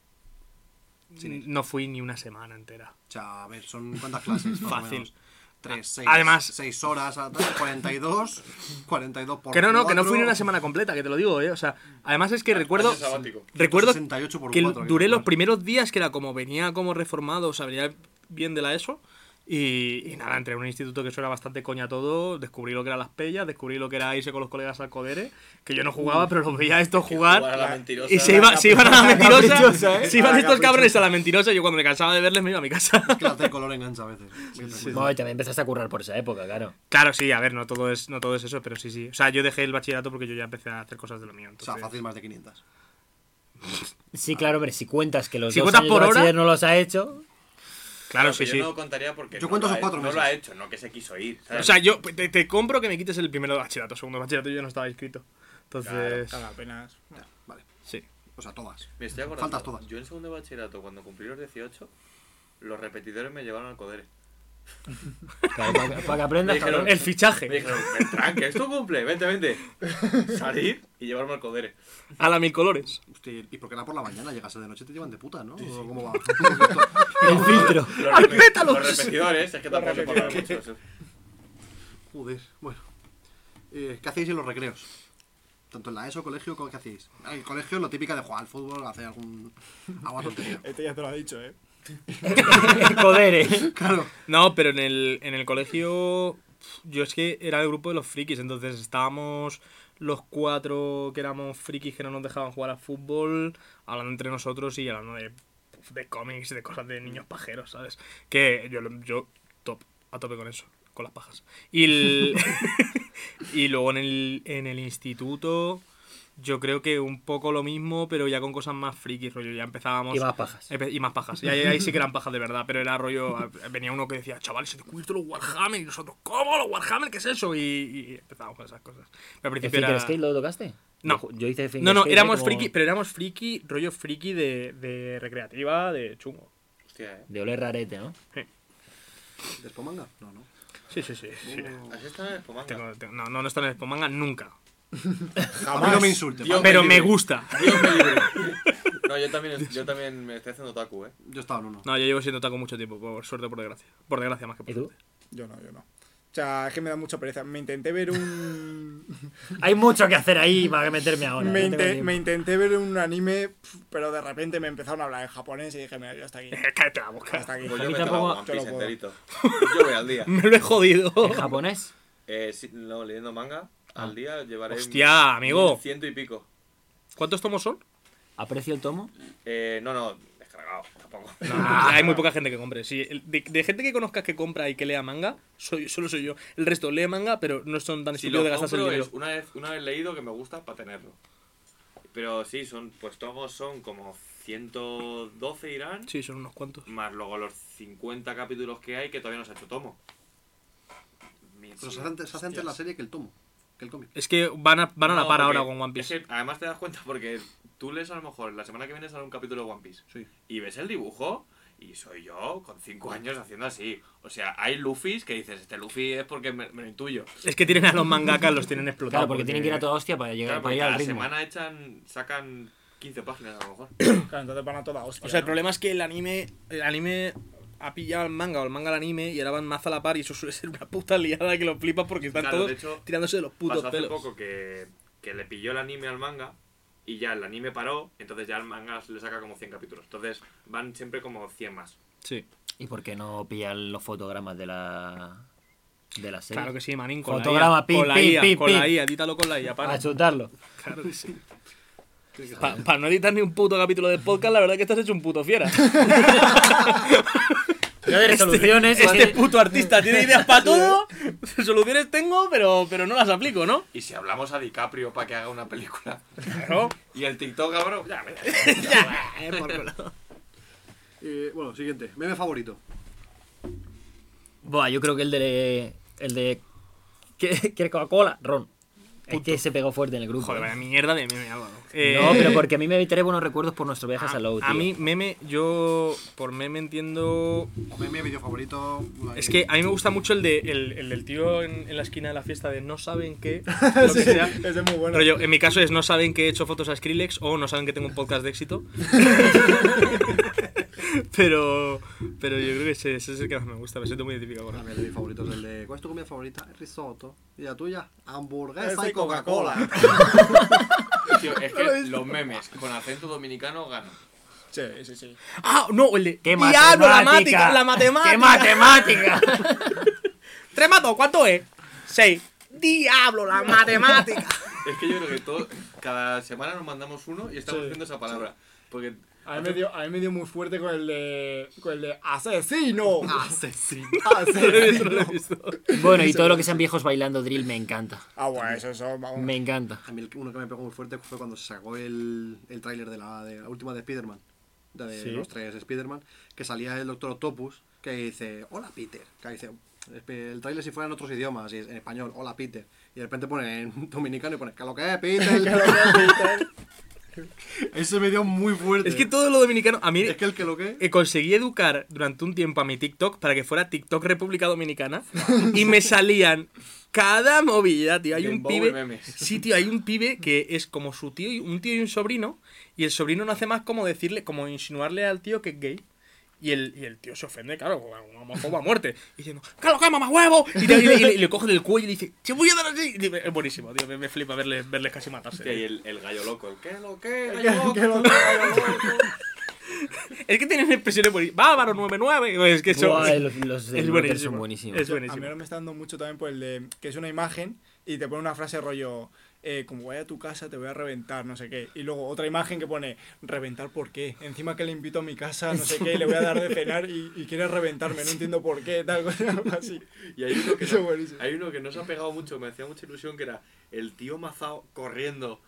S5: No fui ni una semana entera.
S1: O sea, a ver, son cuántas clases. Más o
S5: Fácil.
S1: menos? Tres, seis.
S5: Además-
S1: Seis horas, a- 42. 42 por
S5: Que no, no, que no
S1: cuatro,
S5: fui ni una semana completa, que te lo digo, ¿eh? O sea, además es que recuerdo.
S4: Año sabático.
S5: Recuerdo
S1: 68 por
S5: que el-
S1: cuatro, que
S5: duré
S1: no
S5: los
S1: mal.
S5: primeros días que era como venía como reformado, o sea, venía bien de la ESO. Y, y nada, entré en un instituto que eso era bastante coña todo. Descubrí lo que eran las pellas, descubrí lo que era irse con los colegas al codere. Que yo no jugaba, pero los veía a estos jugar.
S4: Jugar a la mentirosa.
S5: Y se, iba- se iban a la
S2: Caprichosa,
S5: mentirosa.
S2: ¿eh?
S5: Se iban
S2: A la
S5: estos cabrones
S2: caprichosa.
S5: a la mentirosa. Yo cuando me cansaba de verles me iba a mi casa.
S1: Es que la de color engancha a veces. Siempre.
S3: Bueno, y también empezaste a currar por esa época, claro.
S5: Claro, sí, a ver, no todo es, no todo es eso, pero sí, sí. O sea, yo dejé el bachillerato porque yo ya empecé a hacer cosas de lo mío.
S1: O sea,
S5: entonces-
S1: fácil más de 500.
S3: Sí, claro, hombre, si cuentas que los
S5: Si
S3: dos
S5: cuentas
S3: años
S5: por
S3: de
S5: hora-
S3: bachiller no los ha hecho...
S5: Claro,
S4: Pero
S5: sí,
S4: yo
S5: sí.
S4: no lo contaría porque
S1: Yo
S4: no
S1: cuento
S4: lo
S1: esos
S4: ha-
S1: cuatro
S4: No lo ha
S1: meses.
S4: hecho, no que se quiso ir. ¿sabes?
S5: O sea, yo te, te compro que me quites el primero de bachillerato, segundo de bachillerato yo ya no estaba inscrito. Entonces,
S2: Claro, apenas.
S1: Ya, vale.
S5: sí.
S1: O sea, todas.
S4: me estoy acordando.
S1: faltas todas.
S4: Yo en segundo de bachillerato, cuando cumplí los 18, los repetidores me llevaron al codere.
S3: Claro, para, que- para que
S4: Me
S3: aprendas...
S4: dijeron-
S3: cabrón.
S5: El fichaje
S4: Me dijeron, Beltrán, que esto cumple, vente, vente. Salir y llevarme al codere.
S5: a la mil colores.
S1: Hostia, ¿y por qué era por la mañana? Llegase de noche te llevan de puta, ¿no? ¿O ¿Cómo va?
S3: El filtro.
S4: Los,
S5: ¡Al
S4: repe-
S5: pétalo!
S4: los repetidores, es que tampoco se pagaban mucho eso.
S1: Joder, bueno. Eh, ¿Qué hacéis en los recreos? Tanto en la ESO, colegio, co- ¿qué hacéis? En el colegio lo típica de jugar al fútbol, hacer algún... agua tontería.
S2: Este ya te lo ha dicho, ¿eh?
S3: El poder, ¿eh?
S1: Claro.
S5: No, pero en el, en el colegio yo es que era el grupo de los frikis, entonces estábamos los cuatro que éramos frikis que no nos dejaban jugar a fútbol, hablando entre nosotros y hablando de, de cómics, de cosas de niños pajeros, ¿sabes? Que yo, lo- yo top, a tope con eso, con las pajas. Y, el- y luego en el, en el instituto... Yo creo que un poco lo mismo, pero ya con cosas más frikis, rollo. Ya empezábamos.
S3: Y más pajas.
S5: Empe- Y más pajas. Y ahí, ahí sí que eran pajas de verdad, pero era rollo. Venía uno que decía, chavales, he descubierto los Warhammer. Y nosotros, ¿cómo los Warhammer? ¿Qué es eso? Y, y empezábamos con esas cosas. Pero al
S3: ¿El
S5: principio
S3: finger
S5: era.
S3: skate lo tocaste?
S5: No.
S3: Yo, yo hice finger
S5: No, no,
S3: skate, ¿eh?
S5: éramos
S3: Como
S5: friki, pero éramos friki, rollo friki de, de recreativa, de chungo.
S4: Hostia, eh.
S3: De oler rarete, ¿no?
S1: ¿Despomanga? No, no.
S5: Sí, sí, sí. sí.
S4: Así está en el pomanga.
S5: Tengo- tengo- no, no, no está en el Spomanga nunca.
S1: A mí no me insultes.
S4: Dios
S1: ¿vale?
S5: Pero me
S4: libre.
S5: gusta.
S4: Dios me libre. No, yo también, yo también me estoy haciendo taku, eh.
S1: Yo estaba en uno.
S5: No, yo llevo siendo taco mucho tiempo, por suerte o por desgracia. Por desgracia más que por
S3: ¿Y tú?
S5: suerte.
S2: Yo no, yo no. O sea, es que me da mucha pereza. Me intenté ver un.
S3: Hay mucho que hacer ahí para meterme ahora.
S2: me,
S3: no tengo
S2: inte-
S3: tiempo.
S2: me intenté ver un anime, pf, pero de repente me empezaron a hablar en japonés y dije, mira, yo hasta aquí.
S5: Cállate la boca.
S2: Hasta aquí.
S4: Pues
S3: A
S4: yo
S3: mí
S4: me trago
S3: tampoco-
S2: yo lo
S4: One Piece
S2: puedo.
S4: enterito. Yo voy al día.
S5: Me lo he jodido.
S3: ¿En japonés?
S4: Eh, sí, no, leyendo manga, al día llevaré.
S5: Ah. Hostia, amigo.
S4: Ciento y pico.
S5: ¿Cuántos tomos son?
S3: ¿Aprecio el tomo?
S4: Eh, no, no, descargado, tampoco.
S5: Ah, hay muy poca gente que compre. Sí, el- de, de gente que conozcas que compra y que lea manga, soy, solo soy yo. El resto lee manga, pero no son tan
S4: Si
S5: estúpidos
S4: lo
S5: de gastarse el
S4: compro
S5: dinero.
S4: es una vez, una vez leído que me gusta para tenerlo. Pero sí, son, pues tomos son como 112 irán,
S5: Sí, son unos cuantos.
S4: más luego los 50 capítulos que hay que todavía no se ha hecho tomo. Mi-
S1: Pero se hace, antes- se hace antes la serie que el tomo, que el cómic.
S5: Es que van a, van a la
S4: No,
S5: par
S4: porque
S5: ahora con One Piece.
S4: es que además te das cuenta porque tú lees a lo mejor la semana que viene sale un capítulo de One Piece.
S1: Sí.
S4: Y ves el dibujo y soy yo con 5 años haciendo así. O sea, hay Luffy's que dices, este Luffy es porque me, me lo intuyo.
S5: Es que, tienen a los mangakas, los tienen explotados.
S3: Claro, porque tienen que ir a toda hostia para
S4: Claro,
S3: llegar para
S4: porque
S3: ir al
S4: cada
S3: ritmo.
S4: semana echan, sacan 15 páginas a lo mejor.
S2: Claro, entonces van a toda hostia.
S5: O sea, el
S2: ¿no?
S5: problema es que el anime, el anime ha pillado al manga o el manga al anime y ahora van más a la par y eso suele ser una puta liada que lo flipas porque están
S4: Claro,
S5: todos
S4: de hecho,
S5: tirándose de los putos
S4: Pasó hace
S5: pelos.
S4: poco que, que le pilló el anime al manga y ya el anime paró, entonces ya el manga le saca como 100 capítulos. Entonces van siempre como 100 más.
S5: Sí.
S3: ¿Y por qué no pillan los fotogramas de la, de la serie?
S5: Claro que sí, manín, con
S3: Fotograma,
S5: la IA,
S3: pim,
S5: con la
S3: pim,
S5: IA,
S3: pim,
S5: con la
S3: pim.
S5: IA, edítalo con la IA,
S3: Para
S5: para.
S3: chutarlo.
S1: Claro que sí.
S5: Para no editar ni un puto capítulo de podcast, la verdad es que estás hecho un puto fiera.
S3: Yo de resoluciones.
S5: Este
S3: este-
S5: puto artista tiene ideas para todo, soluciones tengo, pero, pero no las aplico, ¿no?
S4: Y si hablamos a DiCaprio para que haga una película.
S5: Claro.
S4: Y el TikTok, cabrón, ya, mira.
S1: Eh, bueno, siguiente. Meme favorito.
S3: Buah, yo creo que el de. El de. ¿Qué- ¿Quieres Coca-Cola? Ron. Es que se pegó fuerte en el grupo.
S5: Joder,
S3: ¿eh?
S5: vaya mierda de meme, Álvaro.
S3: No,
S5: Eh,
S3: pero porque a mí me trae buenos recuerdos por nuestro viaje a Salou,
S5: a, a
S3: tío.
S5: mí, meme, yo por meme entiendo
S1: O meme, vídeo favorito. una-
S5: Es que a mí me gusta mucho el, de, el, el del tío en, en la esquina de la fiesta de no saben qué. Lo que
S2: Sí,
S5: sea.
S2: ese es muy bueno.
S5: Rollo, en mi caso es no saben que he hecho fotos a Skrillex o no saben que tengo un podcast de éxito. pero, pero yo creo que ese, ese es el que más me gusta, me siento muy identificado con
S1: A
S5: él.
S1: mí el de mis favoritos es el de. ¿Cuál es tu comida favorita? El risotto. ¿Y la tuya? Hamburguesa
S2: Ese
S1: y Coca-Cola.
S4: Tío, es que los memes con acento dominicano ganan.
S2: Sí, sí, sí.
S5: ¡Ah! No, el de.
S3: ¡Qué
S5: ¡Diablo! La
S3: matemática!
S5: matemática. La matemática.
S3: ¡Qué matemática!
S5: ¿Tres más dos, ¿Cuánto es? Seis. ¡Diablo! La matemática.
S4: Es que yo creo que todo, cada semana nos mandamos uno y estamos
S2: Sí,
S4: haciendo esa palabra. Porque
S2: A mí, me dio, a mí me dio muy fuerte con el de. Con el de. ¡Asesino!
S1: Asesino.
S5: Eso no
S2: ¡Asesino!
S5: lo he visto.
S3: bueno, y todo lo que sean viejos bailando drill me encanta.
S2: ah, bueno, eso son. Vamos.
S3: Me encanta.
S1: A mí el- uno que me pegó muy fuerte fue cuando se sacó el, el tráiler de la, de la última de Spider-Man. De, de
S2: Sí.
S1: los tres Spider-Man. Que salía el Doctor Octopus. Que dice, hola Peter. Que dice, "Espe- el tráiler si fuera en otros idiomas. Y es en español, hola Peter. Y de repente pone en dominicano y pone, que lo que es Peter. Ese me dio muy fuerte.
S5: Es que todo lo dominicano. A mí.
S1: Es que el que lo que
S5: Eh, conseguí educar durante un tiempo a mi TikTok para que fuera TikTok República Dominicana y me salían cada movida, tío. Hay un
S4: Dembow y
S5: pibe.
S4: memes.
S5: Sí, tío, hay un pibe que es como su tío, y- un tío y un sobrino, y el sobrino no hace más como decirle, como insinuarle al tío que es gay. Y el, y el tío se ofende, claro, como un homófobo a muerte. Y diciendo, ¡Claro que mamá huevo! Y, te- y le, y le- y le coge del cuello y le dice, ¡Te voy a dar así! Y dice, es buenísimo, tío, me, me flipa verles, verles casi matarse.
S4: que hay
S5: tío.
S4: el, el gallo loco, el que lo que,
S2: ¿Qué-
S4: gallo loco,
S2: qué lo que?
S4: gallo loco.
S5: Es que tienen expresiones buenísimas. ¡Bávaro 99! Es que son.
S3: Buah, los, los de
S5: es
S3: Blocker son
S5: buenísimo.
S3: buenísimos.
S2: A
S5: Es
S2: mí
S5: buenísimo.
S2: ahora me está dando mucho también por el de que es una imagen y te pone una frase rollo, eh, como vaya a tu casa te voy a reventar, no sé qué. Y luego otra imagen que pone, reventar por qué. Encima que le invito a mi casa, no sé qué, y le voy a dar de cenar y, y quiere reventarme, no entiendo por qué, tal, cosa, algo así.
S4: Y hay uno, que
S2: Eso es
S4: no,
S2: buenísimo.
S4: hay uno que nos ha pegado mucho, me hacía mucha ilusión, que era el tío mazao corriendo,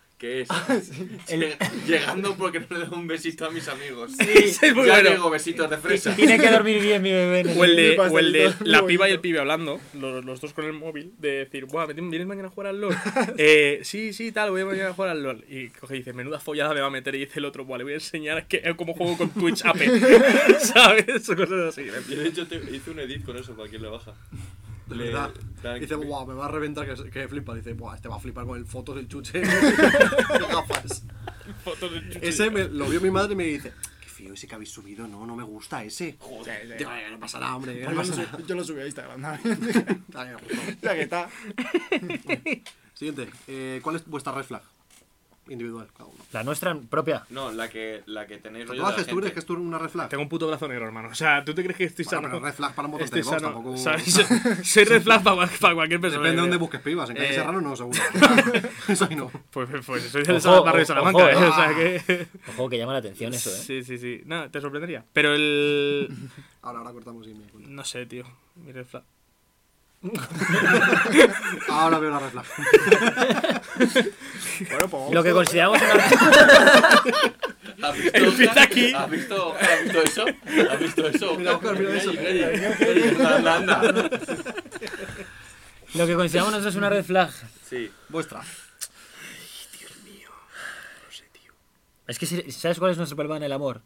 S4: que es
S2: Ah,
S4: lleg- llegando porque no le da un besito a mis amigos.
S5: Ese es muy
S4: ya
S5: bueno.
S4: digo besitos de fresa.
S3: Tiene que dormir bien mi bebé.
S5: O el de,
S2: El pastelito
S5: o el de
S2: es muy
S5: la
S2: bonito.
S5: piba y el pibe hablando, lo- los, dos con el móvil, de decir, Buah, vete- ¿vienes mañana a jugar al LOL? Eh, sí, sí, tal, voy mañana a jugar al LOL. Y coge y dice, menuda follada me va a meter. Y dice el otro, Buah, le voy a enseñar que, eh, cómo juego con Twitch AP. ¿Sabes? O cosas así.
S4: Yo de hecho te- hice un edit con eso para quien le baja.
S1: De
S4: Le-
S1: verdad.
S4: dan-
S1: Dice, wow, me va a reventar que, que flipa. Dice, wow, este va a flipar con el fotos del chuche. y gafas.
S5: Fotos de chuchi.
S1: Ese me- lo vio mi madre y me dice, qué feo ese que habéis subido. No, no me gusta ese.
S2: Sí, sí.
S1: Digo, "Ay, no pasará, hombre.
S2: Yo
S1: No
S5: Pues
S2: lo,
S1: pasa
S2: subí,
S1: nada".
S2: yo lo subí a Instagram, ¿no?
S1: Ay, no, no.
S2: ya que está.
S1: Siguiente. Eh, ¿Cuál es vuestra red flag? Individual, cada uno.
S3: La nuestra propia.
S4: No, la que, la que tenéis rollo de la
S1: ¿Tatuajes tú
S4: gente.
S1: crees que es tú una red flag?
S5: Tengo un puto brazo negro, hermano. O sea, ¿tú te crees que estoy
S1: Bueno,
S5: sano?
S1: pero red flag para un montón
S5: Estoy
S1: de box,
S5: sano.
S1: tampoco-
S5: ¿Sabes? Soy- Soy red flag para, para cualquier persona.
S1: Depende de
S5: yo
S1: dónde
S5: creo.
S1: busques pibas. En calle
S5: Eh.
S1: Serrano no, seguro. Eso ahí no.
S5: Pues, pues, pues soy del
S3: Ojo,
S5: barrio de
S3: ojo,
S5: Salamanca, ¿eh?
S3: ojo,
S5: O sea que...
S3: Ojo, que llama la atención eso, ¿eh?
S5: Sí, sí, sí. Nada, te sorprendería. Pero el...
S1: Ahora, ahora cortamos y me cuento.
S5: No sé, tío. Mi red flag.
S1: Ahora veo la red flag.
S2: Bueno, pues
S3: Lo que consideramos una...
S4: ¿Has visto,
S5: Empieza aquí.
S4: ¿Has visto, has visto eso? ¿Has visto eso?
S1: Mira, Oscar, mira eso.
S4: Oye, oye, oye, anda, anda.
S3: Lo que consideramos nosotros una red flag.
S4: Sí.
S1: Vuestra.
S3: Es que, si- ¿sabes cuál es nuestro problema en el amor?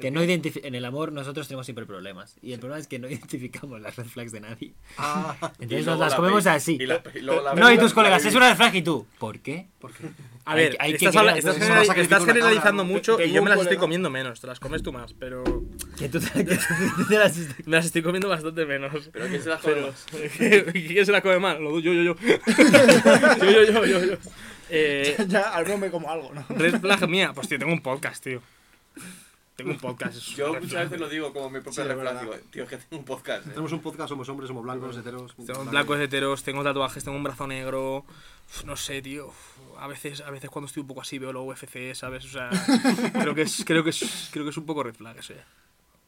S3: Que no identifi- en el amor nosotros tenemos siempre problemas. Y el problema es que no identificamos las red flags de nadie.
S5: Ah.
S3: Entonces nos
S4: luego
S3: las
S4: la
S3: comemos
S4: peli-
S3: así.
S4: y la- y luego la
S3: No, y
S4: peli-
S3: tus
S4: la
S3: colegas,
S4: peli-
S3: es una red flag y tú. ¿Por qué?
S5: A
S3: Hay
S5: ver,
S3: que- hay que
S5: estás,
S3: querer
S5: habla-
S3: a
S5: estás
S3: todos.
S5: genera-
S1: No saques
S5: estás
S1: ninguna
S5: generalizando
S1: cabra, ¿no?
S5: mucho
S2: Te-
S5: y yo
S2: tengo
S5: me las
S2: un
S5: estoy
S2: colega-
S5: comiendo menos. Te las comes tú más, pero
S3: Que tú te, que tú te las estás-
S5: me las estoy comiendo bastante menos.
S4: Pero que se las comemos.
S5: ¿Quién se la come mal? Lo- Yo, yo, yo. Yo, yo, yo, yo. yo. Eh,
S2: ya algo me como algo, ¿no?
S5: Red flag mía, pues tío, tengo un podcast, tío. Tengo un podcast. es
S4: Yo
S5: una red
S4: muchas
S5: flag.
S4: veces lo digo como mi propia
S2: Sí, es
S4: reflexión.
S2: verdad.
S4: digo, Tío, es que tengo un podcast. ¿eh?
S1: Tenemos un podcast, somos hombres, somos blancos, heteros.
S5: Tengo blancos heteros, tengo tatuajes, tengo un brazo negro. Uf, No sé, tío. Uf, A veces, a veces cuando estoy un poco así veo lo UFC, ¿sabes? O sea, creo que es, creo que es, creo que es un poco red flag eso ya.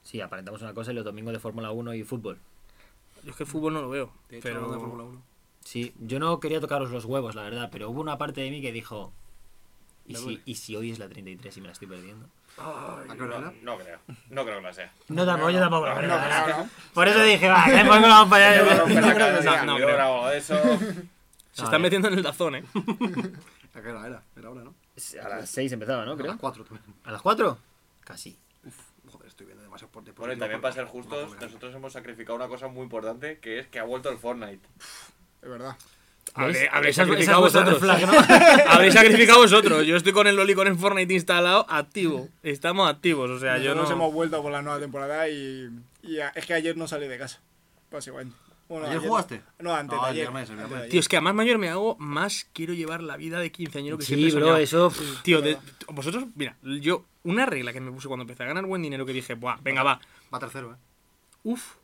S3: Sí, aparentamos una cosa y los domingos de Fórmula 1 y fútbol.
S5: Yo es que el fútbol no lo veo.
S1: De hecho, hablando de
S5: pero...
S1: Fórmula 1.
S3: Sí, yo no quería tocaros los huevos, la verdad, pero hubo una parte de mí que dijo. ¿Y,
S5: Me
S3: si,
S5: duele.
S3: ¿y si hoy es la 33 y me la estoy perdiendo?
S1: ¿A qué hora era?
S4: No creo. No creo que lo sea.
S3: No, tampoco, yo tampoco.
S4: No,
S2: No, no, no.
S3: Por eso dije, va, que pongo la vamos para allá.
S4: No, no,
S5: creo que
S4: no,
S5: sea. No, creo.
S4: algo de eso.
S5: Se
S3: Ah,
S5: están
S3: eh.
S5: metiendo en el tazón, ¿eh?
S1: ¿A qué hora era? Era ahora, ¿no?
S3: A las 6 empezaba, ¿no?
S1: A
S3: Creo.
S1: las 4 también.
S3: ¿A las 4? Casi.
S1: Joder, estoy viendo demasiado por deporte.
S4: Bueno, y también para ser justos, nosotros hemos sacrificado una cosa muy importante, que es que ha vuelto el Fortnite.
S2: Es verdad.
S3: ¿Veis?
S5: Habréis- Habréis
S3: Esa es- esa es
S5: sacrificado
S3: vuestra red
S5: vosotros.
S3: flag, ¿no?
S5: Habréis sacrificado vosotros. Yo estoy con el Loli con el Fortnite instalado, activo. Estamos activos, o sea, yo
S2: Nosotros
S5: no.
S2: nos hemos vuelto por la nueva temporada y, y a- es que ayer no salí de casa, básicamente. Bueno,
S1: ¿Ayer jugaste?
S2: No, antes
S1: No,
S2: de
S1: el
S2: ayer.
S1: viernes, el
S2: antes de
S1: viernes.
S2: ayer.
S5: Tío, es que a más mayor me hago, más quiero llevar la vida de quinceañero que
S3: Sí,
S5: siempre he
S3: bro,
S5: soñado.
S3: eso. pff,
S5: Tío, de- vosotros, mira, yo, una regla que me puse cuando empecé a ganar buen dinero que dije, buah, venga, va,
S1: Va tercero, ¿eh?
S5: uff,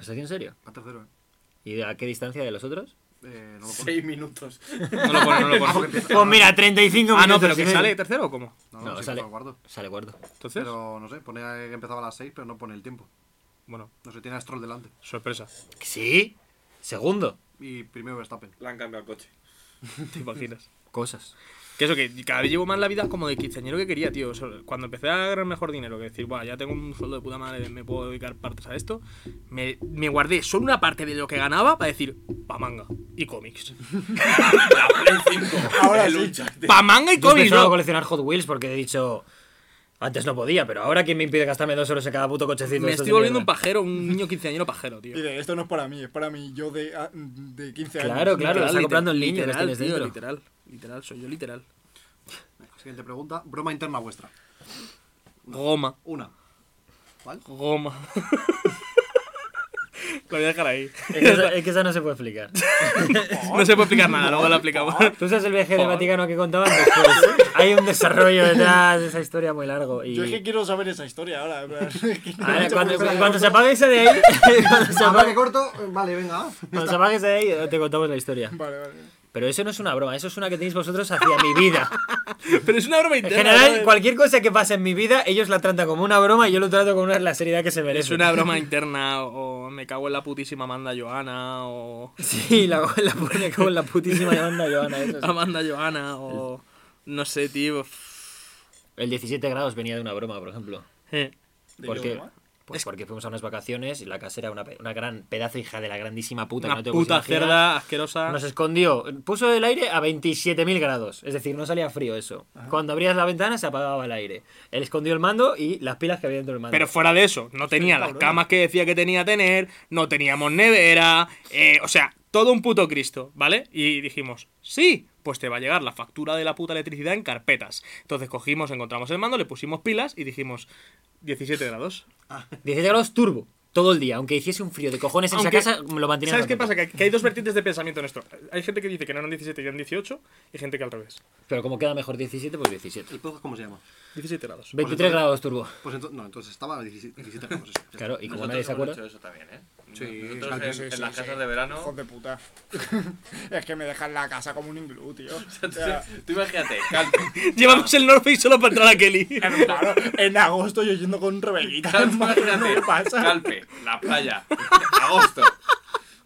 S3: ¿Estás en serio?
S1: Va tercero, ¿eh?
S3: ¿Y a qué distancia de los otros?
S1: Eh, no lo pongo.
S4: Seis minutos.
S5: no lo pone, no lo
S1: Ah, porque
S5: pone.
S1: empieza-
S3: Pues mira, 35
S5: ah, no,
S3: minutos.
S5: pero que
S3: y medio.
S5: sale tercero o cómo?
S1: No,
S3: No,
S1: sí,
S3: sale.
S1: fue cuarto.
S3: Sale cuarto.
S5: Entonces,
S1: Pero no sé, pone que empezaba a las 6, pero no pone el tiempo.
S5: bueno,
S1: No sé, tiene a Stroll delante.
S5: sorpresa,
S3: Sí. Segundo.
S1: Y primero Verstappen.
S4: Le han cambiado el coche.
S5: te imaginas.
S3: Cosas.
S5: Que eso, que cada vez llevo más la vida como de quinceañero que quería, tío. O sea, Cuando empecé a ganar mejor dinero, que decir, buah, ya tengo un sueldo de puta madre, me puedo dedicar partes a esto, me, me guardé solo una parte de lo que ganaba para decir, pa manga y cómics.
S4: La Play 5.
S2: Ahora
S4: el
S2: sí.
S4: Uncharted.
S5: Pa manga y
S3: Yo he
S5: cómics,
S3: empezado a
S5: bro.
S3: coleccionar Hot Wheels porque he dicho. Antes no podía, pero ahora ¿quién me impide gastarme dos euros en cada puto cochecito?
S5: Me
S3: de estos
S5: estoy
S3: de
S5: volviendo un
S3: mierda?
S5: pajero, un niño quinceañero pajero, tío.
S2: Dice, esto no es para mí, es para mí yo de, ah, de 15 años.
S3: Claro, claro, lo está
S5: literal,
S3: comprando en línea.
S5: literal,
S3: los tienes
S5: tío,
S3: dentro.
S5: literal, literal, soy yo literal.
S1: Siguiente pregunta. Broma interna vuestra.
S5: Goma,
S1: Una.
S5: goma. lo voy a dejar ahí.
S3: Es que, esa, es que esa no se puede explicar.
S5: No se puede explicar nada, luego lo aplicamos.
S3: ¿Tú sabes el viaje de
S5: Joder.
S3: Vaticano que contaba antes? Pues hay un desarrollo detrás de esa historia muy largo. Y...
S2: Yo es que quiero saber esa historia ahora. en plan, es que no
S3: A ver,
S2: me he hecho
S3: cuando,
S2: muy
S3: cuando-
S2: claro.
S3: cuando se apague esa de ahí, cuando se
S1: Ahora
S3: apague,
S1: que corto, eh, vale, venga.
S3: cuando se apague esa de ahí, te contamos la historia.
S2: Vale, vale.
S3: Pero eso no es una broma, eso es una que tenéis vosotros hacia mi vida.
S5: Pero es una broma
S3: En
S5: interna.
S3: general,
S5: ¿sabes?
S3: cualquier cosa que pase en mi vida, ellos la tratan como una broma y yo lo trato con una, la seriedad que se merece.
S5: Es una broma interna, o me cago en la putísima Amanda Joana, o
S3: Sí, la, la pone como la putísima banda Joana. eso sí.
S5: Amanda Joana, o no sé, tío.
S3: El 17 grados venía de una broma, por ejemplo.
S5: Eh,
S2: ¿De
S3: ¿Por
S2: qué
S3: qué?
S2: broma?
S3: Pues porque fuimos a unas vacaciones y la casera, una, pe- una gran pedazo hija de la grandísima puta que
S5: Una
S3: no te puedes
S5: puta
S3: imaginar,
S5: cerda asquerosa.
S3: Nos escondió, puso el aire a 27.000 grados, es decir, no salía frío eso.
S5: Ah.
S3: Cuando abrías la ventana se apagaba el aire. Él escondió el mando y las pilas que había dentro del mando.
S5: Pero fuera de eso, no tenía las
S2: cabrona.
S5: camas que decía que tenía tener, no teníamos nevera, eh, o sea, todo un puto Cristo, ¿vale? Y dijimos, sí, pues te va a llegar la factura de la puta electricidad en carpetas. Entonces cogimos, encontramos el mando, le pusimos pilas y dijimos, 17 grados.
S3: 17 grados turbo, todo el día, aunque hiciese un frío de cojones en
S5: Aunque-
S3: esa casa, lo mantenía.
S5: ¿Sabes qué pasa? Que que hay dos vertientes de pensamiento en esto. Hay gente que dice que no eran 17 y eran 18 y gente que al revés.
S3: Pero como queda mejor 17, pues 17.
S1: ¿El podcast cómo se llama?
S5: 17 grados.
S3: 23 grados turbo.
S1: Pues entonces, no, entonces estaba a 17 17 grados. eso.
S3: Claro, y como
S4: Nosotros
S3: nadie se
S4: hemos
S3: acuerda.
S4: hecho eso también, ¿eh?
S1: Sí,
S4: Nosotros
S1: claro,
S4: en,
S1: sí,
S4: en
S1: sí,
S4: las
S1: sí.
S4: casas de verano...
S2: Hijos de puta. es que me dejan la casa como un iglú, tío. O sea,
S4: Tú imagínate, caldo,
S5: Llevamos el Norfolk solo para entrar a Kelly.
S2: claro, en agosto yo yendo con rebelita.
S4: calpe,
S2: hermano, no me pasa.
S4: Calpe, la playa, agosto.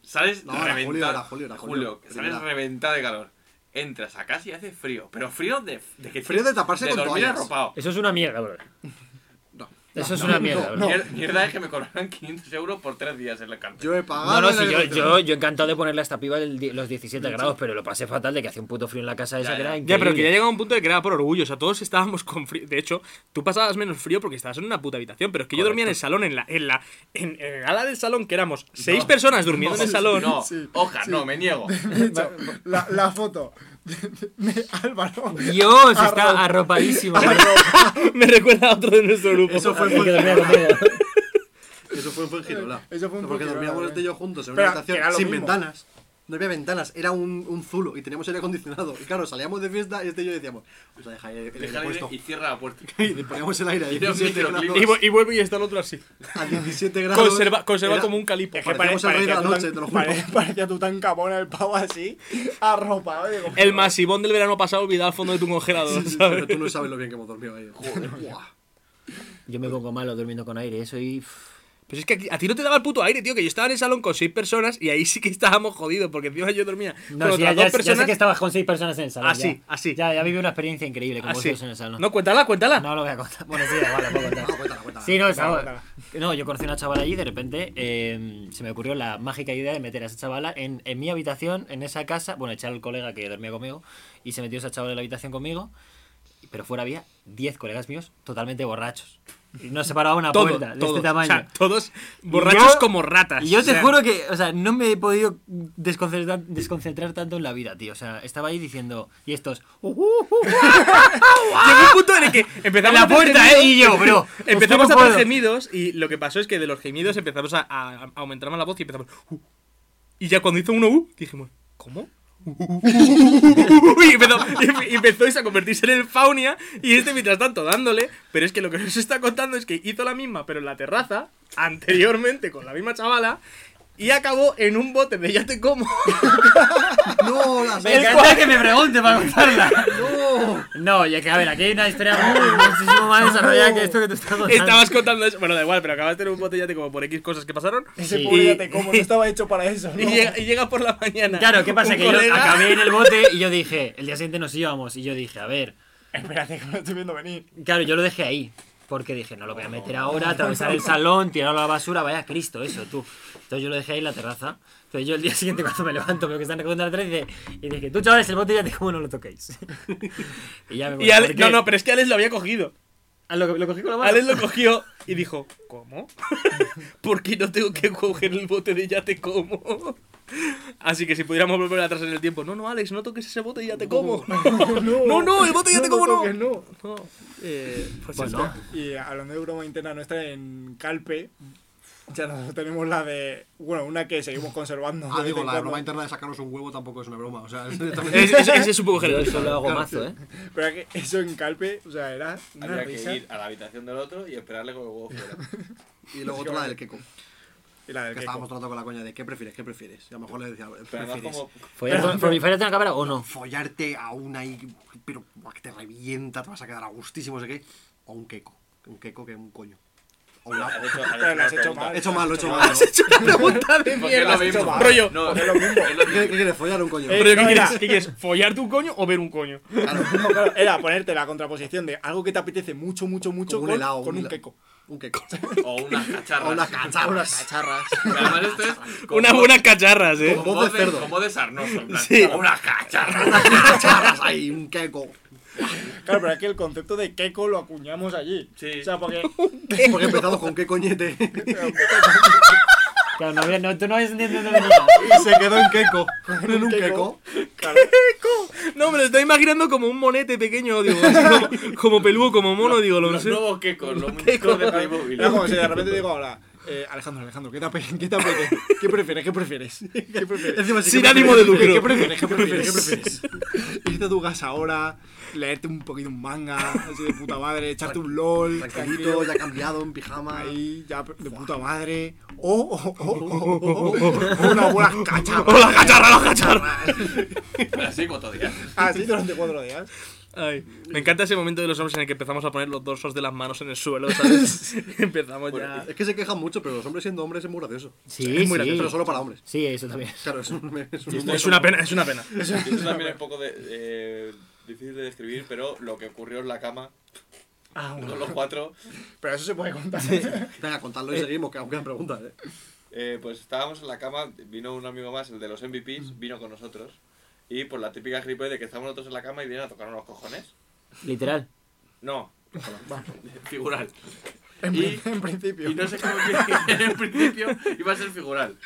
S4: Sales
S1: No, era
S4: reventado-
S1: julio, era julio, era julio.
S4: sales
S1: Primera.
S4: reventado de calor. Entras a casa y hace frío, pero frío de, de que
S1: Frío de taparse
S4: de
S1: con
S4: dormir
S1: toallas.
S4: arropado.
S3: Eso es una mierda, bro.
S1: No.
S3: Eso es una mierda, bro.
S4: Mier- Mierda es que me cobraran 500 euros por tres días en la cárcel.
S1: Yo he pagado.
S3: No, no,
S1: el
S3: sí, yo,
S1: aire
S3: yo, yo encantado de ponerle a esta piba el di- los 17 grados, pero lo pasé fatal de que hacía un puto frío en la casa esa
S4: Ya,
S3: que
S4: ya.
S3: era
S5: Ya, pero que ya
S3: increíble.
S5: llegaba un punto de que era por orgullo. O sea, todos estábamos con frío. De hecho, tú pasabas menos frío porque estabas en una puta habitación. Pero es que yo dormía en el salón, en la, en la, en el ala del salón, que éramos seis personas durmiendo en el salón.
S4: No,
S2: Sí,
S4: hoja,
S2: sí.
S4: no, me niego.
S2: De hecho,
S5: pues.
S2: la, la foto de Álvaro.
S3: Dios, está arropadísimo. bro.
S5: Me recuerda a otro de nuestro grupo.
S1: Eso fue
S3: El que dormía conmigo.
S1: frío. Eso fue en Fuengirola.
S2: Eso fue en
S1: Porque
S2: Fuengirola,
S1: dormíamos
S2: ¿verdad?
S1: este y yo juntos en una
S2: Pero, que era
S1: habitación
S2: lo
S1: sin
S2: mismo.
S1: ventanas. No había ventanas, era un, un zulo y teníamos aire acondicionado. Y claro, salíamos de fiesta y este y yo decíamos, pues a dejar el, el
S4: Deja el aire
S1: puesto.
S4: y cierra la puerta.
S1: Y le poníamos el aire a
S4: Y era un
S1: 17
S4: microclima.
S5: Y,
S1: grados.
S5: vu- y vuelve y está el otro así.
S1: A 17 grados.
S5: Conserva, conserva
S1: Era-
S5: como un calipo.
S1: Es que Parecíamos el rey de la noche, te lo juro.
S2: Parecía, parecía Tutankamón el pavo así, arropado. Digo,
S5: El masivón del verano pasado olvidado al fondo de tu congelador,
S1: Pero
S5: ¿sabes?
S1: tú no sabes lo bien que hemos dormido ahí. Joder, buah.
S3: Yo me pongo malo durmiendo con aire, eso y. pff,
S5: Pero Pues es que aquí- a ti no te daba el puto aire, tío, que yo estaba en el salón con seis personas y ahí sí que estábamos jodidos, porque encima yo dormía
S3: No,
S5: con
S3: sí,
S5: otras
S3: ya,
S5: dos
S3: ya- ya sé
S5: personas.
S3: que estabas con seis personas en el salón.
S5: Así,
S3: ya.
S5: así.
S3: Ya, ya viví una experiencia increíble con
S5: así.
S3: vosotros en el salón.
S5: Ah, No, cuéntala, cuéntala.
S3: No lo voy a contar. Bueno, sí, igual, lo puedo contar.
S1: Cuéntala, cuéntala.
S3: Sí, no, esa-
S2: cuéntala.
S3: no, yo conocí a una chavala allí y de repente eh, se me ocurrió la mágica idea de meter a esa chavala en, en mi habitación, en esa casa. Bueno, echar al colega que dormía conmigo y se metió esa chavala en la habitación conmigo. Pero fuera había 10 colegas míos totalmente borrachos. Y nos separaba una
S5: Todo,
S3: puerta de
S5: todos,
S3: este tamaño.
S5: O sea, todos borrachos
S3: yo-
S5: como ratas.
S3: Y yo
S5: o
S3: te
S5: sea,
S3: juro que, o sea, no me he podido desconcentrar, desconcentrar tanto en la vida, tío. O sea, estaba ahí diciendo, y estos, "Uh, uh, uh, uh".
S5: Llegó un punto en el que
S3: en
S5: empezamos
S3: la
S5: a hacer
S3: puerta,
S5: gemidos-
S3: eh, y yo, bro.
S5: Empezamos
S3: estoy
S5: a
S3: no
S5: hacer
S3: puedo.
S5: gemidos y lo que pasó es que de los gemidos empezamos a, a- a aumentar más la voz y empezamos. "Uh". y ya cuando hizo uno U, dijimos, ¿cómo? y, empezó, y empezó esa a convertirse en el Faunia y este mientras tanto dándole, pero es que lo que nos está contando es que hizo la misma pero en la terraza anteriormente con la misma chavala y acabó en un bote de ya te como.
S1: No, las
S3: Me encanta que me pregunte para contarla. No, ya que a ver, aquí hay una historia muy, muchísimo más desarrollada que esto que te estás contando.
S5: Estabas contando eso. Bueno, da igual, pero acabaste en un bote ya te como por X cosas que pasaron.
S2: Ese
S3: Sí.
S2: pobre ya te como, no estaba hecho para eso. ¿no?
S5: Y llega, y llega por la mañana.
S3: Claro, ¿qué pasa?
S5: un
S3: Que yo
S5: colega-
S3: acabé en el bote y yo dije, el día siguiente nos íbamos. Y yo dije, a ver,
S2: Espérate, que me lo estoy viendo venir.
S3: claro, yo lo dejé ahí. Porque dije, no lo voy a meter ahora, atravesar el salón, tirarlo a la basura, vaya Cristo, eso, tú. Entonces yo lo dejé ahí en la terraza. Entonces yo el día siguiente cuando me levanto veo que están recogiendo la terraza y, dice- y dije, tú chavales, el bote ya te como no lo toquéis. y ya me voy.
S5: Y Ale-
S3: porque-
S5: no, no, pero es que Alex lo había cogido.
S3: Ah, ¿Lo, lo cogí con la mano.
S5: Alex lo cogió y dijo, ¿cómo? ¿Por qué no tengo que coger el bote de ya te como? Así que si pudiéramos volver atrás en el tiempo. No, no, Alex, no toques ese bote de ya te como.
S2: No,
S5: No, no, el bote ya te como no.
S2: toques, no.
S5: No, eh, pues
S3: Bueno.
S5: eso.
S2: Y hablando de broma interna nuestra en Calpe, ya nosotros tenemos la de. Bueno, una que seguimos conservando. de
S1: Ah,
S2: vez
S1: digo,
S2: en
S1: la
S2: cuando.
S1: broma interna de sacarnos un huevo tampoco es una broma. O sea, es directamente-
S5: Es- es- Ese es un poco
S3: Yo
S5: generoso.
S3: eso lo hago mazo, ¿eh?
S2: Pero es que eso en Calpe, o sea, era una
S4: Había
S2: risa.
S4: que ir a la habitación del otro y esperarle con el huevo fuera.
S1: Y luego otra la del Keko.
S2: Y la del
S1: Que
S2: que
S1: estábamos tratando con la coña de ¿qué prefieres? ¿Qué prefieres? Y a lo mejor le decía,
S4: Pero además
S1: ¿prefieres
S4: como...
S3: ¿Follar con- ¿Proliferar en la cámara o no?
S1: follarte a una y. pero buah, que te revienta, te vas a quedar a gustísimo, no sé qué? O un Keko. Un Keko que es un coño. O una.
S4: Has hecho, has
S2: Pero
S4: hecho
S2: lo has
S4: una
S2: Ah, hecho
S4: pregunta.
S2: mal.
S1: He hecho mal, lo he hecho mal.
S5: Has hecho una pregunta de
S4: Porque es
S5: mierda.
S4: lo
S5: has hecho
S4: mismo.
S5: mal. Rollo.
S4: No,
S2: Porque es lo mismo.
S4: es lo mismo.
S1: ¿Qué, ¿Qué quieres? ¿Follar a un coño?
S2: Eh,
S5: ¿Pero qué
S2: no,
S5: quieres?
S2: era-
S5: ¿Qué quieres? ¿Follarte un coño o ver un coño?
S2: No, claro, era ponerte la contraposición de algo que te apetece mucho, mucho, mucho
S1: Como un
S2: con,
S1: helado,
S2: con
S1: un
S2: un
S1: helado.
S2: queco.
S1: Un Keko.
S4: O unas cacharras.
S1: O unas cacharras.
S2: Charras.
S4: Pero Además esto es... con
S5: Unas
S4: voz-
S5: buenas cacharras, ¿eh?
S4: Con
S1: Voz
S4: voz
S1: de
S4: de,
S1: cerdo.
S4: con voz de sarnoso, en plan,
S5: Sí.
S4: o unas cacharras.
S1: Unas cacharras ahí, un Keko.
S2: Claro, pero es que el concepto de queco lo acuñamos allí.
S4: Sí.
S2: O sea, porque.
S1: Porque empezamos con qué coñete.
S3: Claro, no, había- no, tú no habías entendido nada.
S1: y se quedó en Keko. En un Keko.
S2: Claro,
S5: Eco. No, me lo estoy imaginando como un monete pequeño, digo, así como, como pelúo, como mono, digo, lo no
S4: Los
S5: sé.
S4: nuevos quecos, los muñecos de Playmobil.
S2: era como si de repente digo ahora. eh, Alejandro, Alejandro, ¿qué te, ape- qué te apetece? ¿Qué prefieres? ¿Qué prefieres? ¿Qué prefieres?
S1: Encima sí,
S5: Sin
S1: ¿qué
S5: ánimo de
S1: prefieres?
S5: lucro.
S1: ¿Qué prefieres? ¿Qué prefieres? ¿Qué prefieres?
S2: Irte a tu casa ahora, leerte un poquito un manga, así de puta madre, echarte un LOL,
S1: Tranquilito, ya cambiado, en pijama.
S2: ahí, ya de puta madre. O, o, o, o, o, o, o una buena cacha.
S5: ¡Oh, la cacharra, la cacharra!
S4: Así cuatro días.
S2: Así durante cuatro días.
S5: Ay, me encanta ese momento de los hombres en el que empezamos a poner los dorsos de las manos en el suelo, ¿sabes? empezamos
S1: Bueno,
S5: ya.
S1: es que se quejan mucho, pero los hombres siendo hombres es muy gracioso.
S3: Sí,
S5: muy
S3: sí.
S5: gracioso,
S1: Pero solo para hombres.
S3: Sí, eso también.
S1: Claro, es, un, es, un-
S5: Es una pena, es una pena.
S4: Esto también es un poco de, eh, difícil de describir, pero lo que ocurrió en la cama
S2: Ah,
S4: Con
S2: bueno.
S4: los cuatro.
S2: Pero eso se puede contar.
S1: Venga, contadlo
S5: eh,
S1: y seguimos, que aún quedan preguntas, ¿eh?
S4: Eh, pues estábamos en la cama, vino un amigo más, el de los MVPs, vino con nosotros. Y por la típica gripe de que estamos nosotros en la cama y vienen a tocar unos cojones.
S3: Literal.
S4: No, figural.
S2: En,
S4: Y-
S2: pri- en principio.
S4: Y no sé cómo que en el principio iba a ser figural.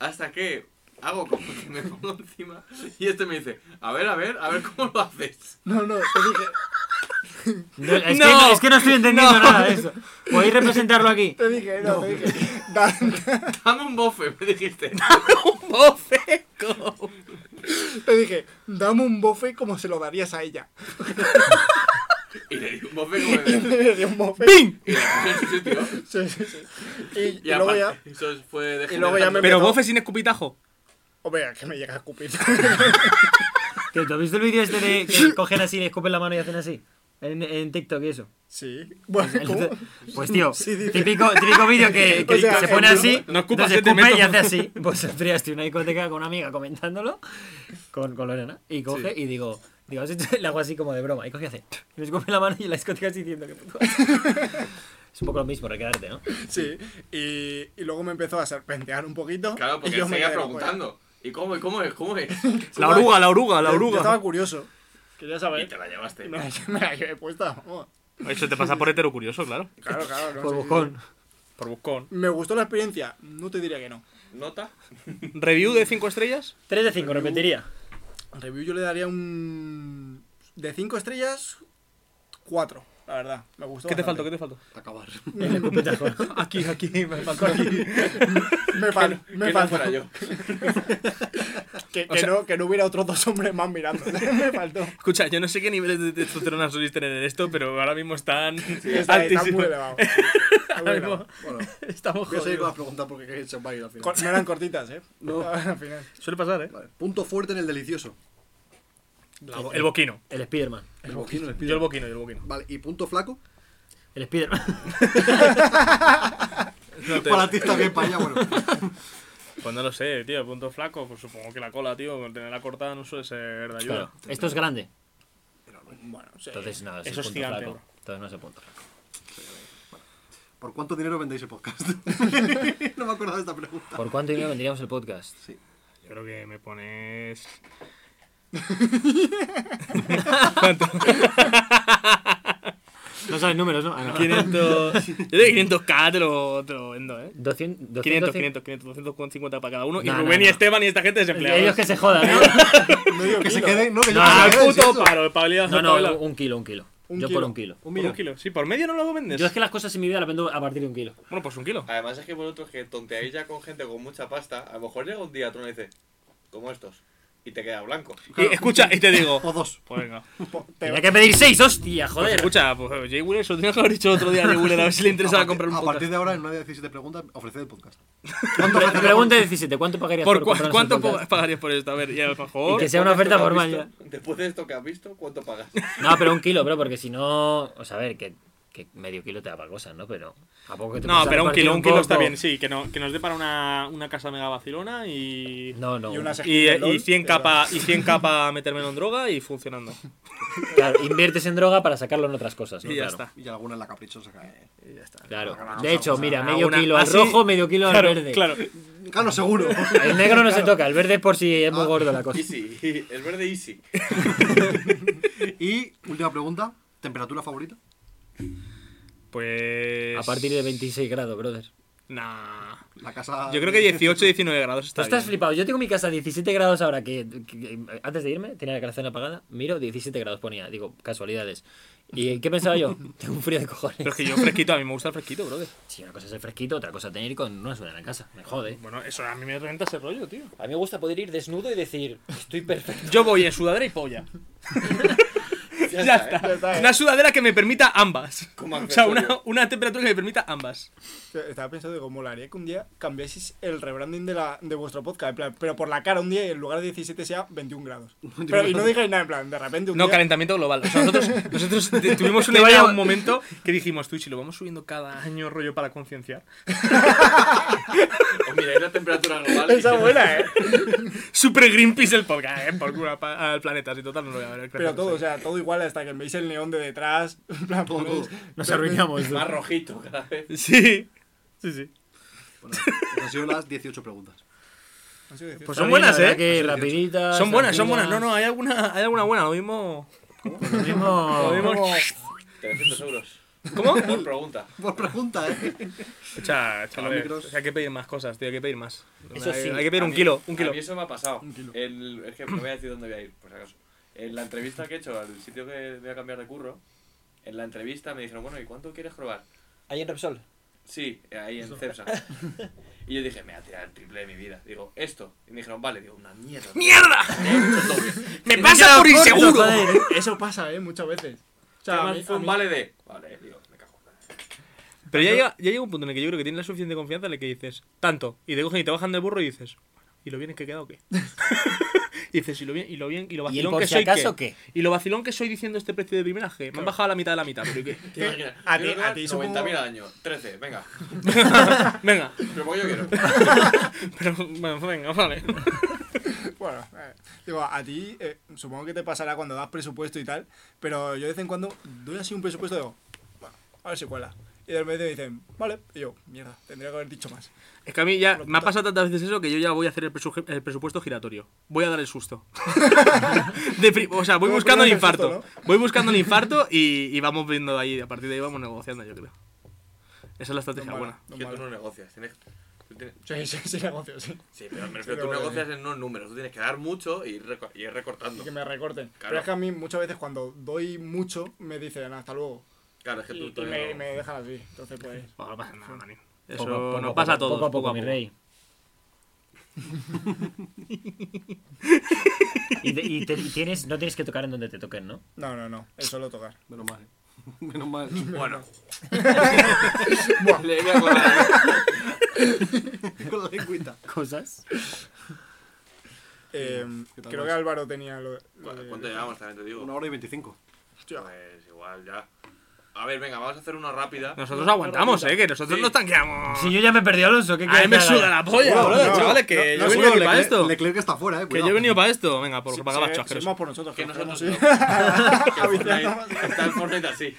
S4: Hasta que hago como que me pongo encima y este me dice, a ver, a ver, a ver cómo lo haces.
S2: No, no, te dije,
S3: No, es,
S5: No.
S3: Que no, es que no estoy entendiendo
S5: No.
S3: nada de eso. ¿Podéis representarlo aquí?
S2: te dije, no, te dije. Da-
S4: Dame un bofe, me dijiste.
S5: ¡Bofeco!
S2: te dije, dame un bofe como se lo darías a ella.
S4: Y le di un bofe como
S2: Y
S4: me
S2: le di un bofe.
S5: ¡Ping!
S4: Y le puse en su sitio.
S2: Sí, sí, sí. Y,
S4: Y,
S2: y luego ya.
S4: aparte, eso fue de
S2: y luego ya me-
S5: Pero
S2: no.
S5: bofe sin escupitajo.
S2: Hombre, Oh, que me llega a escupir.
S3: ¿Que ¿Tú has visto el vídeo este de que cogen así, le escupen la mano y hacen así? En, en TikTok y eso.
S2: Sí. Bueno, ¿cómo?
S3: Pues tío,
S2: Sí, dice.
S3: típico, típico vídeo que, que
S2: O sea,
S3: se pone
S2: el-
S3: así,
S5: no escupas,
S3: entonces
S5: que te
S3: escupe
S5: meto.
S3: y hace así. Pues otro día estoy en una discoteca con una amiga comentándolo, con, con Lorena, y coge y digo, digo, "Has hecho-" le hago así como de broma, y coge y hace, y me escupe en la mano y en la discoteca así diciendo que puto asco". Es un poco lo mismo, recrearte, ¿no?
S2: Sí. Y, y luego me empezó a serpentear un poquito.
S4: Claro,
S2: y
S4: porque
S2: yo
S4: yo
S2: me
S4: seguía
S2: quedé loco.
S4: preguntando. ¿Y cómo, y cómo es? ¿Cómo es?
S5: La oruga, la oruga, la
S2: Yo- Yo estaba
S5: oruga.
S2: curioso. Quería
S4: Y
S2: saber.
S4: te la llevaste.
S2: Me la, me la llevé puesta, vamos.
S5: Eso te pasa por hetero curioso, claro.
S2: Claro, claro. no, sí,
S3: Por
S2: sí,
S3: buscón.
S5: Por buscón.
S2: sí. Me gustó la experiencia. No te diría que no.
S4: ¿Nota?
S5: ¿Review de 5 estrellas?
S3: 3 de 5, repetiría.
S2: Al review yo le daría un. De 5 estrellas, 4. La verdad, me gustó.
S5: ¿Qué te faltó?
S2: bastante.
S5: ¿Qué te faltó?
S1: Acabar.
S3: El escupitajo.
S5: Aquí, aquí, me faltó aquí.
S2: Me, fal- me
S4: ¿Qué no
S2: faltó.
S4: fuera yo?
S2: Que,
S5: O
S2: que
S5: sea-
S2: no, que no hubiera otros dos hombres más mirando. me faltó.
S5: Escucha, yo no sé qué niveles de testosterona solís tener en esto, pero ahora mismo están
S2: Está, está muy
S5: altísimos.
S2: elevado. Está muy
S5: Ahora
S2: elevado.
S5: mismo
S1: Bueno,
S5: Estamos
S1: voy a seguir con las
S5: jodidos.
S1: preguntas porque se os va a ir al final.
S2: Cor- No eran cortitas, ¿eh?
S1: No.
S2: Al final.
S5: Suele pasar, ¿eh?
S1: Vale. Punto fuerte en el delicioso.
S5: El boquino.
S3: El Spiderman.
S1: El boquino, el
S5: Yo el boquino, yo el boquino.
S1: Vale, ¿y punto flaco?
S3: El Spiderman.
S5: No te-
S1: Para ti está bien, para allá, bueno.
S5: Pues no lo sé, tío. Punto flaco, pues supongo que la cola, tío, con tenerla cortada no suele ser de ayuda.
S3: Claro, esto es grande.
S2: Bueno, sí.
S3: Entonces no, es
S5: Eso es
S3: punto
S5: gigante,
S3: flaco.
S5: bro.
S3: Entonces no es el punto flaco.
S1: ¿Por cuánto dinero vendéis el podcast? no me acuerdo de esta pregunta.
S3: ¿Por cuánto dinero vendríamos el podcast?
S5: Yo creo que me pones.
S3: No sabes números, ¿no? Ah, no.
S5: 500. Yo creo que 500k te lo, te lo vendo, ¿eh?
S3: 200,
S5: 500,
S3: 250.
S5: 500, 500, 250 para cada uno. y
S3: No,
S5: Rubén
S3: no,
S5: y
S3: no.
S5: Esteban y esta gente desempleados.
S3: Ellos que se jodan, ¿eh? ¿no?
S2: Medio
S1: Que se
S2: kilo, ¿eh?
S1: queden, no, que yo
S3: No,
S1: me
S5: ¡Ah, el
S1: quedé,
S5: puto
S1: ¿sí?
S5: paro! Pabilidad
S3: No, no, un kilo, un kilo.
S2: Un
S3: Yo por
S2: kilo.
S3: un kilo.
S1: Un
S5: Un
S1: millón.
S5: kilo. Sí, por medio no lo vendes.
S3: Yo es que las cosas en mi vida las vendo a partir de un kilo.
S5: Bueno, pues un kilo.
S4: Además es que vosotros que tonteáis ya con gente con mucha pasta, a lo mejor llega un día otro y dice, como estos, y te queda blanco.
S5: Y escucha, y te digo.
S1: O dos.
S5: Pues venga.
S2: Po- te-
S3: Tenía que pedir seis, hostia,
S5: Pues
S3: joder.
S5: escucha, pues Jay Wheeler, eso tenía que haber dicho otro día a Jay Wheeler, a ver si le interesaba
S1: partir-
S5: comprar un
S1: a
S5: podcast.
S1: partir de ahora, en una de 17 preguntas, ofreced el podcast.
S3: Pre- Pregunta 17, ¿cuánto pagarías por,
S5: ¿Por cua-
S3: comprarnos el
S5: ¿Cuánto
S3: podcast?
S5: po- pagarías por esto? A ver, y a lo
S3: Y
S5: mejor.
S3: que sea una oferta
S4: Después de
S3: formal
S4: esto que
S3: ya.
S4: has visto- Después de esto que has visto, ¿cuánto pagas?
S3: No, pero un kilo, bro, porque si no... O sea, a ver, que, que medio kilo te da para cosas, ¿no? Pero ¿a poco que te
S5: No,
S3: puedes
S5: pero un
S3: repartir
S5: kilo, un kilo está
S3: poco?
S5: bien, sí. Que, no, que nos dé para una, una casa mega vacilona y.
S3: No, no.
S2: Y una se-
S5: Y,
S2: de LOL,
S5: y 100
S2: de
S5: capa y 100 capa metérmelo en droga y funcionando.
S3: Claro, inviertes en droga para sacarlo en otras cosas, ¿no?
S5: Y ya
S3: claro.
S5: está.
S1: Y alguna en la caprichosa cae.
S3: Claro. De hecho, mira, medio
S5: Alguna-
S3: kilo al
S5: así-
S3: rojo, medio kilo al
S5: claro,
S3: verde.
S5: Claro.
S1: Claro, seguro.
S3: El negro no se toca, el verde es por si es
S5: Ah,
S3: muy gordo la cosa.
S4: Easy, el verde easy.
S1: y última pregunta. ¿Temperatura favorita?
S5: Pues.
S3: A partir de 26 grados, brother.
S5: Nah.
S1: La casa.
S5: Yo creo que 18, 19 grados
S3: Tú
S5: está.
S3: estás
S5: bien.
S3: flipado. Yo tengo mi casa a 17 grados ahora que, que- que- antes de irme tenía la calefacción apagada. Miro 17 grados ponía. Digo, casualidades. ¿Y qué pensaba yo? tengo un frío de cojones.
S5: Pero es que yo fresquito, a mí me gusta el fresquito, brother.
S3: Si una cosa es el fresquito, otra cosa tener con una sudadera en casa. Me jode.
S5: Bueno, eso a mí me renta ese rollo, tío.
S3: A mí me gusta poder ir desnudo y decir, estoy perfecto.
S5: Yo voy en sudadera y polla.
S4: Ya,
S5: Ya
S4: está. ¿eh?
S5: está. Una sudadera que me permita ambas.
S4: Como
S5: O sea, una,
S4: accesorio.
S5: una temperatura que me permita ambas.
S2: Estaba pensando que molaría que un día cambiaseis el rebranding de, la, de vuestro podcast, en plan, pero por la cara un día y en lugar de 17 sea 21 grados. Pero, y no digáis nada, en plan, de repente un
S5: No,
S2: día...
S5: calentamiento global. O sea, nosotros, nosotros te- tuvimos una
S3: Te
S5: idea,
S3: vaya-
S5: un momento que dijimos, tú, y si lo vamos subiendo cada año rollo para concienciar.
S4: O mira, es la temperatura global.
S2: Esa es buena, ¿eh?
S5: Super Greenpeace el podcast, eh, por culo pa- al planeta, si total no lo voy a ver.
S2: Pero todo, o sea, todo igual tal, hasta que veis el neón de detrás. En plan,
S1: Todo,
S2: ponéis-
S1: todo.
S3: Nos arruinamos.
S4: Más rojito cada vez.
S5: Sí, sí, sí.
S1: Bueno, esas han sido las 18 preguntas.
S2: Han sido 18.
S5: Pues son buenas,
S3: la verdad
S5: ¿eh?
S3: que rapiditas.
S5: Son buenas, son buenas.
S3: tranquilas.
S5: No, no, hay alguna, hay alguna buena. Lo mismo.
S3: Lo mismo-
S5: Lo mismo.
S4: 300 euros.
S5: ¿Cómo?
S4: Por pregunta.
S1: Por pregunta, ¿eh?
S5: O sea, chavales,
S1: micros.
S5: o sea, hay que pedir más cosas, tío. Hay que pedir más.
S3: Eso
S5: hay,
S3: sí.
S5: hay que pedir
S4: A
S5: un
S4: mí-
S5: kilo, un
S4: A
S5: kilo.
S4: mí eso me ha pasado. El- es que no voy a decir dónde voy a ir, por si acaso. En la entrevista que he hecho al sitio que voy a cambiar de curro, en la entrevista me dijeron, bueno, ¿y cuánto quieres probar?
S7: Ahí en Repsol.
S4: Sí, ahí en Cepsa. Y yo dije, me voy a tirar el triple de mi vida. Digo, esto. Y me dijeron, vale. Digo, una mierda.
S5: ¡Mierda!
S4: Me he hecho todo bien.
S5: ¡Me pasa por inseguro!
S2: Joder, eso pasa, ¿eh? Muchas veces. O sea, a
S4: Además,
S2: mí-
S4: fue
S2: a
S4: un
S2: mí-
S4: vale de... Vale, digo, me cago. en la-
S5: Pero ya llega, ya llega un punto en el que yo creo que tienes la suficiente confianza en la que dices, tanto, y te cogen y te bajan del burro y dices, bueno, ¿y lo bien es que he quedado o qué? y dices, ¿y lo bien, y lo bien, y lo
S3: ¿Y el
S5: vacilón
S3: por
S5: que
S3: si
S5: soy
S3: acaso
S5: qué?
S3: qué?
S5: Y lo vacilón que soy diciendo este precio de primera G. Me han bajado a la mitad de la mitad, pero ¿y qué?
S4: ¿Te imaginas?
S2: a
S4: Yo
S2: ti-
S4: creo que
S2: a ti
S4: 90.000
S2: supongo-
S4: al año. 13, venga.
S5: venga,
S4: Pero porque yo quiero.
S5: pero bueno, venga, vale.
S2: Bueno, eh, digo, a ti eh, supongo que te pasará cuando das presupuesto y tal, pero yo de vez en cuando doy así un presupuesto y digo, bueno, a ver si cuela. Y de repente me dicen, vale, y yo, mierda, tendría que haber dicho más.
S5: Es que a mí ya me ha pasado tantas veces eso que yo ya voy a hacer el, presu- el presupuesto giratorio. Voy a dar el susto. De pri- o sea, voy
S2: Como
S5: buscando el
S2: primero el
S5: infarto.
S2: susto,
S5: Voy buscando el infarto y, y vamos viendo ahí. A partir de ahí vamos negociando, yo creo. Esa es la estrategia
S2: No es
S5: buena.
S2: mala, no es
S4: Que tú
S2: mala.
S4: no negocias. Tienes... tú tienes-
S2: Sí, sí, sí, negocio, sí.
S4: Sí, pero me refiero,
S2: Sí,
S4: tú
S2: pero
S4: negocias en unos números, tú tienes que dar mucho y ir, reco- y ir
S2: Y
S4: recortando.
S2: que me recorten.
S4: Claro.
S2: Pero es que a mí muchas veces cuando doy mucho me dicen hasta luego.
S4: Claro, es que
S2: Y,
S4: tú
S2: y
S4: todavía
S2: me,
S4: no-
S2: me dejan así. Entonces pues...
S5: Bueno, no pasa nada, Manín. Eso
S3: Poco a poco,
S5: nos pasa a
S3: poco
S5: todos.
S3: Poco a poco, mi rey. y te- y te- y tienes, no tienes que tocar en donde te toquen, ¿no?
S2: No, no, no, es solo tocar.
S1: Menos mal, ¿eh? Menos mal.
S4: Bueno. Le voy a colar.
S1: Con la lengüita.
S3: Cosas.
S2: Eh,
S1: ¿qué tal
S2: creo
S1: vas?
S2: que Álvaro tenía lo, lo
S4: ¿Cu-
S2: de-
S4: ¿Cuánto llevamos? También te
S1: Una
S4: digo.
S1: hora y 25.
S2: Hostia,
S4: Pues igual, ya. A ver, venga, vamos a hacer una rápida.
S5: Nosotros aguantamos, eh, que nosotros
S4: Sí.
S5: nos tanqueamos.
S3: Si yo ya me perdí, Alonso, ¿qué
S5: a mí
S3: quieres
S5: me
S3: que haga?
S5: suda la polla,
S2: No,
S5: bro,
S2: no,
S5: chavales, que
S2: no,
S5: yo he
S2: no,
S5: venido
S2: sí,
S5: aquí para esto.
S1: Le creo que está fuera, eh.
S5: Que
S1: cuidado.
S5: yo he venido para esto. Venga, por
S2: Sí,
S5: pagar
S2: sí,
S5: bacho,
S2: sí,
S5: asqueroso.
S2: más por nosotros.
S4: Que
S2: nos
S4: nosotros
S2: hacemos,
S4: no.
S2: sí.
S4: Que Fortnite- Está el Fortnite así.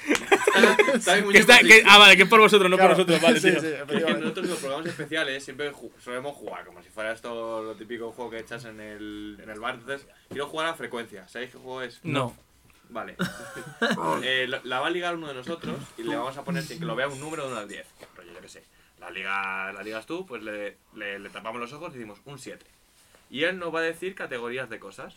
S4: Está- Está el
S5: Que está-
S4: muñeco
S5: que-
S4: así.
S5: ah, vale, que es por vosotros, no
S2: Claro.
S5: por nosotros. Vale,
S2: Sí,
S5: tío.
S2: sí,
S4: Es que
S2: efectivamente.
S4: nosotros en los programas especiales siempre ju- solemos jugar, como si fuera esto lo típico juego que echas en el, en el bar. Entonces, quiero jugar a frecuencia. ¿Sabéis qué juego es?
S5: No.
S4: Vale. Eh, la- la va a ligar uno de nosotros y le vamos a poner sin que lo vea un número de 1 al 10. Rollo, yo qué sé. La, liga, la ligas tú, pues le, le- le tapamos los ojos y decimos un 7. Y él nos va a decir categorías de cosas.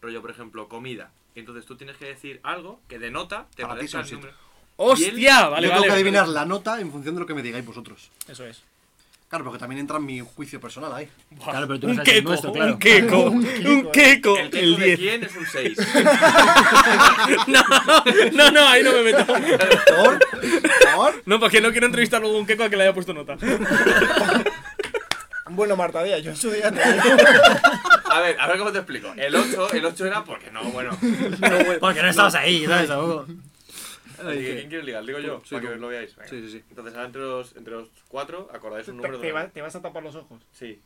S4: Rollo, por ejemplo, comida. Y entonces tú tienes que decir algo que denota, te
S1: Para ti
S4: parezca
S1: es
S4: el
S1: un
S4: número.
S5: ¡Hostia! Vale,
S1: yo tengo que
S5: vale.
S1: adivinar la nota en función de lo que me digáis vosotros.
S2: Eso es.
S1: Claro, porque también entra mi juicio personal ahí.
S3: Claro, pero tú no
S5: Un
S3: sabes el
S5: queco,
S3: nuestro, claro.
S5: un queco, un queco,
S4: El,
S5: el
S4: el de
S5: 10.
S4: quién es un 6.
S5: No, no, no, ahí no me meto.
S1: ¿Por? ¿Por?
S5: No, porque no quiero entrevistar luego a un queco a que le haya puesto nota.
S2: Bueno, Marta Díaz, yo en su día te
S4: A ver, a ver cómo te explico. El 8, el 8 era porque no, bueno.
S3: Porque no estabas ahí, ¿sabes? Tampoco.
S4: Así que, ¿Quién quiere ligar? Digo yo,
S1: Sí,
S4: para
S1: tú.
S4: que lo veáis. Venga.
S1: Sí, sí, sí.
S4: Entonces, ahora entre los, entre los cuatro, acordáis un número.
S2: te
S4: de-
S2: va- te vas a tapar los ojos.
S4: Sí.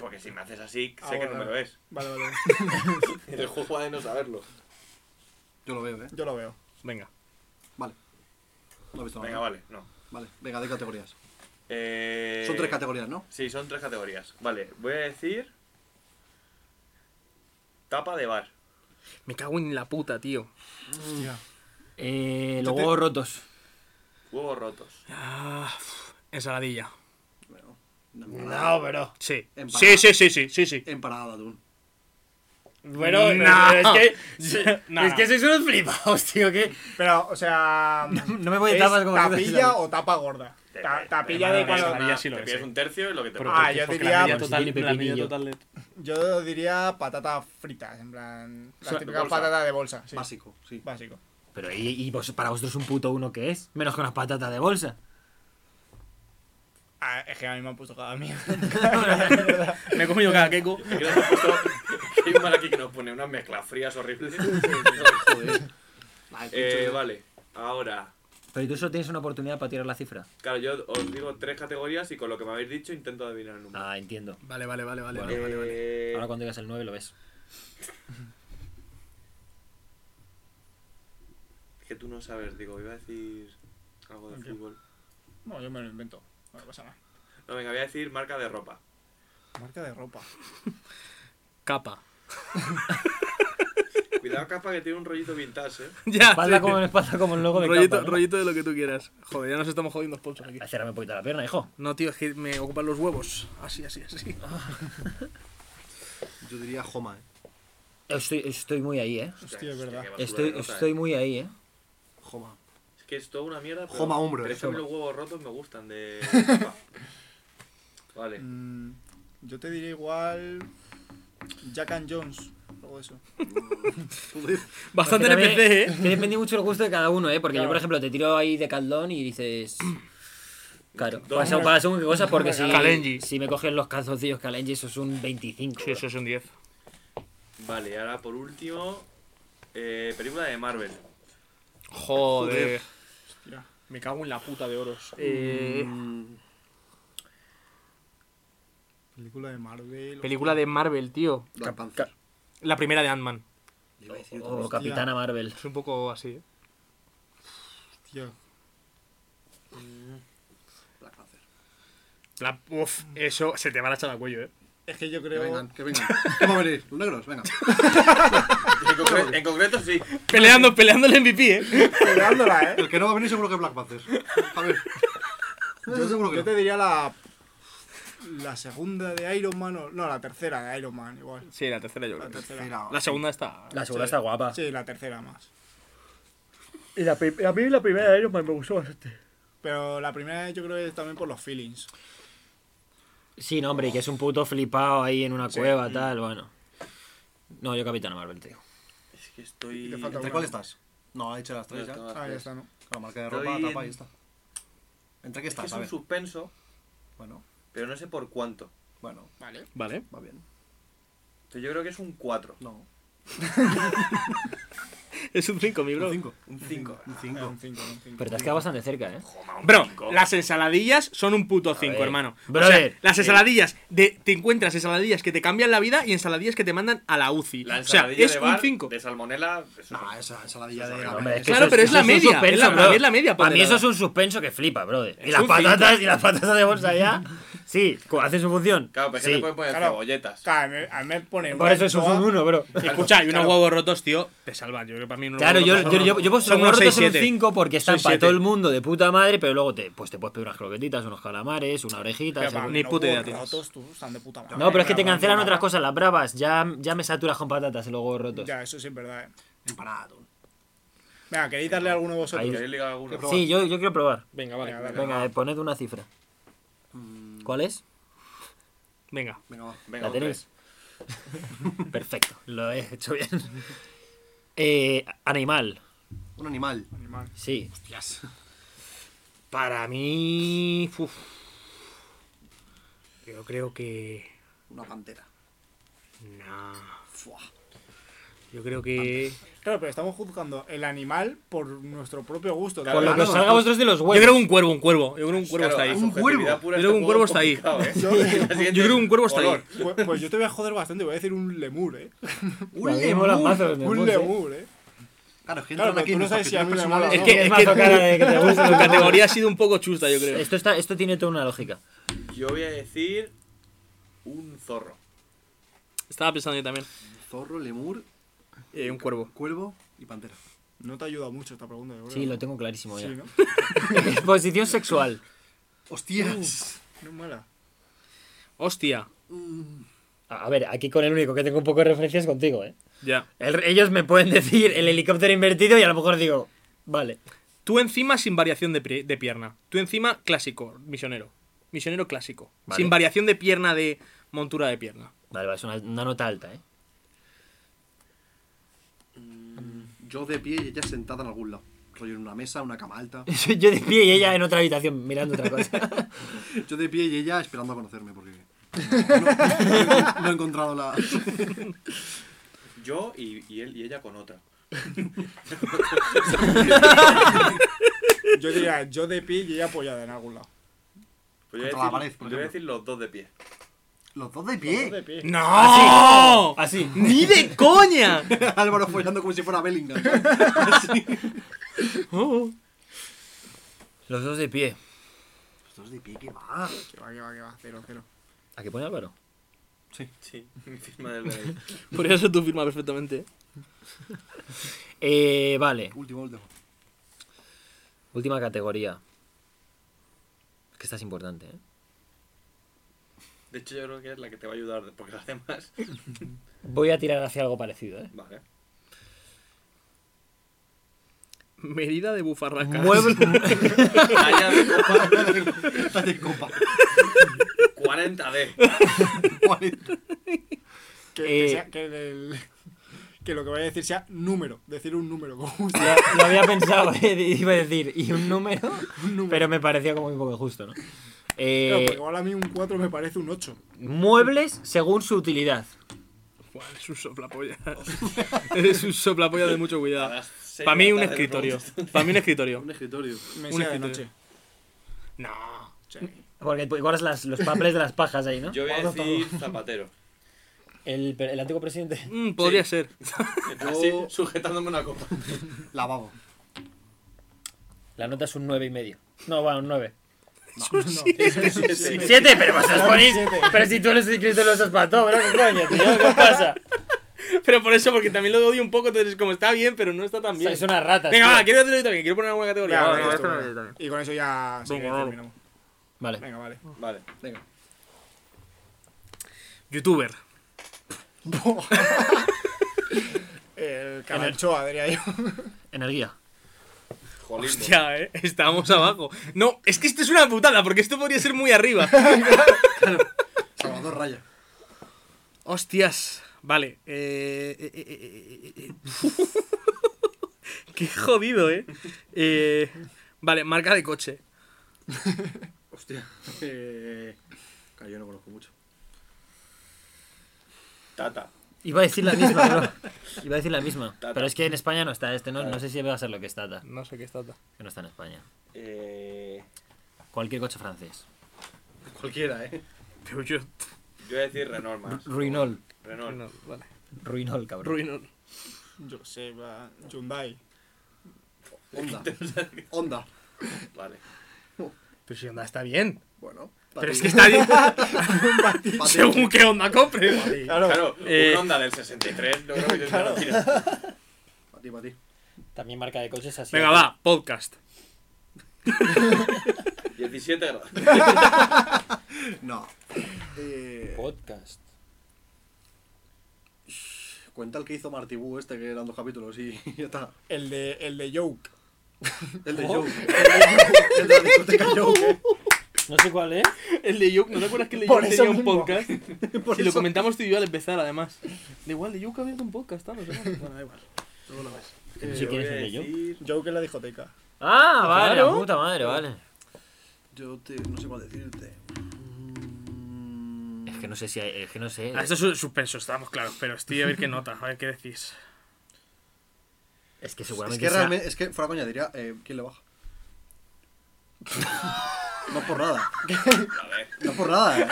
S4: Porque si me haces así,
S2: Ah,
S4: sé que
S2: bueno,
S4: no me lo
S2: vale.
S4: ves.
S2: Vale, vale.
S4: El juego ha de no saberlo.
S1: Yo lo veo, eh.
S2: Yo lo veo.
S5: Venga.
S1: Vale. No he visto nada.
S4: Venga, vale, no.
S1: Vale, venga, de categorías.
S4: Eh,
S1: Son tres categorías, ¿no?
S4: Sí, son tres categorías. Vale, voy a decir. Tapa de bar.
S5: Me cago en la puta, tío.
S3: Eh, los huevos rotos.
S4: Huevos rotos.
S5: Ah, ensaladilla.
S1: No, pero.
S5: Sí.
S1: Empanada.
S5: Sí, sí, sí, sí, sí, sí.
S1: Empanada de atún.
S5: Bueno,
S3: No.
S5: es que...
S3: Es que sois unos flipados, tío, que.
S2: Pero, o sea.
S3: No me voy de
S2: ¿es
S3: tapas como tú dices.
S2: tapilla o tapa gorda? Ta-
S4: Te-
S2: tapilla
S4: te-
S2: de
S4: te-
S5: cuando-
S4: te-
S5: María sí lo
S4: te
S5: es,
S4: pides
S5: eh.
S4: un tercio y lo que te
S2: Ah, yo diría,
S5: La media
S3: pues,
S5: total,
S3: sí,
S5: la media
S3: pepinillo.
S5: total de-
S2: Yo diría patatas fritas, en plan. Las
S4: sea,
S2: típicas
S4: de bolsa.
S2: patatas de bolsa. Sí.
S1: Básico, sí.
S2: Básico.
S3: Pero ¿y, y vos, para vosotros un puto uno que es? Menos con las patatas de bolsa.
S2: Ah, es que a mí me han puesto cada mía.
S5: Me he comido cada queco.
S4: Creo que justo- que hay un mal aquí que nos pone unas mezclas frías horribles.
S1: Vale,
S4: Eh,
S1: dicho-
S4: vale, ahora.
S3: Pero tú solo tienes una oportunidad para tirar la cifra.
S4: Claro, yo os digo tres categorías y con lo que me habéis dicho intento adivinar el número.
S3: Ah, entiendo.
S5: Vale, vale, vale, vale. vale.
S4: Eh,
S3: Ahora cuando digas el 9 lo ves.
S4: que tú no sabes, digo, iba a decir algo de
S2: Ok.
S4: fútbol.
S2: No, yo me lo invento. No pasa nada.
S4: No, venga, voy a decir marca de ropa.
S2: Marca de ropa.
S5: Capa.
S4: Cuidado, capa, que tiene un rollito vintage, ¿eh?
S5: Ya.
S3: Espalda
S5: sí.
S3: como, espalda como el logo de
S5: rollito,
S3: capa, ¿no?
S5: rollito de lo que tú quieras. Joder, ya nos estamos jodiendo sponsors aquí.
S3: Acérame un poquito la pierna, hijo.
S5: No, tío, es que me ocupan los huevos. Así, así, así.
S1: Yo diría Joma, ¿eh?
S3: Estoy, estoy muy ahí, ¿eh?
S2: Hostia, es verdad.
S4: qué basura
S3: Estoy,
S4: de nota, ¿eh?
S3: estoy muy ahí, ¿eh?
S1: Joma.
S4: Es que es toda una mierda. Pero,
S1: Joma hombro,
S4: pero
S1: eh,
S4: es que a mí
S1: joma.
S4: los huevos rotos me gustan de. de capa. vale.
S2: Mm, yo te diría igual. Jack and Jones. Algo de eso.
S1: Joder.
S5: Bastante
S3: Es que
S5: NPC,
S3: también-
S5: ¿eh?
S3: Que depende mucho el gusto de cada uno, ¿eh? Porque yo,
S2: Claro.
S3: por ejemplo, te tiro ahí de caldón y dices... Claro,
S4: Dos
S3: para, según-
S2: hombres.
S3: para según qué cosas, porque si,
S5: Kalenji.
S3: si me cogen los calzoncillos Kalenji, eso es un 25.
S5: Sí, eso es un 10.
S4: Vale, y ahora por último. eh, película de Marvel.
S5: Joder.
S2: Hostia.
S5: Me cago en la puta de oros. Eh,
S1: Mm,
S2: Película de Marvel.
S5: película de Marvel, tío.
S1: Black Panther.
S5: La primera de Ant-Man.
S1: Le iba a decir
S3: O
S1: otra
S3: Capitana Marvel.
S5: Es un poco así, ¿eh?
S2: Hostia.
S1: cosa. Black Panther.
S5: La, uf, eso se te va a echar al cuello, ¿eh?
S2: Es que yo
S1: Que
S2: creo.
S1: vengan, que vengan. ¿Qué va a venir? ¿Los negros? Venga.
S4: En, concre- en concreto, sí.
S5: Peleando, peleando el MVP, ¿eh?
S2: Pegándola, ¿eh?
S1: El que no va a venir seguro que es Black Panther. A ver. Yo seguro que
S2: Yo
S1: no.
S2: te diría la. La segunda de Iron Man o. No, la tercera de Iron Man, igual.
S5: Sí, la tercera yo
S2: La
S5: creo.
S2: tercera.
S5: La segunda está.
S3: La segunda está guapa.
S2: Sí, la tercera más.
S3: Y la, a mí la primera de Iron Man me gustó bastante.
S2: Pero la primera yo creo que es también por los feelings.
S3: Sí, no, hombre, y que es un puto flipado ahí en una cueva, tal, bueno. No, yo Capitana Marvel, tío.
S4: Es que estoy.
S2: te falta
S4: No,
S1: ¿Entre cuál estás? No, he hecho las tres ya.
S4: tengo las
S2: Ah, ya
S4: tres.
S2: está, ¿no?
S1: La marca de
S4: Estoy
S1: ropa,
S4: en-
S1: tapa y ya está. ¿Entre qué
S4: Es que
S1: estás?
S4: es
S1: A
S4: un
S1: ver.
S4: suspenso,
S1: Bueno,
S4: pero no sé por cuánto.
S1: bueno,
S2: Vale.
S5: Vale.
S1: va bien.
S4: Entonces, yo creo que es un 4.
S1: No.
S5: Es un 5, mi bro.
S1: Un 5.
S4: Un 5.
S1: Un
S2: Era
S1: 5.
S2: un 5, un 5.
S3: Pero te has quedado bastante cerca, ¿eh?
S5: Bro, las ensaladillas son un puto 5,
S3: ver,
S5: hermano.
S3: brother.
S5: O sea, las ensaladillas, de, te encuentras ensaladillas que te cambian la vida y ensaladillas que te mandan a la UCI.
S4: La
S5: o sea,
S4: ensaladilla
S5: es
S4: de
S5: un Ah,
S4: bar,
S5: 5.
S4: De salmonela. eso
S2: Ah,
S1: Nah,
S4: es-
S1: Ah, esa ensaladilla de.
S3: No, hombre,
S1: la-
S3: que
S5: Claro,
S3: eso
S5: pero es la
S3: eso un
S5: media,
S3: suspenso,
S5: es la-
S3: bro.
S5: para mí es la media
S3: Para mí eso
S5: ponderada.
S3: es un suspenso que flipa, brother. Y
S5: Es
S3: las
S5: un cinco.
S3: patatas, y las patatas de bolsa ya. Sí, co- hacen su función.
S4: Claro, pero es que
S3: Sí.
S4: te pueden poner
S2: Claro.
S4: cebolletas.
S2: Claro, a mí- a mí me pone.
S3: Por eso es un uno, bro.
S5: Escucha, y unos huevos rotos, tío, te salvan. Yo creo que para mí unos
S3: Claro, yo,
S5: huevos
S3: yo,
S5: rotos
S3: yo, yo, puedo
S5: son
S3: ser un
S5: unos
S3: roto
S5: 6,
S3: ser un
S5: 7.
S3: 5 porque están
S5: Soy
S3: para
S5: siete.
S3: todo el mundo de puta madre, pero luego te, pues te puedes pedir unas croquetitas, unos calamares, una orejita. según-
S5: Ni puta idea tienes.
S2: Rotos, tú, están de puta madre.
S3: No, pero es que te
S2: Claro,
S3: cancelan
S2: claro.
S3: otras cosas, las bravas. Ya, ya me saturas con patatas y luego rotos.
S2: Ya, eso sí es verdad. eh.
S1: Empanada, tú.
S2: Venga, ¿queréis darle a alguno de vosotros?
S3: Ahí-
S4: ¿Queréis ligar alguno?
S3: Sí, yo, yo quiero probar.
S5: Venga, vale.
S2: Venga, dale.
S3: Venga, eh, poned una cifra. ¿Cuál es?
S5: Venga.
S1: Venga, va.
S4: Venga,
S3: ¿La
S4: un
S3: tenéis? Perfecto, lo he hecho bien. Eh, animal,
S1: Un animal.
S2: Animal.
S3: sí.
S5: Para mí. uf. Yo creo que.
S1: Una pantera.
S5: No.
S1: Fua.
S5: Yo creo que.
S2: Claro, pero estamos juzgando el animal por nuestro propio gusto.
S4: Claro,
S3: Por lo que os salga a vosotros de los
S5: Yo creo
S3: huevos.
S5: que un cuervo, un cuervo. Yo creo que un cuervo
S4: Claro, la
S5: está ahí.
S1: un
S4: subjetividad
S1: cuervo.
S4: pura
S5: Yo creo
S4: este
S5: que un
S4: juego
S5: cuervo está ahí.
S4: es complicado, ¿eh? La siguiente
S5: Yo creo que un cuervo está
S4: olor.
S5: ahí.
S2: Pues, pues yo te voy a joder bastante, voy a decir un lemur, eh.
S1: Un
S3: A mí me molan más
S2: Un
S3: los lemurs, eh.
S2: lemur, eh.
S1: Claro, es que
S2: Claro,
S1: entran
S2: pero
S1: aquí
S2: tú no
S1: nuestras
S2: sabes si a mí me
S1: opiniones
S2: mola o
S1: personales.
S5: Es
S2: no.
S5: que,
S3: Tienes
S5: es
S3: más
S5: que
S3: cara de que te guste
S5: tu
S3: lo que-
S5: categoría ha sido un poco chusta, yo creo.
S3: Esto, está, esto tiene toda una lógica.
S4: Yo voy a decir un zorro.
S5: Estaba pensando yo también.
S1: Zorro, lemur,
S5: Eh, un cuervo.
S1: cuervo y pantera.
S2: No te ayuda mucho esta pregunta, yo creo.
S3: Sí, lo tengo clarísimo ya.
S2: Sí, ¿no?
S3: Posición sexual.
S1: ¡Hostias!
S2: No es mala.
S5: Hostia.
S3: A a ver, aquí con el único que tengo un poco de referencia es contigo, ¿eh?
S5: Ya.
S3: El- ellos me pueden decir el helicóptero invertido y a lo mejor digo, vale.
S5: Tú encima sin variación de, pri- de pierna. Tú encima clásico, misionero. Misionero clásico.
S3: Vale.
S5: Sin variación de pierna de montura de pierna.
S3: Vale, vale, es una, una nota alta, ¿eh?
S1: Yo de pie y ella sentada en algún lado. Rollo en una mesa, una cama alta.
S3: Yo de pie y ella en otra habitación mirando otra cosa.
S1: Yo de pie y ella esperando a conocerme porque. No, no- no he encontrado la.
S4: Yo y, y él y ella con otra.
S2: Yo diría, yo de pie y ella apoyada en algún lado.
S4: Pues yo voy a
S1: Contra la
S4: decir-
S1: pared, por
S4: yo voy a
S1: ejemplo.
S4: decir los dos de pie.
S1: Los dos de
S2: Yo de
S1: pie.
S2: pie.
S5: ¡No!
S3: Así.
S5: ¡Oh! ¡Ni de coña!
S1: Álvaro follando como si fuera Bellingham.
S3: Los dos de pie.
S1: Los dos de pie, ¿qué va?
S2: Que va, que va, que va. Cero, cero.
S3: ¿A qué pone Álvaro?
S4: Sí, mi firma del bebé.
S5: Podría ser tu firma perfectamente.
S3: Eh, vale,
S1: Último, último.
S3: última categoría. Es que esta es importante, ¿eh?
S4: De hecho, yo creo que es la que te va a ayudar, porque las demás.
S3: Voy a tirar hacia algo parecido, ¿eh?
S4: Vale.
S5: Merida de bufarraca.
S3: Mueble-
S4: Talla de copa
S1: Dale copa.
S4: 40D.
S2: Que, que
S3: Eh.
S2: sea- que el- que lo que vaya a decir sea número. Decir un número. como usted.
S3: lo, lo había pensado, ¿eh? iba a decir, y un número, pero me parecía como un poco injusto, ¿no? Eh,
S2: Claro, porque igual a mí un 4 me parece un 8.
S3: muebles según su utilidad.
S5: Buah, eres un soplapolla. eres un soplapolla de mucho cuidado.
S4: Las seis
S5: Para mí
S4: de
S5: un
S4: la tarde,
S5: escritorio.
S4: ¿no?
S5: Para mí un escritorio.
S1: Un escritorio.
S2: Me
S5: Un
S2: sea de
S3: eh.
S5: escritorio.
S2: noche.
S5: No.
S3: Porque tú guardas las- los papeles de las pajas ahí, ¿no?
S4: Yo voy a decir zapatero.
S3: El, el antiguo presidente.
S5: Mm, podría ser.
S4: Así, sujetándome una copa.
S1: Lavabo.
S3: La nota es un 9 y medio. No, bueno, un 9.
S4: Sí.
S3: 7, pero vosotros ponéis. Pero si tú eres el Cristo los espantó, ¿verdad? ¿Qué coño, tío? ¿Qué pasa?
S5: Pero por eso, porque también lo odio un poco, entonces como está bien, pero no está tan bien.
S3: Sois unas ratas.
S5: Venga,
S3: tío.
S5: va, quiero hacerlo yo también, quiero poner alguna categoría.
S2: Venga,
S5: Va,
S2: venga,
S5: va,
S2: esto,
S5: va.
S2: venga. Y con eso ya sí,
S5: Venga,
S2: que
S5: vale.
S2: terminamos.
S3: Vale.
S2: Venga, vale.
S4: Vale.
S1: Venga.
S5: Youtuber.
S2: El Canachoa, diría yo.
S3: Energía.
S4: Jolín.
S5: Hostia, eh. Estamos abajo. No, es que esto es una putada, porque esto podría ser muy arriba.
S1: Salvador Raya.
S5: Hostias. Vale. eh, eh, eh, eh, eh, eh. Qué jodido, eh. Eh, Vale, marca de coche.
S1: Hostia. Eh, claro, yo no conozco mucho.
S4: Tata.
S3: Iba a decir la misma, bro. Iba a decir la misma.
S4: Tata.
S3: Pero es que en España no está este, no, no sé si va a ser lo que es Tata.
S5: No sé qué está.
S3: Que no está en España.
S4: Eh,
S3: Cualquier coche francés.
S1: Cualquiera, ¿eh?
S5: Pero yo.
S4: yo voy a decir Renault más.
S3: Ruinol.
S4: Renault.
S5: No, vale.
S3: Ruinol, cabrón.
S5: Ruinol.
S2: Yo qué sé, va. Hyundai.
S1: Onda. Onda.
S4: Vale.
S5: Pero si onda está bien.
S1: Bueno.
S5: Pero es que está bien.
S1: Pati-
S5: Según qué onda compre.
S2: Claro.
S4: Claro,
S5: Eh,
S4: un Honda del 63, no creo que yo te lo tire.
S1: Pati, pati.
S3: También marca de coches así.
S5: Venga, va, podcast.
S4: 17 grados.
S1: No. Eh,
S3: Podcast.
S1: cuenta el que hizo Martí Bú este, que eran dos capítulos y ya está.
S2: El de, el de Joke.
S1: El de Joe. El de la discoteca Joe.
S3: No sé cuál ¿eh? es.
S5: El de Yuk, ¿no te acuerdas que el de
S2: Por
S5: Yuk
S2: eso
S5: tenía un
S2: mismo.
S5: podcast? Si lo comentamos tú y yo al empezar, además. De igual, de Yuk había hecho un podcast, ¿no? No sé. Bueno, da igual.
S3: No sé
S4: Yo
S3: quién
S4: voy
S3: es
S4: a
S3: el de yo.
S4: decir-
S2: Joke en la discoteca.
S3: Ah, vale,
S5: Claro.
S3: la puta madre, vale.
S1: Yo te, no sé cuál decirte. Mm,
S3: Es que no sé si hay, es que no sé.
S5: Ah, esto es un suspenso, estamos claros, pero estoy a ver qué nota, a ver qué decís.
S3: Es que
S1: Es
S3: seguramente
S1: que
S3: sea-
S1: realmente, es que fuera coña diría, eh, ¿quién le baja? No por nada.
S4: A ver.
S1: No por nada. eh.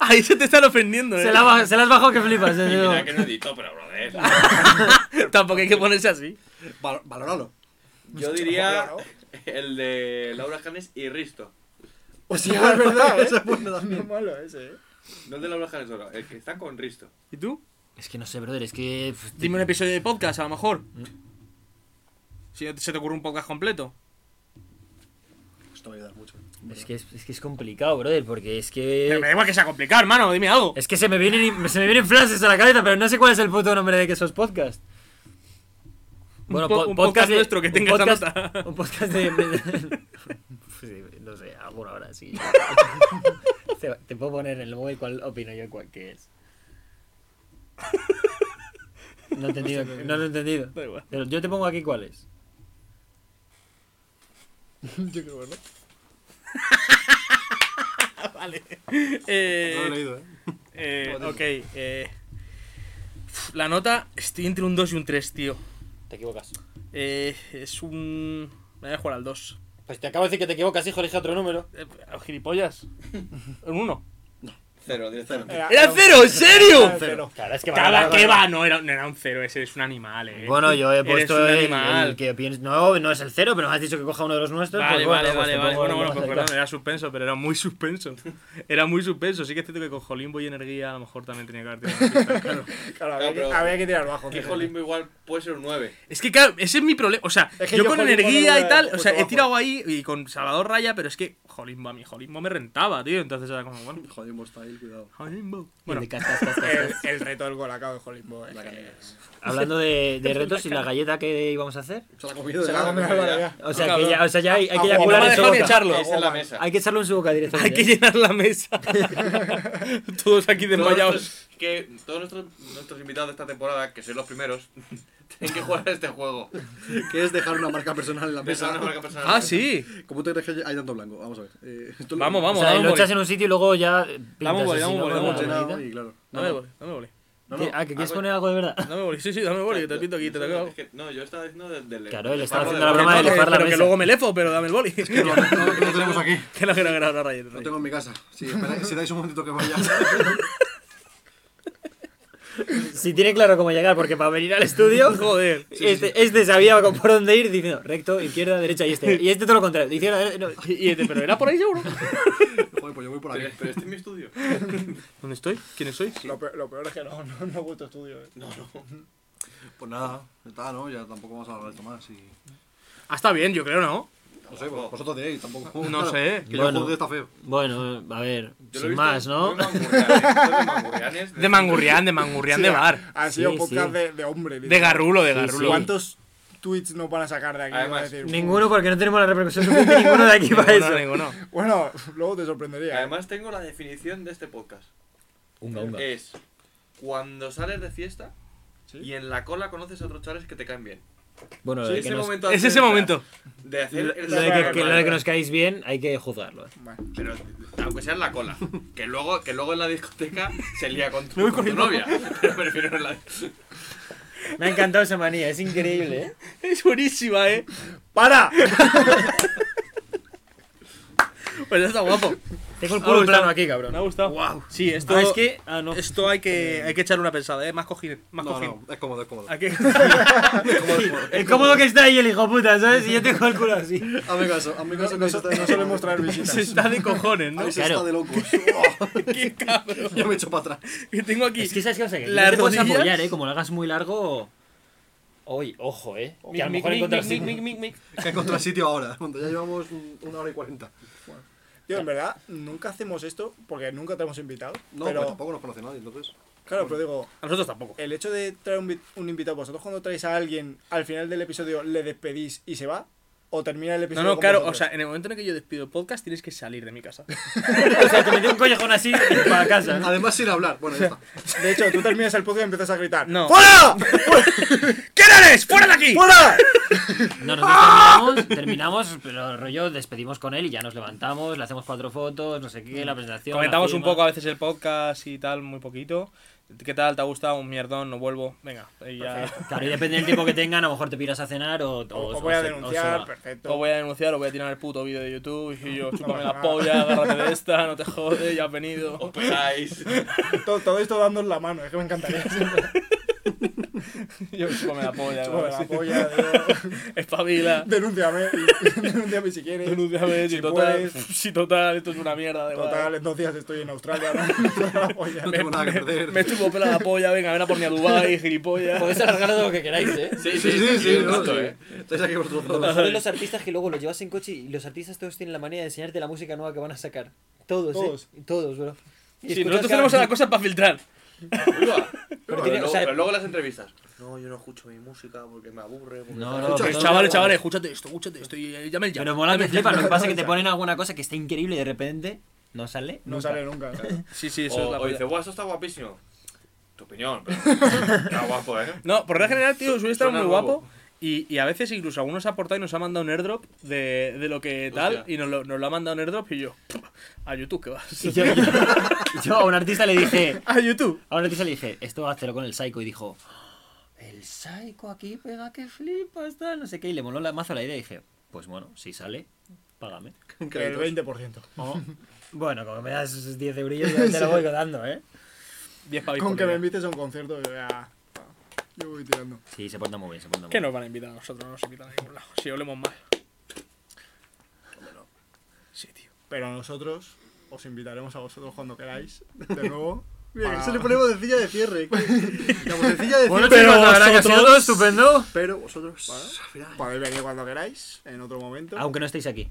S5: Ahí se te están ofendiendo, ¿eh?
S3: Se, la ba- se las bajó que flipas, eh,
S4: Y
S3: digo.
S4: mira que no edito, pero brother.
S5: Tampoco hay que ponerse así.
S1: Val- valóralo.
S4: Yo diría el de Laura Janes y Risto.
S1: O
S2: es verdad, ¿eh?
S1: Eso es bueno
S2: No
S1: también.
S2: es malo ese, eh.
S4: No el de Laura Janes, no, el que está con Risto.
S5: ¿Y tú?
S3: Es que no sé, brother, es que. pff,
S5: Dime un episodio de podcast, a lo mejor. Si no te- se te ocurre un podcast completo.
S1: Esto va a ayudar mucho.
S3: Es que es, es que es complicado, brother, porque es
S5: Pero me da
S3: que.
S5: igual que sea complicado, hermano, dime algo.
S3: Es que se me vienen se me vienen frases a la cabeza, pero no sé cuál es el puto nombre de que esos podcast.
S5: po-
S3: po-
S5: un podcast
S3: de-
S5: nuestro que
S3: un
S5: tenga esa
S3: podcast-
S5: nota.
S3: Un podcast de. Sí, no sé, alguna hora sí. te, te puedo poner en el móvil cuál opino yo cuál que es. No he entendido, no lo he entendido.
S5: Da igual.
S3: Pero yo te pongo aquí cuál es.
S2: Yo creo, ¿verdad?
S5: Vale.
S1: No lo he
S5: Eh,
S1: leído, ¿eh?
S5: eh, ok. eh, la nota, estoy entre un 2 y un 3, tío.
S3: Te equivocas.
S5: Eh, es un... Me voy a jugar al Eh, 2.
S3: Pues te acabo de decir que te equivocas, hijo, elige otro número.
S5: Eh, ¿Gilipollas? ¿Un 1?
S4: Cero, directamente.
S5: ¡Era cero! ¿En serio?
S2: Era cero.
S3: Claro, es que van a
S5: Cada
S3: hablar-
S5: que va, no era, no era un cero, ese es un animal, eh.
S3: Bueno, yo he
S5: Eres
S3: puesto
S5: un
S3: el,
S5: animal.
S3: el que pienso. No, no es el cero, pero me has dicho que coja uno de los nuestros.
S5: Vale,
S3: pues bueno,
S5: vale,
S3: pues
S5: vale,
S3: te
S5: vale.
S3: pongo
S5: Bueno,
S3: uno
S5: bueno,
S3: más
S5: pues
S3: cerca.
S5: perdón, era suspenso, pero era muy suspenso. Era muy suspenso. Sí que es cierto que con Jolimbo y Energía a lo mejor también tenía que haber tirado una pista.
S2: Claro, había,
S4: pero-
S2: que, había que tirar bajo.
S4: Que
S2: fíjate.
S4: Jolimbo igual puede ser un 9.
S5: Es que claro, ese es mi problema. O sea,
S2: Es que
S5: yo,
S2: yo
S5: con
S2: Jolimbo no
S5: energía
S2: lo
S5: y tal,
S2: he
S5: o sea, he
S2: puesto
S5: tirado ahí y con Salvador Raya, pero es que Jolimbo a mí, Jolimbo me rentaba, tío. Entonces era como, bueno,
S1: Joder, Mostain, cuidado.
S5: Jolimbo.
S3: El
S5: Bueno,
S3: de cas, cas, cas, cas,
S2: El,
S3: cas.
S2: el reto del golacao de Jolimbo. eh.
S3: Hablando de, de retos y la galleta que íbamos a hacer.
S1: Se la ha comido
S2: Se
S1: de
S2: la come
S1: lado.
S2: Álvaro ya.
S3: O sea, que
S5: Cabrón.
S3: ya, o sea, ya hay, hay que
S2: Ah,
S5: no me
S3: eyacular
S5: ha
S3: en su
S5: dejado ni
S3: boca.
S5: echarlo.
S4: Esa es la mesa.
S3: Hay que echarlo en su boca directamente. ¿eh?
S5: Hay que llenar la mesa. Todos aquí
S4: Todos
S5: desmayados.
S4: nuestros- que todos nuestros, nuestros invitados de esta temporada, que sois los primeros, tienen que jugar a este juego.
S1: Que es dejar una marca personal en la
S4: Pensar una
S1: mesa.
S4: marca personal.
S5: Ah, sí.
S1: ¿Cómo te crees que hay tanto blanco? Vamos a ver. Eh, esto lo-
S5: Vamos,
S3: O
S5: vamos,
S3: sea,
S5: dame
S3: lo
S5: un
S3: echas
S5: boli.
S3: en un sitio y luego ya eh, pintas
S5: Dame un boli,
S3: así,
S5: dame un
S3: ¿no? Con la
S5: boli, dame un boli.
S1: Llenado
S3: manita.
S1: y claro.
S5: Dame boli, dame boli.
S1: No, no.
S3: Ah, que quieres
S4: Ah,
S3: poner algo de verdad.
S5: Dame boli. Sí, sí, dame boli, que te pinto aquí, te lo
S4: Es que- no, yo estaba diciendo del. del-
S3: Claro, él
S4: del
S3: estaba
S4: barro
S3: haciendo la broma de
S5: Pero que-
S3: elevar la
S5: pero que
S3: mesa.
S5: luego me lefo, pero dame el boli.
S1: No, no, no, no tenemos aquí.
S5: Que no quiero grabar la raya.
S1: Lo tengo en mi casa. Si, esperáis- si dais un momentito que vaya.
S3: Si tiene claro cómo llegar, porque para venir al estudio.
S5: Joder.
S3: este, este sabía con- por dónde ir diciendo recto, izquierda, derecha y este. Y este todo lo contrario. de izquierda, dere- no.
S5: Y, y- pero era por ahí seguro.
S1: Joder, pues yo voy por
S4: Pero,
S1: aquí.
S4: pero este es mi estudio.
S5: ¿Dónde estoy? ¿Quiénes sois?
S2: Lo peor, lo peor es que no, no, no gusta estudio. eh.
S1: Pues nada, ya está, ¿no? Ya tampoco vamos a hablar de esto más. Y...
S5: Ah, está bien, yo creo, ¿no?
S1: No sé, vos- vosotros diréis, tampoco.
S5: No sé.
S1: Que
S3: Bueno.
S1: yo juego está feo.
S3: Bueno, a ver,
S4: Yo lo he
S3: sin
S4: visto
S3: más, ¿no?
S4: muy mangurrianes, son de mangurrianes.
S5: De mangurrián, de mangurrián de bar.
S2: Ha sido
S3: Sí,
S2: podcast
S3: sí.
S2: De, de hombre.
S5: De garrulo, de
S3: Sí,
S5: garrulo.
S3: sí.
S2: ¿Cuántos tweets no van a sacar de aquí?
S4: Además,
S2: Van a decir,
S3: Ninguno, porque no tenemos la repercusión suficiente ninguno de aquí para
S5: Ninguno,
S3: eso.
S5: ninguno.
S2: Bueno, luego te sorprendería. ¿eh?".
S4: Además, tengo la definición de este podcast. Es cuando sales de fiesta y en la cola conoces a otros chavales que te caen bien.
S3: Bueno, lo de que nos-
S4: momento
S5: Es
S4: hacer
S5: ese
S4: esta-
S5: momento.
S4: De hacer
S3: lo-
S4: esta
S3: lo de que-
S4: broma.
S3: que lo de que nos caéis bien hay que juzgarlo. eh.
S2: Bueno,
S4: Pero aunque sea en la cola. Que luego, que luego en la discoteca se lía con tu, con tu novia. Pero prefiero en la.
S3: Me ha encantado esa manía, es increíble, ¿eh?
S5: Es buenísima, eh.
S2: ¡Para!
S5: Pues ya está guapo.
S3: Tengo el
S5: Me ha
S3: culo
S5: gustado.
S3: plano aquí, cabrón.
S5: Me ha gustado. Sí, esto.
S3: Ah, es que. Ah, no.
S5: Esto hay que, hay que echar una pensada, eh. Más cojín. Más
S1: No,
S5: cojín.
S1: no, es cómodo, es cómodo.
S5: Hay que-
S3: Es cómodo que está ahí el hijo puta, ¿sabes? Y yo tengo el culo así.
S1: Hazme caso, hazme caso. que
S2: Nosotros no solemos traer visitas.
S5: Se está de cojones,
S1: A
S5: ¿no?
S1: mí se
S3: Claro.
S1: está de locos.
S5: Qué cabrón.
S1: Yo me echo para atrás.
S5: Que tengo aquí.
S3: Es que sabes qué pasa, que
S5: Las
S3: no te puedes
S5: rodillas-
S3: apoyar, ¿eh? Como lo hagas muy largo... Oye, ojo, ¿eh? Que a lo
S5: Mic,
S3: mejor
S5: mic,
S3: encuentras...
S5: mic, mic,
S3: un-
S5: mic, mic, mic.
S1: Que encontrar sitio ahora. Cuando ya llevamos un- una hora y cuarenta.
S2: Tío, en verdad, nunca hacemos esto porque nunca te hemos invitado.
S1: No,
S2: pero,
S1: pues tampoco nos conoce nadie, entonces.
S2: Claro, pero digo,
S5: A nosotros tampoco.
S2: el hecho de traer un, vi- un invitado, vosotros cuando traéis a alguien, al final del episodio le despedís y se va, o termina el
S5: No,
S2: episodio.
S5: no,
S2: con
S5: claro, o
S2: vosotros?
S5: sea, en el momento en el que yo despido el podcast tienes que salir de mi casa.
S3: O sea, te metí un collejón así para casa. ¿no?
S1: Además, sin hablar. Bueno, ya está.
S2: De hecho, tú terminas el podcast y empiezas a gritar.
S5: No.
S2: ¡Fuera!
S5: ¿Quién eres? ¡Fuera de aquí!
S2: ¡Fuera!
S3: No, nosotros terminamos, terminamos, pero rollo, despedimos con él y ya nos levantamos, le hacemos cuatro fotos, no sé qué, la presentación...
S5: Comentamos
S3: la
S5: un
S3: firma.
S5: poco a veces el podcast y tal, muy poquito. ¿Qué tal? ¿Te ha gustado? Un mierdón, no vuelvo. Venga, y ya.
S3: Claro, y depende del tiempo que tengan, a lo mejor te piras a cenar o...
S2: O, o voy a
S3: se- o se
S2: denunciar,
S3: va.
S5: Lo
S2: perfecto.
S5: voy a denunciar, lo voy a tirar el puto vídeo de YouTube. Y yo, chúpame la
S2: nada.
S5: polla, agárrate de esta, no te jodes, ya has venido.
S4: Os pegáis.
S2: Todo, todo esto dándos la mano, es que me encantaría.
S5: Yo, chúpame la polla,
S2: Chúpame la
S5: sí.
S2: polla, digo,
S5: espabila.
S2: Denúnciame, denúnciame si quieres.
S5: Denúnciame, si,
S2: Si
S5: total,
S2: puedes.
S5: si total, esto es una mierda. De
S2: Total, en dos días estoy en Australia. ¿no? La polla.
S1: No tengo nada que perder.
S5: Me estuvo pela la polla, venga, ven a por mi a Dubai, gilipollas.
S3: Podéis alargar todo lo que queráis, ¿eh?
S4: Sí,
S1: Sí, sí, sí.
S4: un
S1: no,
S4: rato,
S1: sí.
S4: eh.
S1: Estáis aquí vosotros
S3: Lo
S1: dos.
S3: mejor de los artistas que luego los llevas en coche y los artistas todos tienen la manía de enseñarte la música nueva que van a sacar. Todos,
S2: Todos.
S3: ¿eh? Todos, bro. Y
S5: Sí,
S3: escuchas
S5: nosotros
S3: cada-
S5: tenemos a la cosa para filtrar.
S4: Uva. Pero,
S3: tiene-
S4: luego,
S3: o sea-
S4: pero luego las entrevistas. No, yo no escucho mi música porque me aburre. porque
S3: No,
S4: tal".
S3: no,
S1: Escucha,
S5: Chavales, chavales, chavales, escúchate esto, escúchate esto. Y, y llame el ya.
S3: Pero mola que
S5: Llame el
S3: flipa,
S5: ya.
S3: lo que pasa es que te ponen alguna cosa que está increíble y de repente no sale.
S2: No
S3: nunca.
S2: sale nunca.
S5: Sí, sí, eso es
S4: O,
S5: la
S4: o dice,
S5: polla.
S4: guau, eso está guapísimo. Tu opinión, pero está guapo, ¿eh?
S5: No, por regla general, tío, suele estar
S4: Suena
S5: muy
S4: nuevo.
S5: guapo. Y, y a veces incluso algunos ha aportado y nos ha mandado un airdrop de, de lo que tal.
S4: Hostia.
S5: Y nos lo, nos lo ha mandado un airdrop y yo, "Pff, a YouTube que vas.
S3: Y yo, yo- yo a un artista le dije,
S5: A YouTube.
S3: a un artista le dije, esto hazlo con el psycho y dijo, el psycho aquí pega que flipas, tal, no sé qué. Y le moló la mazo la idea y dije, pues bueno, si sale, Págame.
S2: El
S1: Créditos.
S2: 20%.
S3: O- bueno, como me das 10 eurillos, ya te lo voy dando, ¿eh?
S5: 10 pavis
S2: Con
S5: por
S2: que me
S5: día.
S2: invites a un concierto, yo ya. ah, Yo voy tirando.
S3: Sí, se porta muy bien, se porta muy
S5: ¿Qué
S3: bien.
S5: nos van a invitar a nosotros? No nos invitan a ningún lado. Si olemos mal. Sí, tío.
S2: Pero nosotros os invitaremos a vosotros cuando queráis. De nuevo. Bien, eso le ponemos de silla de cierre. La vocecilla de
S3: Bueno,
S2: cierre.
S3: chicos, la verdad que ha sido todo estupendo.
S1: Pero vosotros. al final,
S2: Podéis venir cuando queráis, en otro momento.
S3: Aunque no estéis aquí.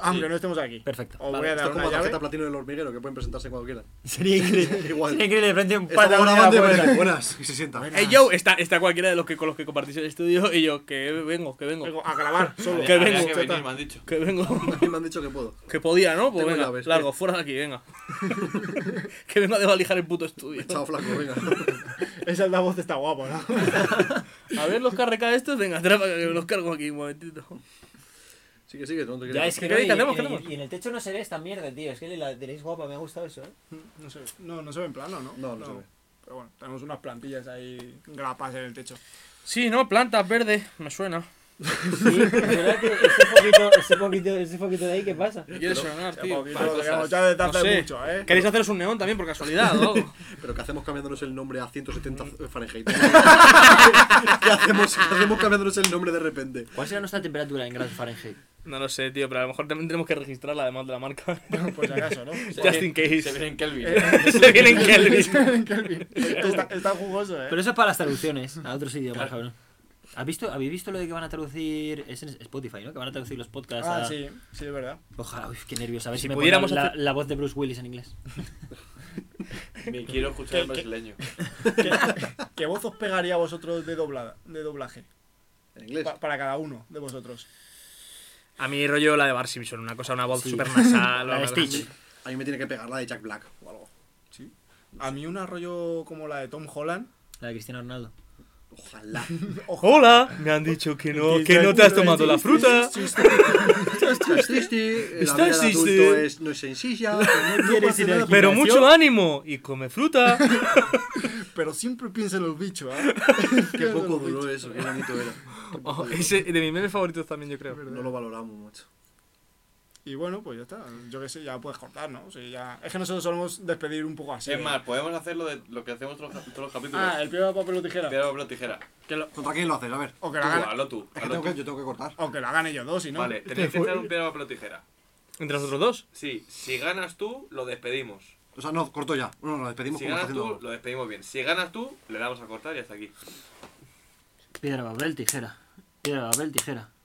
S2: Aunque no estemos aquí.
S3: Perfecto.
S2: Os voy
S3: Vale,
S2: a
S1: Esto
S2: dar
S1: es como
S2: una
S1: la tarjeta
S2: llave.
S1: platino del hormiguero, que pueden presentarse cuando quieran.
S3: Sería increíble.
S1: Igual.
S3: Sería increíble de frente un
S1: Estamos
S3: patadón en la
S1: grabando y
S3: puerta.
S1: ponen buenas y se sientan.
S5: Hey, yo, está, está cualquiera de los que con los que compartís el estudio y yo, que vengo, que vengo,
S2: Vengo a grabar solo.
S5: Que
S6: Habría
S5: vengo,
S6: que
S5: ya está.
S6: venir, me han dicho.
S5: que vengo,
S1: Me han dicho que puedo.
S5: que podía, ¿no? Pues
S1: Tengo
S5: venga,
S1: llaves,
S5: largo, fuera de aquí, venga. que vengo a desvalijar el puto estudio.
S1: Chao, flaco, venga.
S2: Ese altavoz está este guapo, ¿no?
S5: A ver los carreca estos, venga, atrapa que los cargo aquí un momentito.
S1: Sigue, sigue, no te
S3: Ya,
S1: quieres.
S3: es que
S5: ¿Qué
S3: no, y,
S5: queréis que hacemos?
S3: y-
S5: ¿Qué hacemos?
S3: y en el techo no se ve esta mierda, tío. Es que la tenéis guapa, me ha gustado eso, ¿eh?
S2: No se ve, no, no se ve en plano, ¿no?
S1: No, no se ve.
S2: Pero bueno, tenemos unas plantillas ahí grapas en el techo.
S5: Sí, no, plantas verdes, me suena.
S3: Sí, ese poquito, ese poquito, ese poquito de ahí, ¿qué pasa?
S5: Me quiere sonar, tío.
S2: Poquito, lo queremos echar de
S5: No
S2: tarde
S5: sé.
S2: mucho, ¿eh?
S5: ¿Queréis haceros un neón también por casualidad o algo?
S1: Pero ¿qué hacemos cambiándonos el nombre a 170 Fahrenheit? ¿Qué hacemos, ¿Qué hacemos cambiándonos el nombre de repente?
S3: ¿Cuál será nuestra temperatura en grados Fahrenheit?
S5: No lo sé, tío, pero a lo mejor también tenemos que registrarla además de la marca.
S2: Por si acaso, ¿no?
S5: Just in case. Eh,
S6: Se vienen Kelvin.
S5: Se vienen Kelvin.
S2: está, está jugoso, ¿eh?
S3: Pero eso es para las traducciones a otros idiomas, cabrón. ¿Has visto, ¿Habéis visto lo de que van a traducir? Es en Spotify, ¿no? Que van a traducir los podcasts.
S2: ah,
S3: a-
S2: sí, sí, es verdad.
S3: Ojalá, uy, qué nervios. A ver si,
S5: Si
S3: me
S5: pudiéramos
S3: pudiéramos la,
S5: hacer-
S3: la voz de Bruce Willis en inglés.
S4: eh.
S6: Me quiero escuchar el brasileño.
S2: ¿Qué, qué voz os pegaría a vosotros de, doblada, de doblaje?
S1: En inglés.
S2: Pa- para cada uno de vosotros.
S5: A mí rollo la de Bar Simpson, una cosa, una voz
S3: Sí.
S5: super nasal.
S3: La de
S5: una-
S3: Stitch.
S1: A mí me tiene que pegar la de Jack Black o algo.
S2: A mí un arroyo como la de Tom Holland.
S3: La de Cristiano Ronaldo.
S1: Ojalá.
S5: Hola, me han dicho que no, que no te has tomado la fruta.
S1: Estás triste, la
S5: Estás
S1: vida de adulto
S5: triste.
S1: es, no es sencilla, pero no
S2: quieres
S1: pasa
S2: ir
S1: nada.
S2: al
S5: Pero mucho ánimo y come fruta.
S2: Pero siempre piensa en los bichos, ¿eh?
S1: Qué poco duró eso, qué bonito era.
S5: Oh, ese de mis memes favoritos también, yo creo.
S1: No lo valoramos mucho.
S2: Y bueno, pues ya está. Yo qué sé, ya puedes cortar, ¿no? O sea, ya... Es que nosotros solemos despedir un poco así.
S4: Es
S2: ¿eh?
S4: más, podemos hacer lo, de, lo que hacemos todos los, todos los capítulos.
S2: Ah, el piedra, papel o tijera.
S4: Piedra, papel o tijera.
S1: ¿Contra quién lo haces? A ver.
S2: O que,
S4: Tú,
S2: lo hagan,
S4: hazlo tú.
S1: Ah, Es que
S4: hazlo
S1: tengo
S4: tú.
S1: que, yo tengo que cortar.
S2: o que lo hagan ellos dos, si no.
S4: Vale, tenéis que hacer un piedra, papel o tijera.
S5: Entre nosotros dos.
S4: Sí, si ganas tú, lo despedimos.
S1: O sea, no, corto ya. No, no, nos despedimos
S4: Si
S1: como está
S4: ganas
S1: haciendo.
S4: tú, lo despedimos bien. Si ganas tú, le damos a cortar y hasta aquí.
S3: Piedra, papel, tijera. Piedra, papel, tijera.